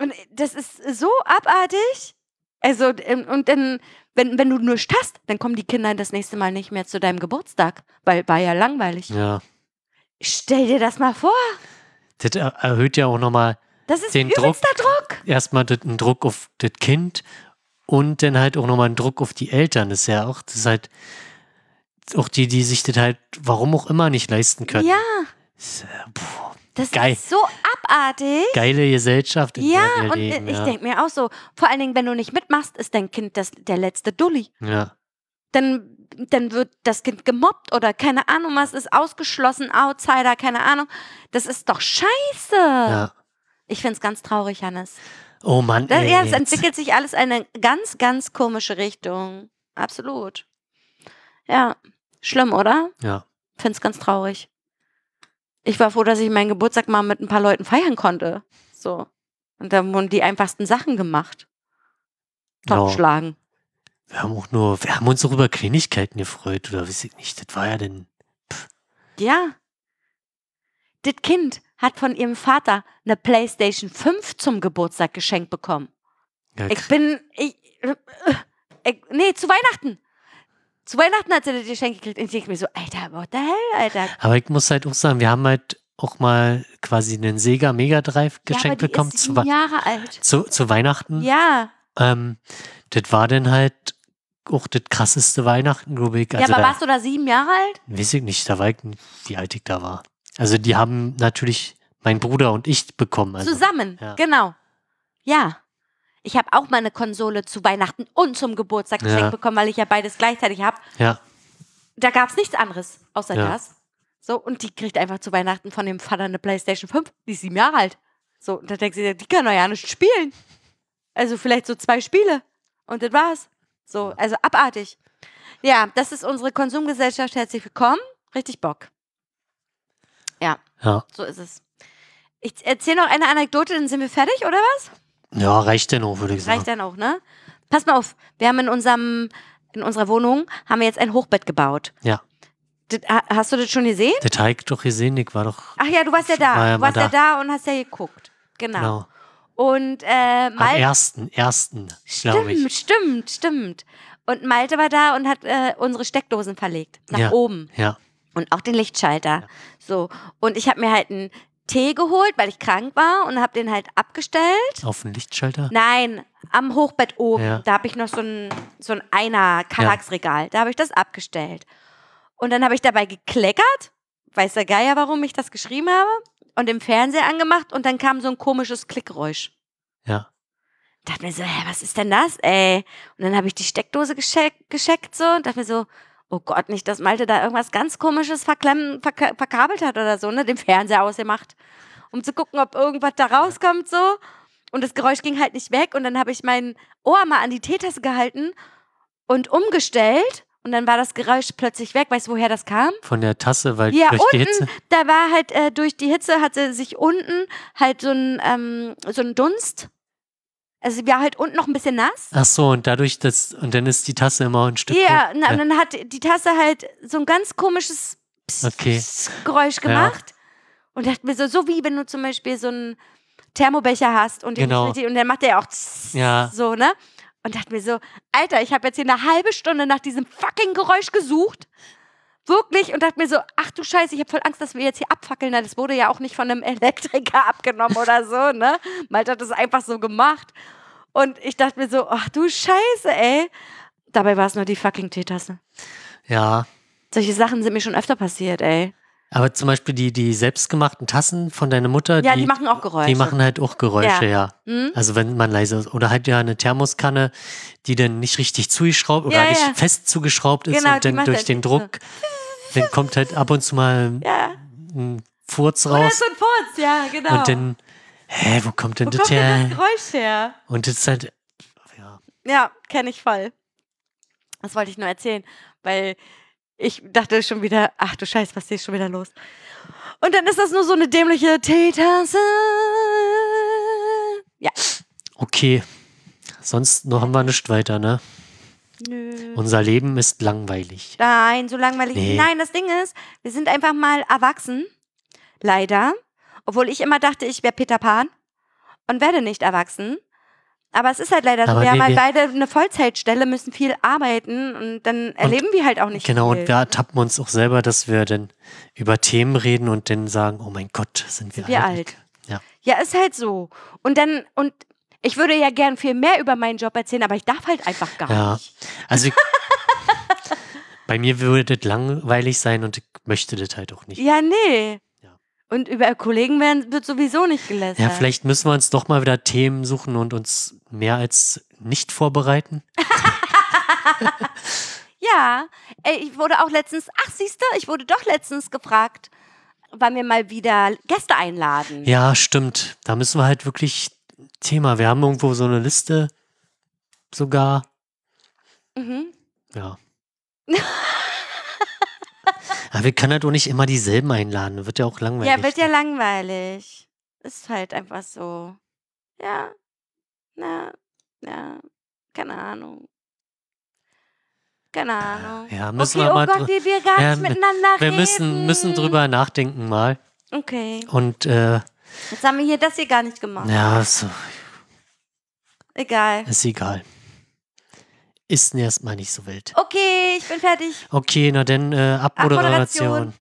Speaker 1: Und das ist so abartig. Also, ähm, und dann, wenn, wenn du nur hast, dann kommen die Kinder das nächste Mal nicht mehr zu deinem Geburtstag, weil war ja langweilig.
Speaker 2: Ja.
Speaker 1: Stell dir das mal vor.
Speaker 2: Das er- erhöht ja auch nochmal
Speaker 1: Das ist
Speaker 2: Den Druck.
Speaker 1: übelster Druck.
Speaker 2: erstmal den einen Druck auf das Kind und dann halt auch nochmal einen Druck auf die Eltern. Das ist ja auch, das ist halt auch die, die sich das halt, warum auch immer, nicht leisten können.
Speaker 1: Ja.
Speaker 2: Das ist, äh, puh,
Speaker 1: Das
Speaker 2: Geil.
Speaker 1: ist so abartig.
Speaker 2: geile Gesellschaft. In
Speaker 1: Ja,
Speaker 2: der wir
Speaker 1: und äh,
Speaker 2: leben,
Speaker 1: ich
Speaker 2: ja.
Speaker 1: denke mir auch so, vor allen Dingen, wenn du nicht mitmachst, ist dein Kind das, der letzte Dulli.
Speaker 2: Ja.
Speaker 1: Dann, dann wird das Kind gemobbt oder keine Ahnung was, ist ausgeschlossen, Outsider, keine Ahnung. Das ist doch scheiße.
Speaker 2: ja.
Speaker 1: Ich find's ganz traurig, Hannes.
Speaker 2: Oh Mann.
Speaker 1: Das,
Speaker 2: ey,
Speaker 1: ja, es
Speaker 2: jetzt-
Speaker 1: entwickelt sich alles in eine ganz, ganz komische Richtung. Absolut. Ja, schlimm, oder?
Speaker 2: Ja.
Speaker 1: Find's ganz traurig. Ich war froh, dass ich meinen Geburtstag mal mit ein paar Leuten feiern konnte. So. Und dann wurden die einfachsten Sachen gemacht.
Speaker 2: Ja.
Speaker 1: Topfschlagen.
Speaker 2: Wir haben auch nur, wir haben uns auch über Kleinigkeiten gefreut oder weiß ich nicht. Das war ja denn.
Speaker 1: Ja. Das Kind hat von ihrem Vater eine Playstation 5 zum Geburtstag geschenkt bekommen.
Speaker 2: Ja,
Speaker 1: Ich bin. Ich, äh, ich, nee, zu Weihnachten. Zu Weihnachten hat sie das Geschenk gekriegt. Und ich denke mir so, Alter, what the hell, Alter.
Speaker 2: Aber ich muss halt auch sagen, wir haben halt auch mal quasi einen Sega Mega Drive geschenkt
Speaker 1: ja, aber die
Speaker 2: bekommen
Speaker 1: Ist
Speaker 2: zu,
Speaker 1: sieben
Speaker 2: Wei- Hm.
Speaker 1: Jahre alt.
Speaker 2: zu, zu Weihnachten.
Speaker 1: Ja.
Speaker 2: Ähm, das war dann halt auch das krasseste Weihnachten, glaube ich. Also
Speaker 1: ja, aber
Speaker 2: da,
Speaker 1: warst du da sieben Jahre alt?
Speaker 2: weiß ich nicht, da war ich, wie alt ich da war. Also die haben natürlich mein Bruder und ich bekommen. Also,
Speaker 1: Zusammen,
Speaker 2: ja.
Speaker 1: genau. Ja. Ich habe auch meine Konsole zu Weihnachten und zum Geburtstag
Speaker 2: Ja.
Speaker 1: geschenkt bekommen, weil ich ja beides gleichzeitig habe.
Speaker 2: Ja,
Speaker 1: Da gab es nichts anderes außer
Speaker 2: Ja.
Speaker 1: das. So, und die kriegt einfach zu Weihnachten von dem Vater eine Playstation 5. Die ist sieben Jahre alt. So, und da denkt sie, die kann doch ja nicht spielen. Also vielleicht so zwei Spiele. Und das war's. So, also abartig. Ja, das ist unsere Konsumgesellschaft. Herzlich willkommen. Richtig Bock. Ja,
Speaker 2: ja.
Speaker 1: so ist es. Ich erzähle noch eine Anekdote, dann sind wir fertig, oder was?
Speaker 2: Ja, reicht denn auch, würde ich sagen.
Speaker 1: Reicht dann auch, ne? Pass mal auf, wir haben in unserem, in unserer Wohnung, haben wir jetzt ein Hochbett gebaut.
Speaker 2: Ja.
Speaker 1: Das, ha- hast du das schon gesehen?
Speaker 2: Das habe ich doch gesehen, ich war doch.
Speaker 1: Ach ja, du warst ja da.
Speaker 2: War ja
Speaker 1: du
Speaker 2: mal
Speaker 1: warst ja da und hast ja geguckt. Genau.
Speaker 2: Genau.
Speaker 1: Und äh,
Speaker 2: Am
Speaker 1: Malte.
Speaker 2: ersten, ersten, glaube
Speaker 1: Stimmt,
Speaker 2: ich.
Speaker 1: stimmt, stimmt. Und Malte war da und hat äh, unsere Steckdosen verlegt. Nach
Speaker 2: Ja.
Speaker 1: oben.
Speaker 2: Ja.
Speaker 1: Und auch den Lichtschalter. So. Und ich habe mir halt einen Tee geholt, weil ich krank war und habe den halt abgestellt.
Speaker 2: Auf den Lichtschalter?
Speaker 1: Nein, am Hochbett oben.
Speaker 2: Ja.
Speaker 1: Da habe ich noch so ein, so ein einer Kallax-Regal. Da habe ich das abgestellt. Und dann habe ich dabei gekleckert. Weiß der Geier, warum ich das geschrieben habe. Und den Fernseher angemacht und dann kam so ein komisches Klickgeräusch.
Speaker 2: Ja.
Speaker 1: Dachte mir so, hä, was ist denn das, ey? Und dann habe ich die Steckdose gesche gescheckt so und dachte mir so, oh Gott, nicht, dass Malte da irgendwas ganz komisches verklemmen, verka verkabelt hat oder so, ne? Den Fernseher ausgemacht, um zu gucken, ob irgendwas da rauskommt so. Und das Geräusch ging halt nicht weg. Und dann habe ich mein Ohr mal an die Teetasse gehalten und umgestellt. Und dann war das Geräusch plötzlich weg. Weißt du, woher das kam?
Speaker 2: Von der Tasse, weil
Speaker 1: Ja,
Speaker 2: durch die
Speaker 1: unten.
Speaker 2: Hitze.
Speaker 1: Da war halt äh, durch die Hitze hatte sich unten halt so ein, ähm, so ein Dunst. Also war halt unten noch ein bisschen nass.
Speaker 2: Ach so, und dadurch, das, und dann ist die Tasse immer ein Stück.
Speaker 1: Ja,
Speaker 2: hoch.
Speaker 1: na, und dann hat die Tasse halt so ein ganz komisches Psst,
Speaker 2: Okay.
Speaker 1: Psst Geräusch
Speaker 2: Ja.
Speaker 1: gemacht. Und dachte mir so, so wie wenn du zum Beispiel so ein Thermobecher hast und den
Speaker 2: Genau.
Speaker 1: Muscheltee und dann macht der ja auch tss,
Speaker 2: Ja.
Speaker 1: so, ne? Und dachte mir so, Alter, ich habe jetzt hier eine halbe Stunde nach diesem fucking Geräusch gesucht. Wirklich. Und dachte mir so, ach du Scheiße, ich habe voll Angst, dass wir jetzt hier abfackeln. Na, Das wurde ja auch nicht von einem Elektriker *laughs* abgenommen oder so, ne? Malte hat das einfach so gemacht. Und ich dachte mir so, ach du Scheiße, ey. Dabei war es nur die fucking Teetasse.
Speaker 2: Ja.
Speaker 1: Solche Sachen sind mir schon öfter passiert, ey.
Speaker 2: Aber zum Beispiel die, die selbstgemachten Tassen von deiner Mutter,
Speaker 1: Ja, die, machen auch Geräusche.
Speaker 2: die machen halt auch Geräusche, ja.
Speaker 1: Hm?
Speaker 2: Also wenn man leise ist. Oder halt ja eine Thermoskanne, die dann nicht richtig zugeschraubt oder
Speaker 1: Ja,
Speaker 2: nicht
Speaker 1: ja.
Speaker 2: fest zugeschraubt ist
Speaker 1: Genau,
Speaker 2: und
Speaker 1: die
Speaker 2: dann
Speaker 1: macht
Speaker 2: durch
Speaker 1: halt
Speaker 2: den
Speaker 1: nicht so.
Speaker 2: Druck, dann kommt halt ab und zu mal
Speaker 1: Ja.
Speaker 2: ein Furz
Speaker 1: Oder
Speaker 2: raus
Speaker 1: so ein Furz, ja, genau.
Speaker 2: und dann, hä, wo kommt denn
Speaker 1: Wo
Speaker 2: das
Speaker 1: kommt
Speaker 2: her?
Speaker 1: denn das Geräusch her?
Speaker 2: Und das ist halt, ja.
Speaker 1: Ja, kenne ich voll. Das wollte ich nur erzählen, weil ich dachte schon wieder, ach du Scheiß, was ist schon wieder los? Und dann ist das nur so eine dämliche Teetasse. Ja.
Speaker 2: Okay. Sonst noch haben wir nicht weiter, ne?
Speaker 1: Nö.
Speaker 2: Unser Leben ist langweilig.
Speaker 1: Nein, so langweilig.
Speaker 2: Nee.
Speaker 1: Nein, das Ding ist, wir sind einfach mal erwachsen. Leider. Obwohl ich immer dachte, ich wäre Peter Pan und werde nicht erwachsen. Aber es ist halt leider so.
Speaker 2: Aber
Speaker 1: Wir haben
Speaker 2: wir-
Speaker 1: halt
Speaker 2: wir-
Speaker 1: beide eine Vollzeitstelle, müssen viel arbeiten und dann erleben wir halt auch nicht
Speaker 2: Genau,
Speaker 1: viel.
Speaker 2: und wir ertappen uns auch selber, dass wir dann über Themen reden und dann sagen, oh mein Gott, sind wir,
Speaker 1: Sind wir alt. Ja, ist halt so. Und dann, und ich würde ja gern viel mehr über meinen Job erzählen, aber ich darf halt einfach gar
Speaker 2: Ja.
Speaker 1: nicht. *laughs*
Speaker 2: Also ich, bei mir würde das langweilig sein und ich möchte das halt auch nicht.
Speaker 1: Ja, nee.
Speaker 2: Ja.
Speaker 1: Und über Kollegen werden wird sowieso nicht gelästert.
Speaker 2: Ja, vielleicht müssen wir uns doch mal wieder Themen suchen und uns mehr als nicht vorbereiten.
Speaker 1: Ja, ey, ich wurde auch letztens, ach siehst du, ich wurde doch letztens gefragt, wann wir mal wieder Gäste einladen.
Speaker 2: Ja, stimmt. Da müssen wir halt wirklich Thema. Wir haben irgendwo so eine Liste sogar.
Speaker 1: Mhm. *laughs*
Speaker 2: Ja. Aber wir können halt auch nicht immer dieselben einladen. Das Wird ja auch langweilig. ne?
Speaker 1: Ja, wird ja langweilig. Ist halt einfach so. Ja, na, ja, keine Ahnung.
Speaker 2: Äh.
Speaker 1: Keine Ahnung.
Speaker 2: ja, müssen
Speaker 1: okay,
Speaker 2: wir
Speaker 1: oh
Speaker 2: mal
Speaker 1: Gott,
Speaker 2: drü-
Speaker 1: wie wir gar
Speaker 2: Ja,
Speaker 1: nicht
Speaker 2: wir-
Speaker 1: miteinander
Speaker 2: Wir
Speaker 1: reden.
Speaker 2: müssen, müssen drüber nachdenken mal.
Speaker 1: Okay,
Speaker 2: Und äh,
Speaker 1: jetzt haben wir hier das hier gar nicht gemacht.
Speaker 2: ja, so,
Speaker 1: Egal.
Speaker 2: ist egal. Ist erstmal nicht so wild.
Speaker 1: Okay, ich bin fertig.
Speaker 2: Okay, na dann äh, Abmoderation.
Speaker 1: Abmoderation.